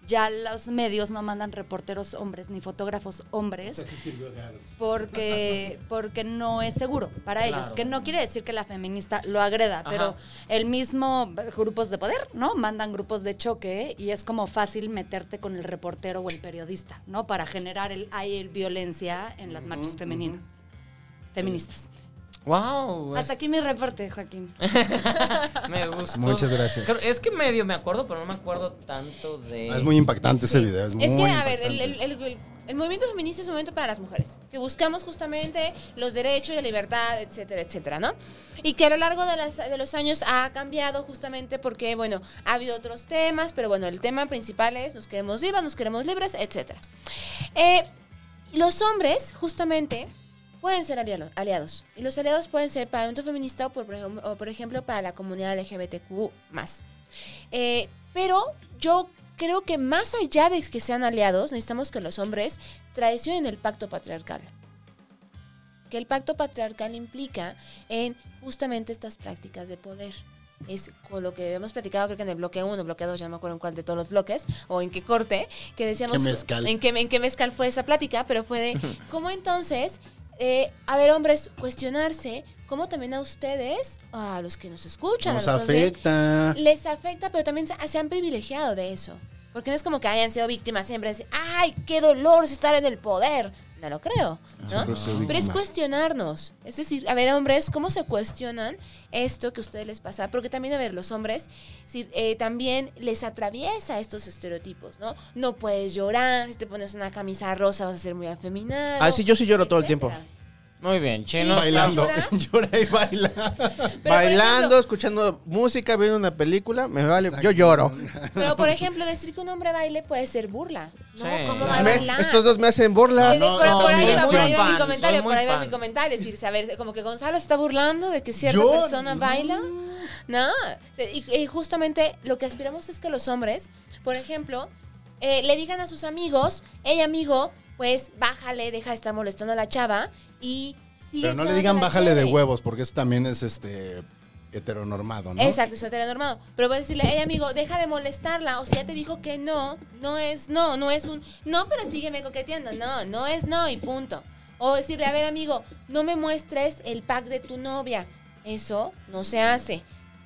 G: ya los medios no mandan reporteros hombres ni fotógrafos hombres porque, porque no es seguro para
B: Claro.
G: ellos. Que no quiere decir que la feminista lo agreda,
B: Ajá.
G: pero el mismo eh, grupos de poder, ¿no? Mandan grupos de choque y es como fácil meterte con el reportero o el periodista, ¿no? Para generar el hay el violencia en las marchas femeninas. Feministas.
B: Wow.
G: Hasta aquí mi reporte, Joaquín.
B: [LAUGHS] Me gusta.
C: Muchas gracias.
B: Es que medio me acuerdo, pero no me acuerdo tanto de.
C: Ah, Es muy impactante ese
E: Sí.
C: video. Es, muy
E: que, a ver,
C: impactante.
E: el, el- el- el- el movimiento feminista es un movimiento para las mujeres, que buscamos justamente los derechos, la libertad, etcétera, etcétera, ¿no? Y que a lo largo de, las- de los años ha cambiado justamente porque, bueno, ha habido otros temas, pero bueno, el tema principal es nos queremos vivas, nos queremos libres, etcétera. Eh, los hombres, justamente, pueden ser alialo- aliados. Y los aliados pueden ser para el movimiento feminista o por, ejem- o, por ejemplo, para la comunidad LGBTQ más. Eh, pero yo creo que más allá de que sean aliados, necesitamos que los hombres traicionen el pacto patriarcal. Que el pacto patriarcal implica en justamente estas prácticas de poder. Es con lo que habíamos platicado, creo que en el bloque 1, bloque 2, ya no me acuerdo en cuál de todos los bloques, o en qué corte, que decíamos.
C: ¿Qué mezcal?
E: En qué, en qué mezcal fue esa plática, pero fue de cómo entonces eh, a ver, hombres, cuestionarse cómo también a ustedes, a los que nos escuchan,
C: Nos
E: a los que nos ven,
C: afecta.
E: les afecta, pero también se se han privilegiado de eso. Porque no es como que hayan sido víctimas siempre. así, Ay, qué dolor es estar en el poder. No lo creo,
C: Siempre
E: ¿no?
C: es el
E: Pero es
C: enigma.
E: cuestionarnos. Es decir, a ver, hombres, ¿cómo se cuestionan esto que a ustedes les pasa? Porque también, a ver, los hombres es decir, eh, también les atraviesa estos estereotipos, ¿no? No puedes llorar, si te pones una camisa rosa vas a ser muy afeminado.
D: Ah, sí, yo sí lloro todo el tiempo.
E: etcétera.
B: Muy bien, chino.
C: [LAUGHS]
E: Y-
C: Bailando.
E: ¿Llora?
C: Llora y baila.
E: Pero, por
D: Bailando,
E: ejemplo,
D: escuchando música, viendo una película, me vale. Yo lloro.
E: Pero, por ejemplo, decir que un hombre baile puede ser burla. ¿no?
B: Sí.
E: ¿Cómo
B: Me-
E: va a
D: Me-
E: bailar?
D: estos dos me hacen burla.
E: Oye, por,
B: no,
E: por ahí va,
B: soy
E: por ahí va
B: fan,
E: mi
B: soy
E: comentario,
B: muy
E: por ahí va mi
B: fan.
E: comentario. Es decir, a ver, como que Gonzalo se está burlando de que cierta
C: Yo
E: persona baila. No, Se- y, y justamente lo que aspiramos es que los hombres, por ejemplo, eh, le digan a sus amigos, hey amigo, pues bájale, deja de estar molestando a la chava y sigue
C: Pero no le
E: echándose
C: digan
E: la
C: bájale de
E: chévere".
C: huevos, porque eso también es este heteronormado, ¿no?
E: Exacto, eso te normado. Pero voy a decirle, hey amigo, deja de molestarla. O si ya te dijo que no, no es no, no es un no, pero sígueme coqueteando. No, no es no y punto. O decirle, a ver amigo, no me muestres el pack de tu novia. Eso no se hace,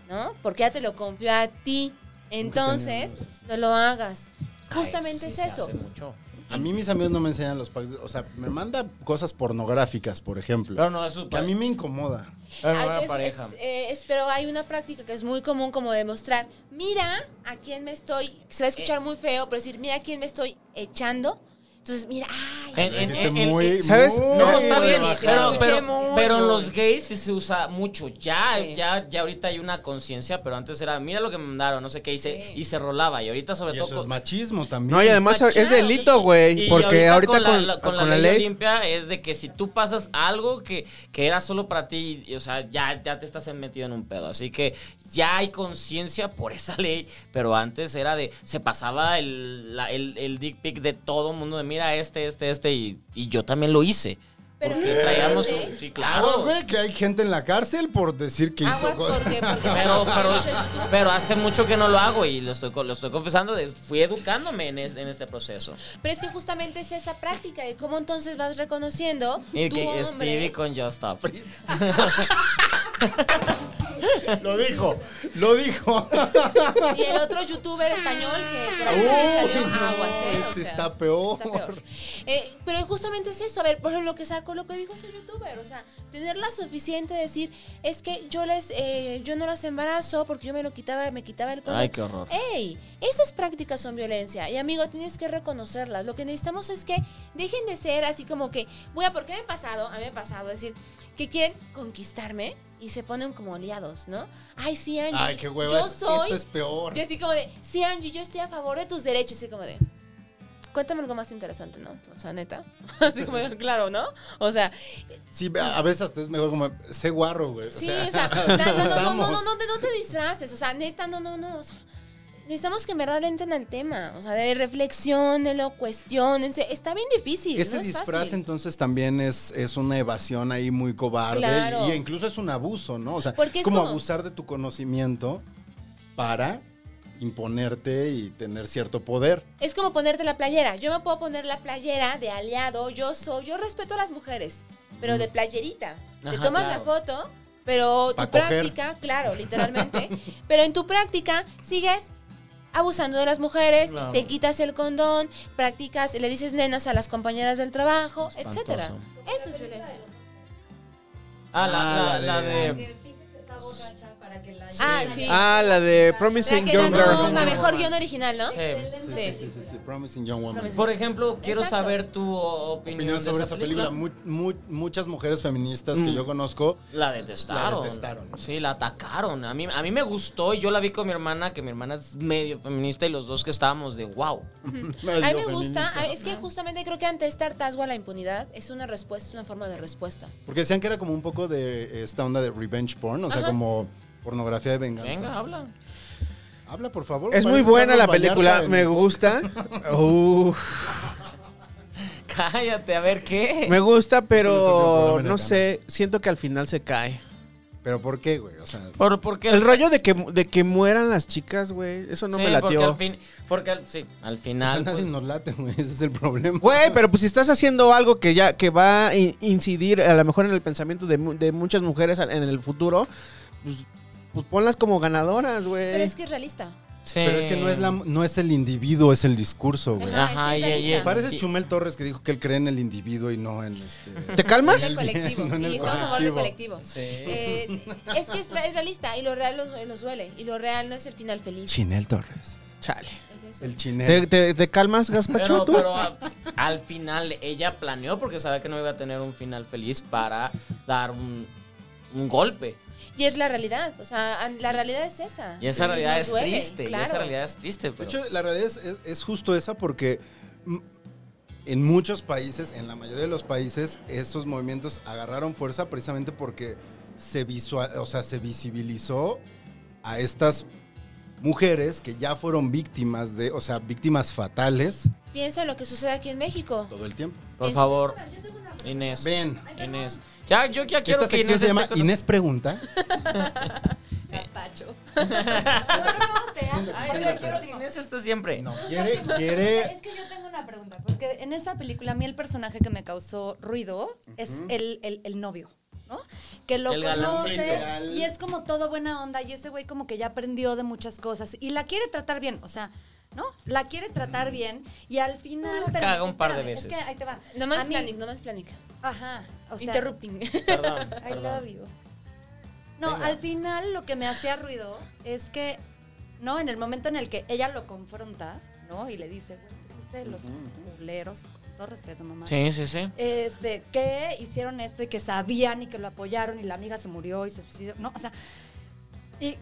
E: ¿no? Porque ya te lo confió a ti. Entonces, no lo hagas. Justamente
B: Ay, sí,
E: es
B: se
E: eso.
B: hace mucho.
C: A mí mis amigos no me enseñan los packs, de- o sea, me manda cosas pornográficas, por ejemplo.
B: Pero no es su
C: que a mí
E: pues.
C: me incomoda.
B: pero no era
E: Ah, entonces,
B: pareja.
E: es- eh, es- pero hay una práctica que es muy común como demostrar, mira a quién me estoy, se va a
B: Eh.
E: escuchar muy feo, pero decir, mira a quién me estoy echando. Entonces, mira, ay,
B: En- en-
C: Dijiste
B: en- en-
C: Este muy,
D: ¿sabes?
C: muy- pues,
B: No, está bien,
E: sí, sí,
B: pero,
E: lo escuché
B: pero,
E: muy,
B: pero en
E: muy.
B: los gays sí se usa mucho. Ya,
E: Sí.
B: ya, ya ahorita hay una conciencia, pero antes era, mira lo que me mandaron, no sé qué, y se, y se rolaba. Y ahorita sobre
C: Y
B: todo...
C: eso es
B: con-
C: machismo también.
D: No, y además
E: Machado,
D: es delito,
B: y
D: güey. Porque ahorita, con,
B: la, con la ley Olimpia es de que si tú pasas algo que, que era solo para ti, y, o sea, ya, ya te estás metido en un pedo. Así que ya hay conciencia por esa ley, pero antes era de, se pasaba el, la- el, el dick pic de todo mundo, de mira este, este, este, y, y yo también lo hice.
E: Pero
B: porque
E: fíjate.
B: traíamos un- Sí, claro.
C: Aguas, güey, que hay gente en la cárcel por decir que hizo
E: aguas
C: cosas. [LAUGHS]
E: porque, porque
B: Pero,
E: porque
B: pero,
E: mucho es YouTube.
B: pero hace mucho que no lo hago y lo estoy, co- lo estoy confesando, de- fui educándome en, es- en este proceso.
E: Pero es que justamente es esa práctica de cómo entonces vas reconociendo
B: Y
E: tu
B: que
E: hombre.
B: Stevie con Just Stop.
C: Lo dijo, lo dijo.
E: Y el otro youtuber español que por ahí también
C: Uy,
E: [LAUGHS] salió
C: no,
E: aguas, ¿eh? O
C: ese
E: sea,
C: está peor.
E: está peor. Eh, pero justamente es eso, a ver, por ejemplo, lo que sacó lo que dijo ese youtuber, o sea, tener la suficiente de decir, es que yo les, eh, yo no las embarazo porque yo me lo quitaba, me quitaba el condón.
B: Ay, qué horror.
E: ¡Ey! Esas prácticas son violencia. Y amigo, tienes que reconocerlas. Lo que necesitamos es que dejen de ser así como que, voy a, ¿por qué me ha pasado? A mí me ha pasado es decir que quieren conquistarme y se ponen como aliados, ¿no? Ay, sí, Angie.
C: Ay, qué hueva,
E: Yo
C: es-
E: soy.
C: eso es peor.
E: Y así como de, sí, Angie, yo estoy a favor de tus derechos. Y así como de, cuéntame algo más interesante, ¿no? O sea, neta. [LAUGHS] Así como de, claro, ¿no? O sea,
C: Sí, a a veces hasta es mejor como, sé guarro, güey.
E: Sí, o [LAUGHS] sea, no, no, no, no, no, no,
C: estamos.
E: no te- no te disfraces, o sea, neta, no, no, no, o sea, necesitamos que en verdad le entren al tema, o sea, de reflexionenlo, cuestionense, está bien difícil,
C: Ese
E: no es
C: disfraz
E: fácil.
C: entonces también es, es una evasión ahí muy cobarde
E: Claro.
C: y, y incluso es un abuso, ¿no? O sea,
E: Porque es
C: como,
E: como-
C: abusar de tu conocimiento para imponerte y tener cierto poder.
E: Es como ponerte la playera, yo me puedo poner la playera de aliado, yo soy, yo respeto a las mujeres, pero de playerita, te
B: Mm. Ajá,
E: tomas la
B: claro.
E: foto, pero tu
C: Pa' coger.
E: práctica, claro, literalmente, [LAUGHS] pero en tu práctica sigues abusando de las mujeres,
B: Claro.
E: te quitas el condón, practicas, le dices nenas a las compañeras del trabajo, etcétera. Eso es violencia.
B: Ah, la, la,
C: Ah,
B: la
C: la
B: de...
E: Ah, sí.
D: Ah, la de
E: La
D: Promising
E: que
D: Young
E: ganó
D: Girl.
E: la mejor guión original, ¿no?
B: Sí.
E: Sí.
C: Sí, sí, sí, Promising Young Woman.
E: Promising.
B: Por ejemplo, quiero
E: Exacto.
B: saber tu opinión,
C: Opinión
B: de
C: sobre esa película. Mu- mu- muchas mujeres feministas
D: Mm.
C: que yo conozco.
B: La detestaron.
C: La detestaron.
B: Sí, la atacaron. A mí, a mí me gustó y yo la vi con mi hermana, que mi hermana es medio feminista y los dos que estábamos de wow.
C: [LAUGHS]
E: A mí me gusta, a- es que justamente creo que ante esta hartazgo a la impunidad es una respuesta, es una forma de respuesta.
C: Porque decían que era como un poco de esta onda de revenge porn, o sea,
E: Ajá.
C: como pornografía de venganza.
B: Venga, habla.
C: Habla, por favor.
D: Es muy
C: parece
D: buena la
C: Carlos
D: película,
C: Vallarta en-
D: me
C: [LAUGHS]
D: gusta. Uh,
B: Cállate, a ver qué.
D: me gusta, pero
C: programa en
D: no
C: la
D: sé, siento que al final se cae.
C: Pero ¿por qué, güey? O sea,
B: Por, porque
D: El rollo de que, de que mueran las chicas, güey, eso no
B: sí,
D: me
B: porque
D: latió.
B: al fin, porque al, sí, al
C: o sea,
B: final.
C: nadie
B: pues,
C: nos late, güey. Ese es el problema.
D: Güey, pero pues si estás haciendo algo que ya que va a in- incidir a lo mejor en el pensamiento de, mu- de muchas mujeres en el futuro, pues, pues ponlas como ganadoras, güey.
E: Pero es que es realista.
B: Sí.
C: Pero es que no es, la, no es el individuo, es el discurso, güey.
E: Ajá,
B: Ajá,
E: sí,
B: y- y-
E: realista.
C: Pareces
B: y-
C: Chumel Torres que dijo que él cree en el individuo y no en este.
D: ¿Te calmas?
E: Es el colectivo.
C: No en el
E: y estamos hablando del colectivo.
F: Sí.
E: Eh, es que es, ra- es realista y lo real nos, nos duele. Y lo real no es el final feliz.
C: Chinel Torres.
D: Chale.
E: Es eso.
C: El Chinel.
D: ¿Te, te- te calmas, Gaspacho,
B: Pero,
D: tú?
B: pero a- al final ella planeó porque sabía que no iba a tener un final feliz para dar un, un golpe.
E: Y es la realidad. O sea, an- la realidad es esa.
B: Y esa
E: Y
B: realidad
E: nos
B: es
E: duele,
B: triste. Y
E: claro.
B: esa realidad es triste.
C: De
B: Pero,
C: hecho, la realidad es, es- es justo esa porque mm, en muchos países, en la mayoría de los países, esos movimientos agarraron fuerza precisamente porque se, visua- o sea, se visibilizó a estas mujeres que ya fueron víctimas de, o sea, víctimas fatales
E: Piensa lo que sucede aquí en México.
C: todo el tiempo.
B: por
E: es-
B: favor, [LAUGHS] Inés.
C: Ven,
B: Inés. Ya, yo ya quiero
C: esta
B: que
C: sección
B: Inés
C: se llama
B: esté con
C: Inés Pregunta.
G: [LAUGHS] Gaspacho. Sobramos de hambre.
C: Siéntate,
G: Ay,
C: siéntate.
G: quiero
B: nosotros. Inés está siempre.
C: No, quiere,
G: Es
C: quiere.
G: que yo tengo una pregunta, porque en esa película a mí el personaje que me causó ruido es el, el- el novio, ¿no? Que lo
B: El
G: conoce
C: galoncito.
G: y es como todo buena onda y ese güey como que ya aprendió de muchas cosas y la quiere tratar bien, o sea, ¿no? La quiere tratar bien y al final... pero
B: Ah, caga un par de
G: espérame, es
B: veces.
G: que ahí te va.
E: No más
G: A mí-
E: planning, no más planning.
G: Ajá, o sea...
E: Interrupting.
B: [LAUGHS]
E: [LAUGHS]
B: Perdón.
G: I
B: perdón.
G: love you. No,
B: Venga.
G: al final lo que me hacía ruido es que, no, en el momento en el que ella lo confronta, ¿no? Y le dice, güey, ¿viste los culeros? Con todo respeto, mamá.
B: Sí, sí, sí.
G: Este, que hicieron esto y que sabían y que lo apoyaron y la amiga se murió y se suicidó, ¿no? O sea, y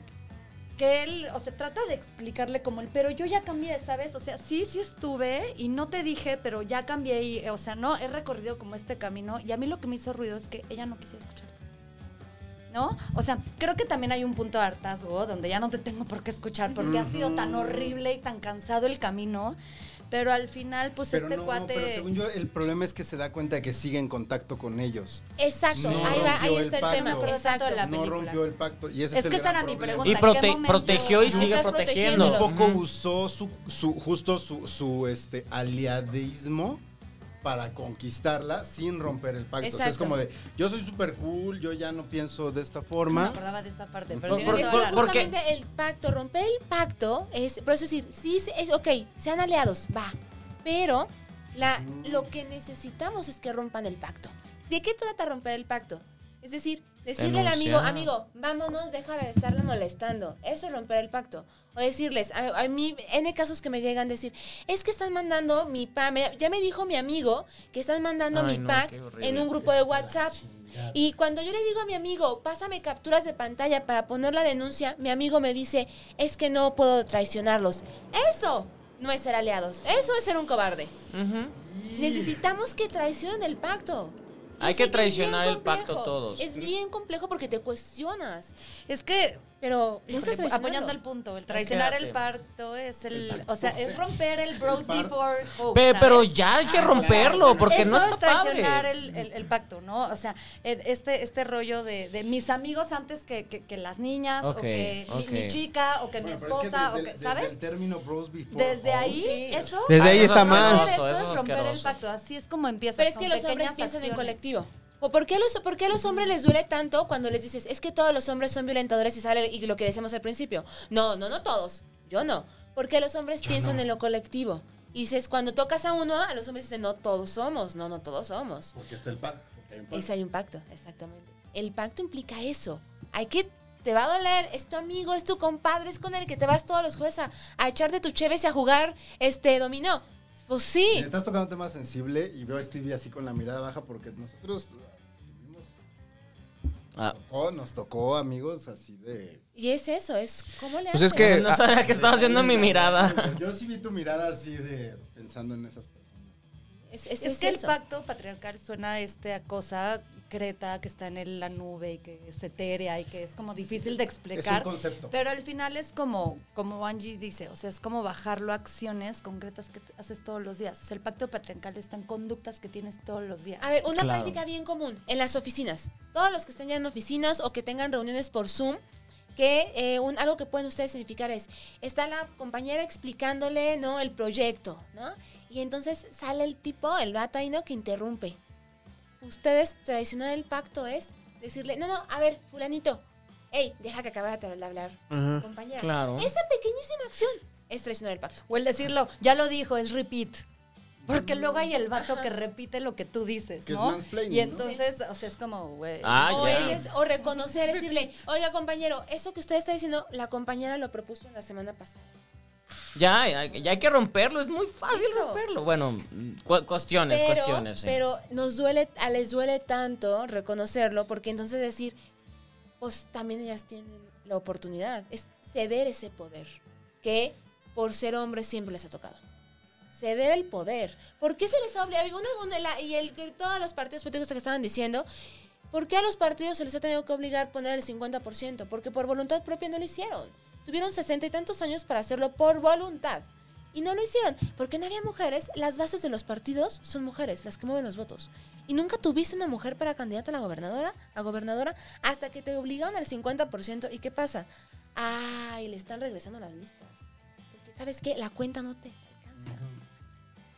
G: que él, o sea, trata de explicarle como el, pero yo ya cambié, ¿sabes? O sea, sí, sí estuve y no te dije, pero ya cambié y, eh, o sea, no, he recorrido como este camino y a mí lo que me hizo ruido es que ella no quisiera escuchar. ¿No? O sea, creo que también hay un punto de hartazgo donde ya no te tengo por qué escuchar porque ha sido tan horrible y tan cansado el camino, pero al final, [LAUGHS] pues
C: Pero
G: este
C: no,
G: cuate...
C: pero según yo, el problema es que se da cuenta de que sigue en contacto con ellos.
E: Exacto.
C: No
E: ahí va, ahí
C: rompió el
E: está el,
C: pacto. No
E: tema.
C: me acuerdo
E: Exacto.
G: tanto de la-
C: no
G: película.
C: rompió el pacto. Y ese
G: Es
C: el
G: que esa
C: gran
G: era mi
C: problema.
G: pregunta.
B: Y
G: ¿en
B: prote-
G: qué momento?
B: protegió y
G: Ajá.
B: sigue
E: Estás
B: protegiendo.
E: protegiéndolo.
C: Un poco
B: Ujú.
C: usó su, su- justo su, su, este aliadismo para conquistarla sin romper el pacto. O sea, es
E: Exacto.
C: como de, yo soy súper cool, yo ya no pienso de esta
G: No me
C: forma.
G: acordaba de esa parte, pero
B: Por-
G: tiene
B: por-
G: toda
B: por-
G: la razón.
B: por- porque-
E: Justamente el pacto, romper el pacto, es, por eso decir, sí, sí, es, ok, sean aliados, va, pero la, lo que necesitamos es que rompan el pacto. ¿De qué trata romper el pacto? Es decir, decirle al amigo,
B: Denunciar.
E: amigo, vámonos, déjala de estarla molestando. Eso es romper el pacto. O decirles, a, a mí, N casos que me llegan decir, es que están mandando mi pa, me- ya me dijo mi amigo que están mandando
B: Ay,
E: mi
B: no,
E: pack
B: qué horrible.
E: en un grupo de WhatsApp. Y cuando yo le digo a mi amigo, pásame capturas de pantalla para poner la denuncia, mi amigo me dice, es que no puedo traicionarlos. Eso no es ser aliados, eso es ser un cobarde.
B: Ujú.
E: Necesitamos que traicionen el pacto. Yo
B: Hay
E: sé
B: que
E: es
B: traicionar
E: bien
B: el pacto
E: complejo,
B: todos.
E: Es bien complejo porque te cuestionas,
G: Es que,
E: pero no
G: híjole,
E: estás traicionando.
G: apoyando el punto, el traicionar el
B: Quédate.
G: pacto es el, o sea, es romper el bros
C: pacto.
G: before hope.
B: Pe-
G: ¿sabes?
B: pero ya hay que romperlo porque
G: Eso
B: no está
G: es traicionar
B: padre.
G: El, el- el pacto, ¿no? O sea, el- este, este rollo de, de mis amigos antes que, que- que las niñas,
B: Ok,
G: o que mi-
B: ok.
G: mi, chica, o que
C: Bueno,
G: mi
C: pero es que
G: esposa,
C: desde
G: o que,
C: el-
G: ¿sabes?
C: Desde el término bros before
G: Desde
C: hoes,
G: ahí,
E: Sí.
G: eso.
D: Desde ahí
G: eso
D: está
G: es
D: mal.
G: romper Eso,
B: Eso es
G: es romper el
B: asqueroso.
G: pacto. Así es como empieza.
E: Pero es
G: con
E: que los hombres
G: pequeñas
E: piensan en
G: acciones.
E: colectivo. ¿O por qué, a los, por qué a los hombres les duele tanto cuando les dices, es que todos los hombres son violentadores y sale y lo que decíamos al principio? No, no, no todos. Yo no. Porque los hombres piensan en lo colectivo. Y dices, cuando tocas a uno, a los hombres dicen, no todos somos. No, no todos somos.
C: Porque está el pacto. porque hay un pacto.
E: Ese hay un pacto, exactamente. El pacto implica eso. Hay que. Te va a doler, es tu amigo, es tu compadre, es con el que te vas todos los jueves a, a echarte tu cheves y a jugar este dominó. Pues
C: Me
E: sí.
C: estás tocando un tema sensible y veo a Stevie así con la mirada baja porque nosotros tuvimos-
B: Ah.
C: tocó, nos tocó amigos así de...
E: Y es eso, es cómo le
D: Pues es
E: haces?
D: que-
B: No sabía que estaba haciendo mi mirada. [LAUGHS]
C: Yo sí vi tu mirada así de pensando en esas personas.
E: Es, es-
G: Es
E: es
G: que el
E: eso.
G: pacto patriarcal suena a esta cosa creta que está en el- la nube y que es etérea y que es como difícil de explicar.
C: Es un concepto.
G: Pero al final es como, como Angie dice, o sea, es como bajarlo a acciones concretas que t- haces todos los días. O sea, el pacto patriarcal está en conductas que tienes todos los días.
E: A ver, una
B: Claro.
E: práctica bien común en las oficinas. Todos los que estén ya en oficinas o que tengan reuniones por Zoom, que eh, un- algo que pueden ustedes significar es, está la compañera explicándole, ¿no? El proyecto, ¿no? Y entonces sale el tipo, el vato ahí, ¿no? Que interrumpe. Ustedes traicionar el pacto es decirle, no, no, a ver, fulanito, hey, deja que acabe de hablar, compañera.
B: Claro.
E: Esa pequeñísima acción es traicionar el pacto.
G: O el decirlo, ya lo dijo, es repeat. Porque luego hay el vato que repite lo que tú dices,
C: Que es
G: ¿no?
C: mansplaining,
G: y
C: ¿no?
G: entonces, o sea, es como, güey.
B: Ah,
E: o,
B: ya.
E: es- o reconocer, decirle, oiga compañero, eso que usted está diciendo, la compañera lo propuso la semana pasada.
B: Ya, ya, ya hay que romperlo, es muy fácil
E: Listo.
B: romperlo. Bueno, cu- cuestiones,
E: pero,
B: cuestiones. sí.
E: pero nos duele, a les duele tanto reconocerlo, porque entonces decir, pues también ellas tienen la oportunidad. Es ceder ese poder que por ser hombres siempre les ha tocado. Ceder el poder. ¿Por qué se les ha obligado? Y Una, una- la- y el, que todos los partidos políticos que estaban diciendo, ¿por qué a los partidos se les ha tenido que obligar a poner el 50%? Porque por voluntad propia no lo hicieron. Tuvieron sesenta y tantos años para hacerlo por voluntad. Y no lo hicieron, porque no había mujeres. Las bases de los partidos son mujeres, las que mueven los votos. Y nunca tuviste una mujer para candidata a la gobernadora, a gobernadora, hasta que te obligaron al 50%. ¿Y qué pasa? Ay, le están regresando las listas. Porque sabes qué, la cuenta no te alcanza.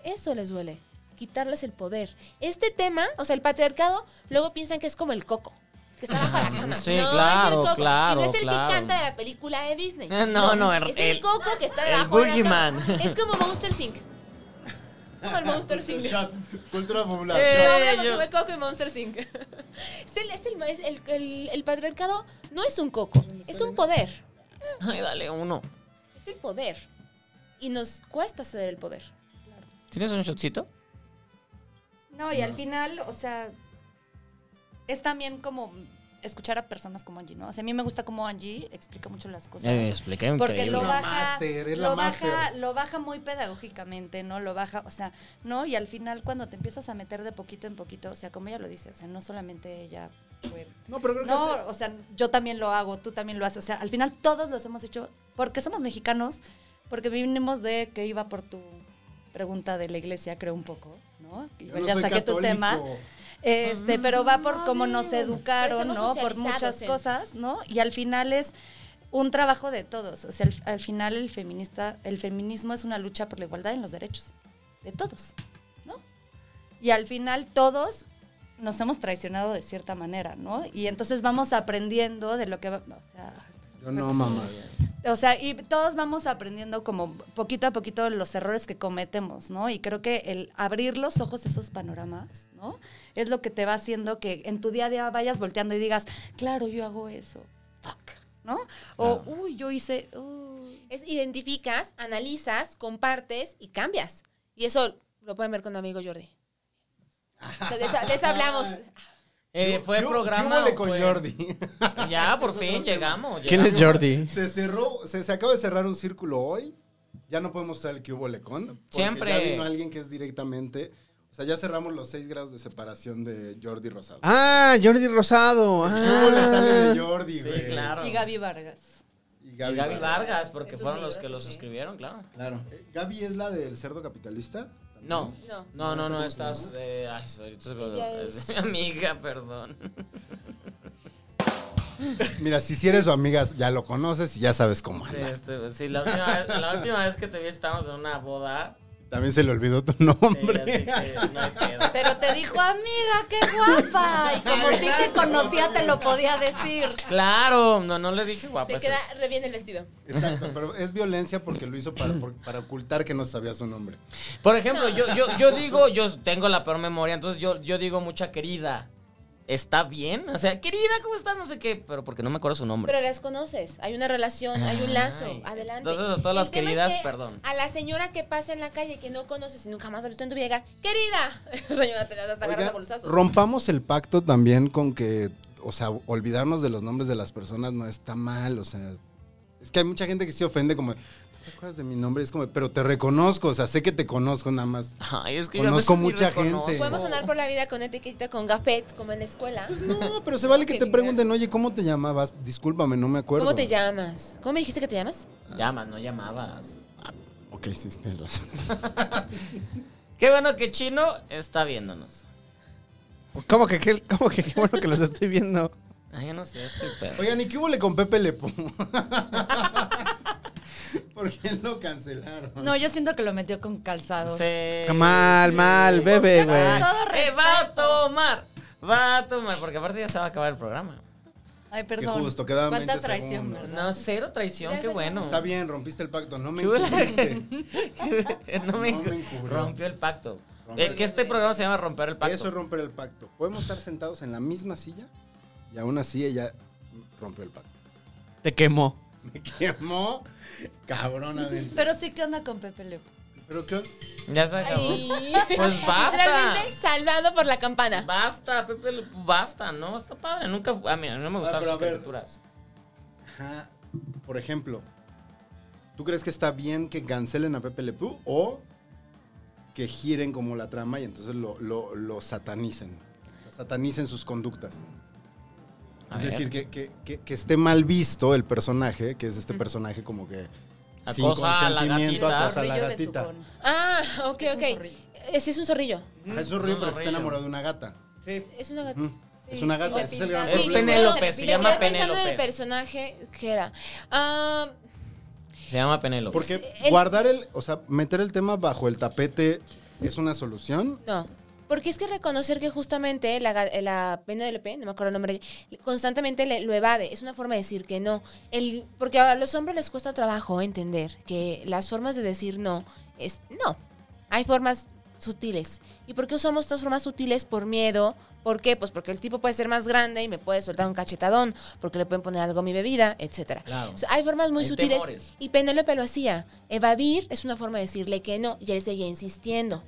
E: Eso les duele, quitarles el poder. Este tema, o sea, el patriarcado, luego piensan que es como el coco. Que está bajo la cama.
B: Sí,
E: no, es el
B: claro,
E: coco.
B: claro,
E: y no es el
B: claro.
E: que canta de la película de Disney.
B: [LAUGHS] No, no, el-
E: es el,
B: el-
E: coco que está
B: el
E: debajo de la
B: boogeyman.
E: cama. Es como Monster Inc. Es como el Monster Inc.
C: Shot. Cultura popular.
B: Eh,
E: No, hablamos
B: yo-
E: de Coco y Monster Inc. [LAUGHS] Es el, es el, es el- el- el patriarcado no es un coco, es un poder.
B: Ay, dale uno.
E: Es el poder. Y nos cuesta ceder el poder.
B: ¿Tienes un shotcito?
G: No, y al final, o sea, es también como escuchar a personas como Angie, ¿no? O sea, a mí me gusta cómo Angie explica mucho las cosas.
B: Eh, expliqué
G: porque
B: increíble.
G: lo
C: Es la
G: baja,
C: máster, es la
G: lo, baja,
C: máster.
G: lo baja muy pedagógicamente, ¿no? Lo baja, o sea, ¿no? Y al final cuando te empiezas a meter de poquito en poquito, o sea, como ella lo dice, o sea, no solamente ella fue
C: No, pero creo que
G: no,
C: es-
G: o sea, yo también lo hago, tú también lo haces. O sea, al final todos los hemos hecho porque somos mexicanos, porque vinimos de que iba por tu pregunta de la iglesia, creo un poco, ¿no?
C: yo
G: Igual
C: no
G: pues ya
C: soy
G: saqué tu
C: católico.
G: tema. Este,
E: Mm,
G: pero va por cómo nos educaron,
E: Pero
G: ¿no?
E: estamos
G: Por muchas
E: socializados en-
G: cosas, ¿no? Y al final es un trabajo de todos. O sea, al, al final el feminista, el feminismo es una lucha por la igualdad en los derechos de todos, ¿no? Y al final todos nos hemos traicionado de cierta manera, ¿no? Y entonces vamos aprendiendo de lo que va, o sea,
C: Yo no, mamá.
G: o sea, y todos vamos aprendiendo como poquito a poquito los errores que cometemos, ¿no? Y creo que el abrir los ojos a esos panoramas, ¿no? Es lo que te va haciendo que en tu día a día vayas volteando y digas, claro, yo hago eso, fuck, ¿no? O, uy, yo hice, uh". [LAUGHS] uy".
E: Es identificas, analizas, compartes y cambias. Y eso lo pueden ver con mi amigo Jordi. O sea, de, esa- de esa hablamos.
B: Eh, ¿Fue
C: Yo-
B: programa?
C: yo
B: o
C: le con
B: fue-
C: Jordi.
B: [LAUGHS] Ya,
C: Ese
B: por
C: es
B: fin
C: otro tema.
B: llegamos.
D: ¿Quién es
B: llegamos.
D: Jordi?
C: Se cerró, se, se acaba de cerrar un círculo hoy. Ya no podemos usar el que hubo lecón. porque
B: Siempre.
C: Ya vino alguien que es directamente. O sea, ya cerramos los seis grados de separación de Jordi Rosado.
D: Ah, Jordi Rosado.
C: ¿Qué hubo le sale
D: Ah.
C: de Jordi,
B: Sí,
C: güey?
B: claro.
G: Y Gaby Vargas.
C: Y
B: Y
C: Gaby,
B: Gaby
C: Vargas.
B: Vargas, porque
E: Esos
B: fueron los
E: libros,
B: que los
E: sí.
B: escribieron, claro.
C: Claro. Eh, ¿Gaby es la del cerdo capitalista?
B: No,
E: No.
B: no, no, no,
C: ¿Cómo se
B: estás.
C: llama?
B: eh, ay, ahorita se me-
E: Ella
B: es
E: es-
B: mi [LAUGHS] amiga, perdón.
C: Mira, si sí eres su amiga, ya lo conoces y ya sabes cómo
B: Sí,
C: anda.
B: este, sí, la, última vez, la última vez que te vi estábamos en una boda.
C: También se le olvidó tu
B: sí,
C: nombre.
B: así que no hay
E: [LAUGHS]
B: pedo.
G: Pero te dijo, amiga, qué guapa. [LAUGHS] Y como sí te conocía, te lo podía decir.
B: Claro, no, no le dije guapa.
E: Te
B: eso.
E: queda re bien el vestido.
C: [LAUGHS] Exacto, pero es violencia porque lo hizo para, por- para ocultar que no sabía su nombre.
B: Por ejemplo, yo, yo, yo digo, yo tengo la peor memoria, entonces yo, yo digo mucha querida. ¿Está bien? O sea, querida, ¿cómo estás? No sé qué, pero porque no me acuerdo su nombre.
E: Pero las conoces, hay una relación, hay un lazo,
B: Ay.
E: adelante.
B: Entonces, a todas las
E: El tema
B: queridas,
E: es que
B: perdón.
E: A la señora que pasa en la calle que no conoces y nunca más has visto en tu vida, diga, querida. [LAUGHS] señora, te das hasta agarras a
C: Oigan,
E: bolsazos.
C: rompamos el pacto también con que, o sea, olvidarnos de los nombres de las personas no está mal, o sea, es que hay mucha gente que se ofende como, no te acuerdas de mi nombre, es como, pero te reconozco, o sea, sé que te conozco nada más.
B: Ay, es que
C: Conozco
B: yo a veces ni
C: mucha
B: reconozco.
C: gente.
E: Podemos andar por la vida con etiqueta, con gafet, como en la escuela.
C: No, pero se vale que
E: Qué
C: te
E: vulgar.
C: pregunten, oye, ¿cómo te llamabas? Discúlpame, no me acuerdo.
E: ¿Cómo te llamas? ¿Cómo me dijiste que te llamas?
B: Llamas, no llamabas.
C: Ok, sí, tienes razón.
B: Qué bueno que Chino está viéndonos.
D: ¿Cómo que qué, cómo que qué bueno que los estoy viendo?
B: Ay, yo no sé, estoy pedo.
C: Oigan, ¿y qué hubo le con Pepe Lepo? [LAUGHS] Porque lo cancelaron.
G: No, yo siento que lo metió con calzado.
B: Eh, Sí.
D: Mal, mal, bebe, güey.
G: Todo
B: Eh,
G: respeto.
B: va a tomar. Va a tomar, porque aparte ya se va a acabar el programa.
G: Ay,
C: Que
G: perdón.
C: justo, quedaba
G: Cuánta
C: 20
G: traición,
C: segundos.
G: ¿verdad?
B: No, cero traición,
E: Ya
B: qué
E: se
B: bueno.
C: Está bien, rompiste el pacto, no me
B: Qué bueno.
C: incumpliste.
B: [LAUGHS] no me,
C: No me encubrió.
B: rompió el pacto.
C: Rompió
B: Eh, que este programa se llama Romper el Pacto.
C: Eso es romper el pacto. Podemos estar sentados en la misma silla y aún así ella rompió el pacto.
D: Te quemó.
C: Me quemó cabronamente.
G: Pero sí, ¿qué onda con Pepe León?
C: Pero qué on-
B: Ya se acabó.
E: Ay.
B: Pues basta.
E: Literalmente salvado por la campana.
B: Basta, Pepe, Le Pew, basta, ¿no? Está padre. Nunca, fu- a mí, a mí no me gustaban
C: Ah, pero
B: sus
C: a ver.
B: caricaturas.
C: Ajá. Por ejemplo, ¿tú crees que está bien que cancelen a Pepe Le Pew o que giren como la trama y entonces lo, lo- lo satanicen? O sea, satanicen sus conductas.
B: A
C: es
B: ver.
C: decir, que, que- que- que esté mal visto el personaje, que es este personaje como que
B: Acosa a la gatita.
C: acosa a la
G: Zorrillo de
C: gatita.
G: Sopón.
E: Ah, ok,
G: Es un
E: ok.
G: zorrillo.
E: Eh, Sí, es un zorrillo.
C: Ajá, es un río, pero
B: Un
C: que está
B: zorrillo.
C: enamorado de una gata.
F: Sí.
E: Es una gata.
C: Mm. es una gata,
G: y le
C: ese es el
G: pinta-
C: gran
B: Es
E: Sí,
C: problema.
B: Penélope,
E: perdón,
B: se
E: me
B: llama
E: quedé pensando en el
B: Penélope.
E: personaje que era. Ah,
B: Se llama Penélope.
C: Porque
E: el-
C: guardar el, o sea, meter el tema bajo el tapete es una solución.
E: No. Porque es que reconocer que justamente la, ga- la Penélope, no me acuerdo el nombre, constantemente le- lo evade. Es una forma de decir que no. El, porque a los hombres les cuesta trabajo entender que las formas de decir no es no. Hay formas sutiles. ¿Y por qué usamos estas formas sutiles? Por miedo. ¿Por qué? Pues porque el tipo puede ser más grande y me puede soltar un cachetadón, porque le pueden poner algo a mi bebida, etcétera.
B: Claro.
E: O sea, Hay formas muy
B: Hay
E: sutiles
B: temores.
E: y Penélope lo hacía. Evadir es una forma de decirle que no y él seguía insistiendo.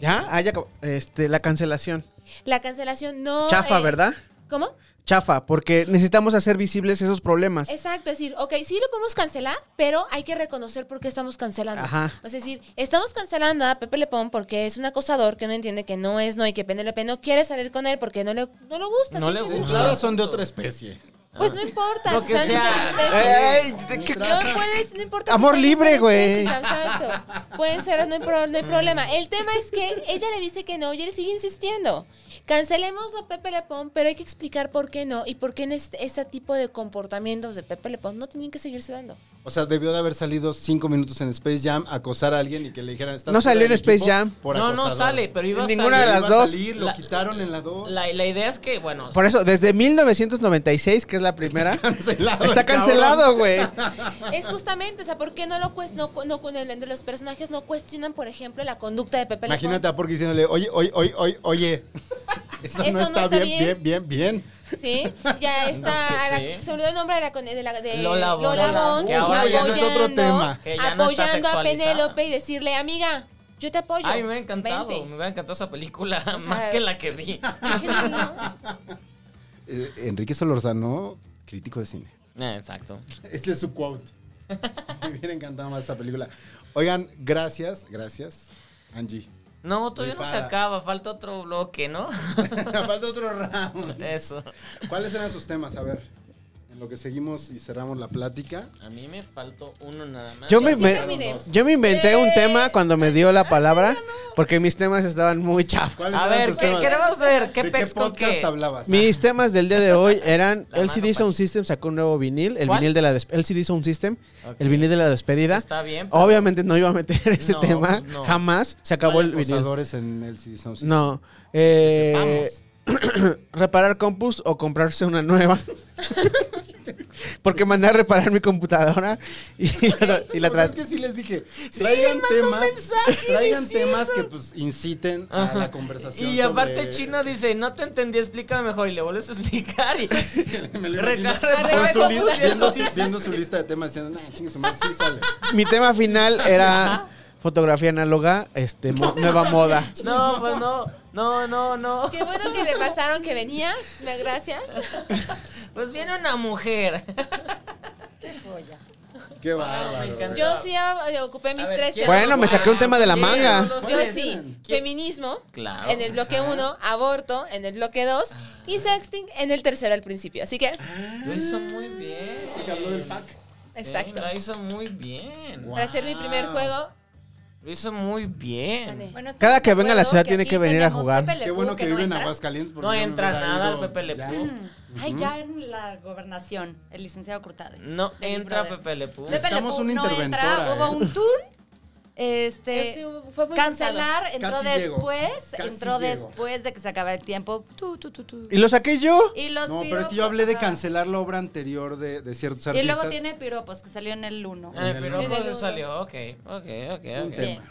D: ¿Ya? Ah, ya acabó. Este, la cancelación.
E: La cancelación no.
D: Chafa,
E: eh,
D: ¿verdad?
E: ¿Cómo?
D: Chafa, porque necesitamos hacer visibles esos problemas.
E: Exacto, es decir, ok, sí lo podemos cancelar, pero hay que reconocer por qué estamos cancelando.
D: Ajá.
E: Es decir, estamos cancelando a Pepe Lepón porque es un acosador que no entiende que no es no y que Penélope no quiere salir con él porque no le, no le gusta.
B: No
E: así
B: le
E: que es
B: gusta.
E: un-
C: Usadas son de otra especie.
E: Pues no importa.
B: Lo
E: si
B: que
E: salen
B: sea.
E: otras veces.
D: ¡Ey! ¿qué- qué-
E: No puedes, no importa. que
D: Amor
E: salgan
D: libre,
E: varias
D: güey.
E: veces, Exacto. Pueden ser, no hay, pro- no hay problema. El tema es que ella le dice que no y él sigue insistiendo. Cancelemos a Pepe Lepón, pero hay que explicar por qué no y por qué en este, este tipo de comportamientos de Pepe Lepón no tienen que seguirse dando.
C: O sea, debió de haber salido cinco minutos en Space Jam, acosar a alguien y que le dijeran. "Estás
D: No
C: fuera
D: salió en
C: del
D: Space
C: equipo
D: Jam.
C: por
B: no, no
C: acosador".
B: sale, pero iba a
D: Ninguna de
B: salir.
D: las
C: Iba a
D: dos.
C: salir, lo
B: La-
C: quitaron en la dos.
B: La, la idea es que, bueno.
D: Por eso, desde 1996, que es la primera,
C: [LAUGHS] Cancelado
D: está
C: el cabrón.
D: cancelado, güey.
E: Es justamente, o sea, ¿por qué no lo cues- no, no, con el- entre los personajes no cuestionan, por ejemplo, la conducta de Pepe Lepón?
C: Imagínate a Porky diciéndole, oye, oye, oye, oye, oye. [LAUGHS] Eso, no está, bien, bien, bien, bien.
E: Sí,
B: [LAUGHS]
E: ya está.
B: No,
E: la-
B: es que sí.
E: se me olvidó el nombre de la, con- de la- de
B: Lola Bon. Lola Bon.
E: Bon,
B: Que ahora
C: ya ese es otro
E: apoyando-
C: tema.
B: Que ya no está
E: apoyando a
B: sexualizada.
E: Penélope y decirle, amiga, yo te apoyo.
B: Ay, me hubiera encantado.
E: Vente".
B: Me hubiera encantado esa película.
E: O sea,
B: [LAUGHS] más que la que
E: [LAUGHS]
B: vi.
C: Eh, Enrique Solorzano, crítico de cine.
B: Eh, Exacto.
C: Este es su quote. [LAUGHS] Me hubiera encantado más esa película. Oigan, gracias, gracias, Angie. [LAUGHS]
B: No, todavía no se
C: Rifada.
B: acaba. Falta otro bloque, ¿no? [LAUGHS]
C: Falta otro round.
B: Eso.
C: ¿Cuáles eran sus temas? A ver, en lo que seguimos y cerramos la plática.
B: A mí me faltó uno nada más.
D: Yo me,
B: Ya
D: me-
E: terminé.
D: yo me inventé un tema cuando me dio
B: Ah,
D: la palabra, porque mis temas estaban muy chafas.
C: ¿Cuáles
B: A
C: eran
B: ver,
C: tus
B: ¿qué
C: temas?
B: queremos ver? ¿Qué
C: ¿De qué
B: pex con
C: podcast
B: qué?
C: hablabas?
D: Mis temas del día de
B: [LAUGHS]
D: hoy eran
B: La mano
D: LCD Sound System sacó un nuevo vinil, el
B: ¿Cuál?
D: vinil de la des- LCD Sound System,
B: Ok.
D: el vinil de la despedida.
B: Está bien, pero-
D: Obviamente no iba a meter [LAUGHS] ese
B: No,
D: tema,
B: no.
D: jamás. Se
C: No hay
D: acabó el vinil.
C: acosadores en el CD Sound System.
D: No. eh,
C: Sepamos.
D: reparar compus o comprarse una
B: [LAUGHS]
D: nueva. [LAUGHS] Porque mandé a reparar mi computadora
B: [LAUGHS]
D: y la, y la
C: Pero
D: tra-
C: es que sí les dije, traigan temas, traigan temas que pues inciten a la
B: Ajá.
C: conversación.
B: Y aparte
C: sobre-
B: el
C: [LAUGHS]
B: chino dice, no te entendí, explícame mejor. Y le vuelves a explicar y...
C: Me lo imagino
B: [LAUGHS] Recarga- Pues
C: con su li-
B: Recarga-
C: viendo, su- viendo su lista de temas diciendo, nah, chingue su madre, sí sale.
D: Mi tema final era fotografía análoga, este mo- nueva moda.
B: No, pues no, no, no, no.
E: Qué bueno que le pasaron que venías. Me gracias.
B: Pues viene una mujer.
C: Qué bárbaro.
B: encanta.
C: güey.
E: Yo sí ah, ocupé mis
B: A ver,
E: tres
B: ¿quién-
D: Bueno, me saqué un tema de la
B: ¿quién?
D: manga.
B: No lo
E: Yo
B: sé.
E: sí,
B: ¿Quién?
E: feminismo
B: Claro.
E: en el bloque 1, aborto en el bloque 2 y sexting en el tercero al principio. Así que,
B: Lo hizo muy bien.
C: habló del pack.
B: Sí,
E: exacto.
B: Lo hizo muy bien.
E: Para hacer mi primer juego,
B: Lo hizo muy bien.
E: gané.
G: Bueno,
D: Cada
G: ¿estamos
D: Ah, que
G: de
D: venga a la
G: acuerdo
D: ciudad tiene
G: aquí
D: que venir a
G: tenemos
D: jugar?
G: Pepe
C: Qué
G: Le Pew
C: bueno que, vive en
G: entra?
C: Aguascalientes porque
B: No
C: yo me
B: entra
C: hubiera
B: nada
C: ido.
B: al Pepe Le
C: Ya.
B: Pew.
G: Ay, ya en la gobernación, el licenciado Curtade.
B: No
G: Big
B: entra
G: Brother.
B: Pepe Le Pew.
G: Pepe Le
C: Necesitamos
G: Pew
C: una
G: no entra,
C: interventora,
G: Hubo
C: ¿eh?
G: un tour. Este,
E: Sí, fue muy
G: cancelar entró
C: Casi llego.
G: después,
C: Casi
G: entró
C: llego.
G: después de que se acabara el tiempo. Tú, tú, tú, tú.
D: ¿Y lo saqué yo?
G: Y los
C: No, pero es que yo
G: piropos,
C: hablé de
G: ajá.
C: cancelar la obra anterior de, de ciertos
G: Y
C: artistas.
G: luego tiene piropos que salió en el 1.
B: Ah, El piropo
E: En el
B: se
E: uno.
B: salió, ok, ok, ok, ok.
G: Bien.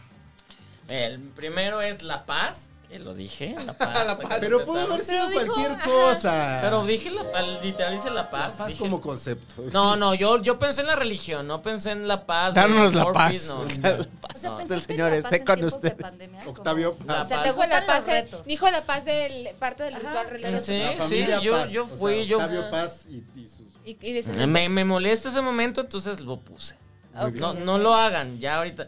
B: El primero es La Paz, que lo dije,
C: [LAUGHS]
B: La Paz.
F: La Paz.
B: que
C: Pero
B: se
C: pudo
B: sabe.
C: haber sido
E: Pero dijo,
C: cualquier
E: ajá.
C: cosa.
B: Pero dije, la, al- literal dice La Paz.
C: La paz
B: dije-
C: como concepto.
B: No, no, yo, yo pensé en la religión, no pensé en La Paz. de
D: Darnos la
B: Four
D: paz.
B: Peace,
D: [LAUGHS]
B: no.
D: O sea,
B: No.
G: O sea,
B: No.
G: pensaste
D: Del
G: en
D: señor,
G: la
D: esté
G: paz en
D: con
G: tiempos de
D: ustedes.
G: pandemia, como-
C: Octavio
B: La
E: O sea,
B: Paz.
E: te
G: Me
E: fue la
G: gustan los
E: paz, eh,
G: retos.
E: dijo la paz del parte del
G: Ajá.
E: ritual religioso.
B: Sí.
C: la familia
B: yo-
C: Paz.
B: yo
C: o sea,
B: fui, yo-
C: Octavio Paz y, y sus.
E: Y, y de
B: Me, me molesta ese momento, entonces lo puse.
C: Ah,
E: Ok.
B: No, no lo hagan, ya ahorita.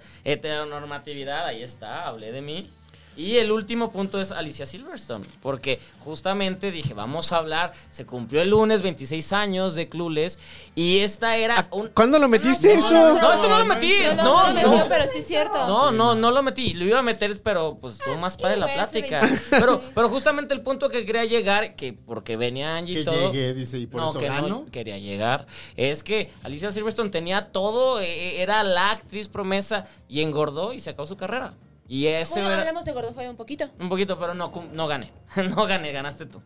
B: Heteronormatividad, ahí está, hablé de mí. Y el último punto es Alicia Silverstone, porque justamente dije, vamos a hablar, se cumplió el lunes 26 años de Clueless y esta
D: Ah,
B: era un...
D: ¿Cuándo lo metiste
E: no,
D: eso?
E: no,
B: No, esto no lo metí,
E: No, no,
B: no,
E: no, lo metió,
B: no.
E: pero sí es cierto.
B: No, no, no lo metí. Lo iba a meter, pero pues tú más padre la
E: güey, hace
B: plática.
E: 20.
B: [LAUGHS] Pero, pero justamente el punto que quería llegar, que porque venía Angie
C: Que
B: y todo.
C: llegué, dice, y por
B: no,
C: eso
B: que
C: gano.
B: no quería llegar. Es que Alicia Silverstone tenía todo, eh, era la actriz promesa y engordó y se acabó su carrera. Y ese
E: Bueno,
B: era
E: hablamos de gordofobia un poquito.
B: un poquito, pero no, cum- no gané. [LAUGHS] No gané, ganaste tú.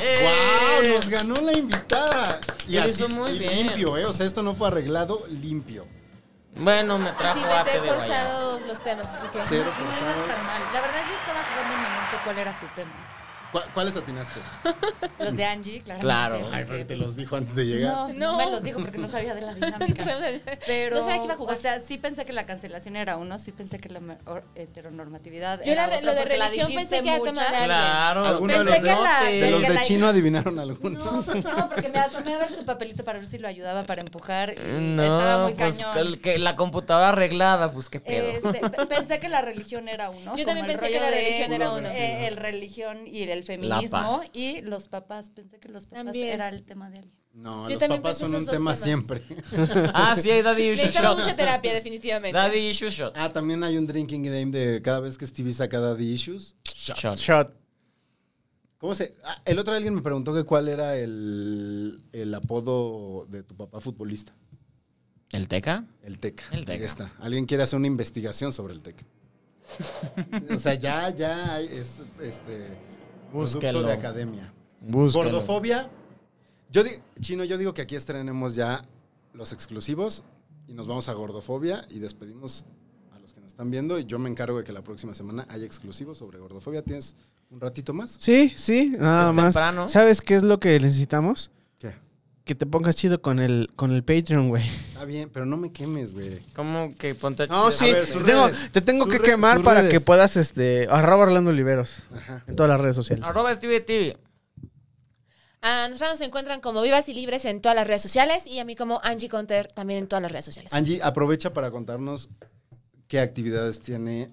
B: ¡Eh!
C: ¡Guau! Nos ganó la invitada. Y
B: Lo
C: así,
B: hizo muy
C: y
B: bien.
C: limpio, ¿eh? O sea, esto no fue arreglado, limpio.
B: Bueno, me trajo
E: Así
B: a
E: Pues vete
B: TV Guayaba.
E: forzados los temas, así que.
C: Cero
G: No, no está
C: forzados.
G: mal. La verdad yo estaba jugando en mi mente cuál era su tema.
C: ¿Cuá- ¿Cuáles atinaste?
G: Los de Angie, claramente.
B: Claro.
G: porque-
C: Ay, pero te los dijo antes de llegar.
G: No,
E: No.
G: no me los dijo porque no sabía de la
E: [LAUGHS] No
G: dinámica.
E: sabemos de-
G: Pero,
E: no sabía que iba a jugar.
G: O sea, sí pensé que la cancelación era uno, sí pensé que la me- or- heteronormatividad
E: Yo la
G: era
E: re-
G: otro,
E: lo de
G: porque la
E: religión
G: dijiste
E: pensé que era
G: mucho.
E: tema de alguien.
B: Claro.
C: Alguno
G: de Pensé los que de- la-
C: De los
G: que
C: de
G: la-
C: chino adivinaron alguno.
G: [LAUGHS] No, no, porque me asomé a ver su papelito para ver si lo ayudaba para empujar. Y estaba
B: No,
G: muy
B: pues
G: cañón.
B: el que la computadora arreglada, pues qué pedo.
G: Este, pe- pensé que la religión era uno.
E: Yo
G: como
E: también
G: el
E: pensé que
G: rollo
E: la
G: de,
E: religión era uno.
G: eh, el religión y el feminismo y los papás. Pensé que los papás
E: También.
G: era el tema de alguien.
C: No,
E: Yo
C: los
E: también
C: papás
E: pensé
C: son un
E: esos dos
C: tema
E: temas.
C: siempre.
B: [LAUGHS]
C: [LAUGHS]
B: Ah, sí, hay Daddy Issue
E: Necesitaba
B: Shot.
E: mucha terapia, definitivamente.
B: Daddy Issue Shot.
C: Ah, también hay un drinking game de cada vez que Stevie saca Daddy Issues.
B: Shot.
D: Shot.
C: ¿Cómo se...? ah, el otro día alguien me preguntó que cuál era el, el apodo de tu papá futbolista.
B: ¿El Teca?
C: El Teca.
B: El Teca.
C: Ahí está. Alguien quiere hacer una investigación sobre el
B: [LAUGHS]
C: Teca. o sea, ya, ya hay es este
B: Búsquelo.
C: producto de academia.
B: Búsquelo.
C: Gordofobia. Yo di- Chino, yo digo que aquí estrenemos ya los exclusivos y nos vamos a gordofobia y despedimos a los que nos están viendo y yo me encargo de que la próxima semana haya exclusivos sobre gordofobia. ¿Tienes un ratito más?
D: Sí, sí, nada
B: Es
D: más.
B: temprano.
D: ¿Sabes qué es lo que necesitamos?
C: ¿Qué?
D: Que te pongas chido con el, con el Patreon, güey.
C: Está bien, pero no me quemes, güey.
B: ¿Cómo que ponte
D: No, [LAUGHS]
B: chido?
D: sí,
C: A ver,
D: te
C: sus
D: tengo-
C: redes.
D: te tengo
C: Sus
D: que
C: redes,
D: quemar
C: sus
D: para
C: redes.
D: que puedas, este, arroba Orlando Oliveros
C: Ajá.
D: en todas las redes sociales.
B: Arroba Stevie TV.
E: A nosotros Ah, nos encuentran como Vivas y Libres en todas las redes sociales y a mí como Angie Conter también en todas las redes sociales.
C: Angie, aprovecha para contarnos qué actividades tiene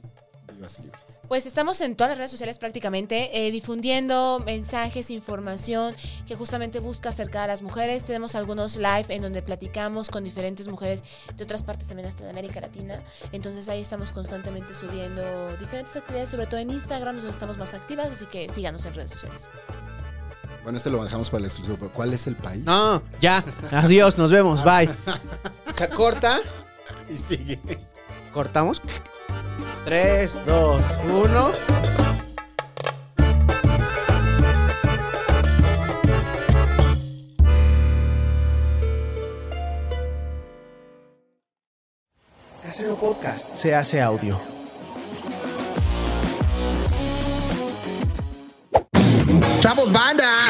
C: Vivas y Libres.
E: Pues estamos en todas las redes sociales prácticamente eh, difundiendo mensajes, información que justamente busca acercar a las mujeres. Tenemos algunos live en donde platicamos con diferentes mujeres de otras partes también hasta de América Latina. Entonces ahí estamos constantemente subiendo diferentes actividades, sobre todo en Instagram, es donde estamos más activas, así que síganos en redes sociales.
C: Bueno, este lo dejamos para el exclusivo, pero ¿cuál es el país?
D: No, ya. Adiós, nos vemos, bye. Se corta.
C: [LAUGHS] Y sigue.
D: Cortamos. 3, 2, 1.
H: Casero Podcast se hace audio.
I: ¡Chavos, banda!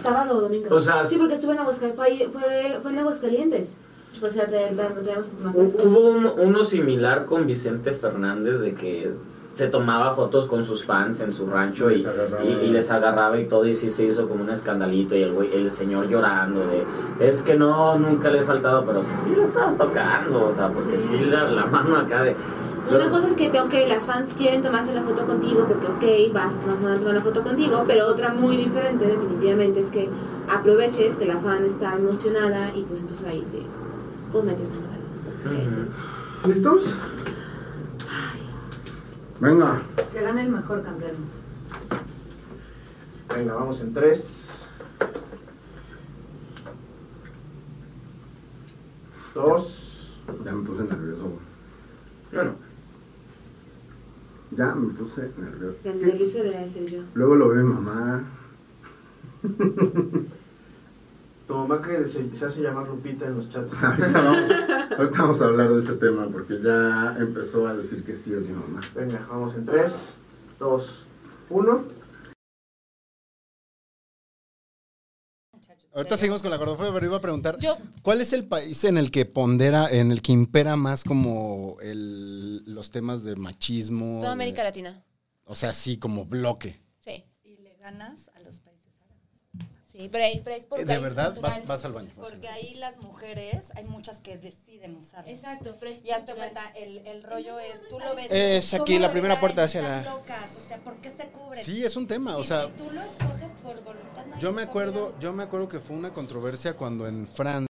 J: Sábado o domingo.
B: O sea,
J: sí, porque estuve en Aguascalientes. Fue, fue, fue en Aguascalientes. Por eso ya trae- trae- traemos un tema fresco.
B: Pues, Hubo un- uno similar con Vicente Fernández de que se tomaba fotos con sus fans en su rancho y,
C: Les agarraba.
B: y, y les agarraba y todo y sí se hizo como un escandalito y el, güey- el señor llorando de es que no, nunca le he faltado, pero sí le estabas tocando, o sea, porque sí,
J: Sí.
B: la, la mano acá de...
J: Una cosa es que, te- ok, las fans quieren tomarse la foto contigo porque, ok, vas, vas a tomar la foto contigo, pero otra muy diferente definitivamente es que aproveches que la fan está emocionada y pues entonces ahí te pues metes mano. ¿verdad? Eso.
A: ¿Listos? Venga,
J: Que gane el mejor campeones.
A: venga, vamos en tres. Dos. Ya me puse nervioso, güey. Bueno. Ya me puse nervioso.
J: El nervioso debería de ser yo.
A: Luego lo ve mi mamá. [LAUGHS]
F: Tu mamá que se, se hace llamar Lupita en los chats.
A: Ahorita vamos, ahorita vamos a hablar de ese tema porque ya empezó a decir que sí es mi mamá.
F: Venga, vamos en 3, 2, 1.
C: Ahorita seguimos con la gordofobia, pero iba a preguntar,
E: Yo-
C: ¿cuál es el país en el que pondera, en el que impera más como el- los temas de machismo?
E: Toda
C: de-
E: América Latina.
C: o sea, sí, como bloque.
E: Sí.
G: Y le ganas a los países
E: Sí, pero, ahí- pero es por
C: Eh, de
E: país
C: verdad,
E: cultural.
C: vas, vas al baño. vas al
G: Porque ahí las mujeres, hay muchas que deciden usar.
J: Exacto, pero es
G: Y hazte
J: cultural.
G: cuenta, el, el rollo es, tú lo ves.
D: Es aquí
G: ¿cómo
D: la
G: lo
D: primera
G: dejaron?
D: puerta hacia
G: Están
D: la-
G: locas, o sea, ¿por qué se cubren?
C: baño. Sí, es un tema, o
G: Y
C: sea,
G: si tú lo escoges por voluntad, nadie
C: yo
G: te
C: me
G: está
C: acuerdo, yo me acuerdo que fue una controversia cuando en Francia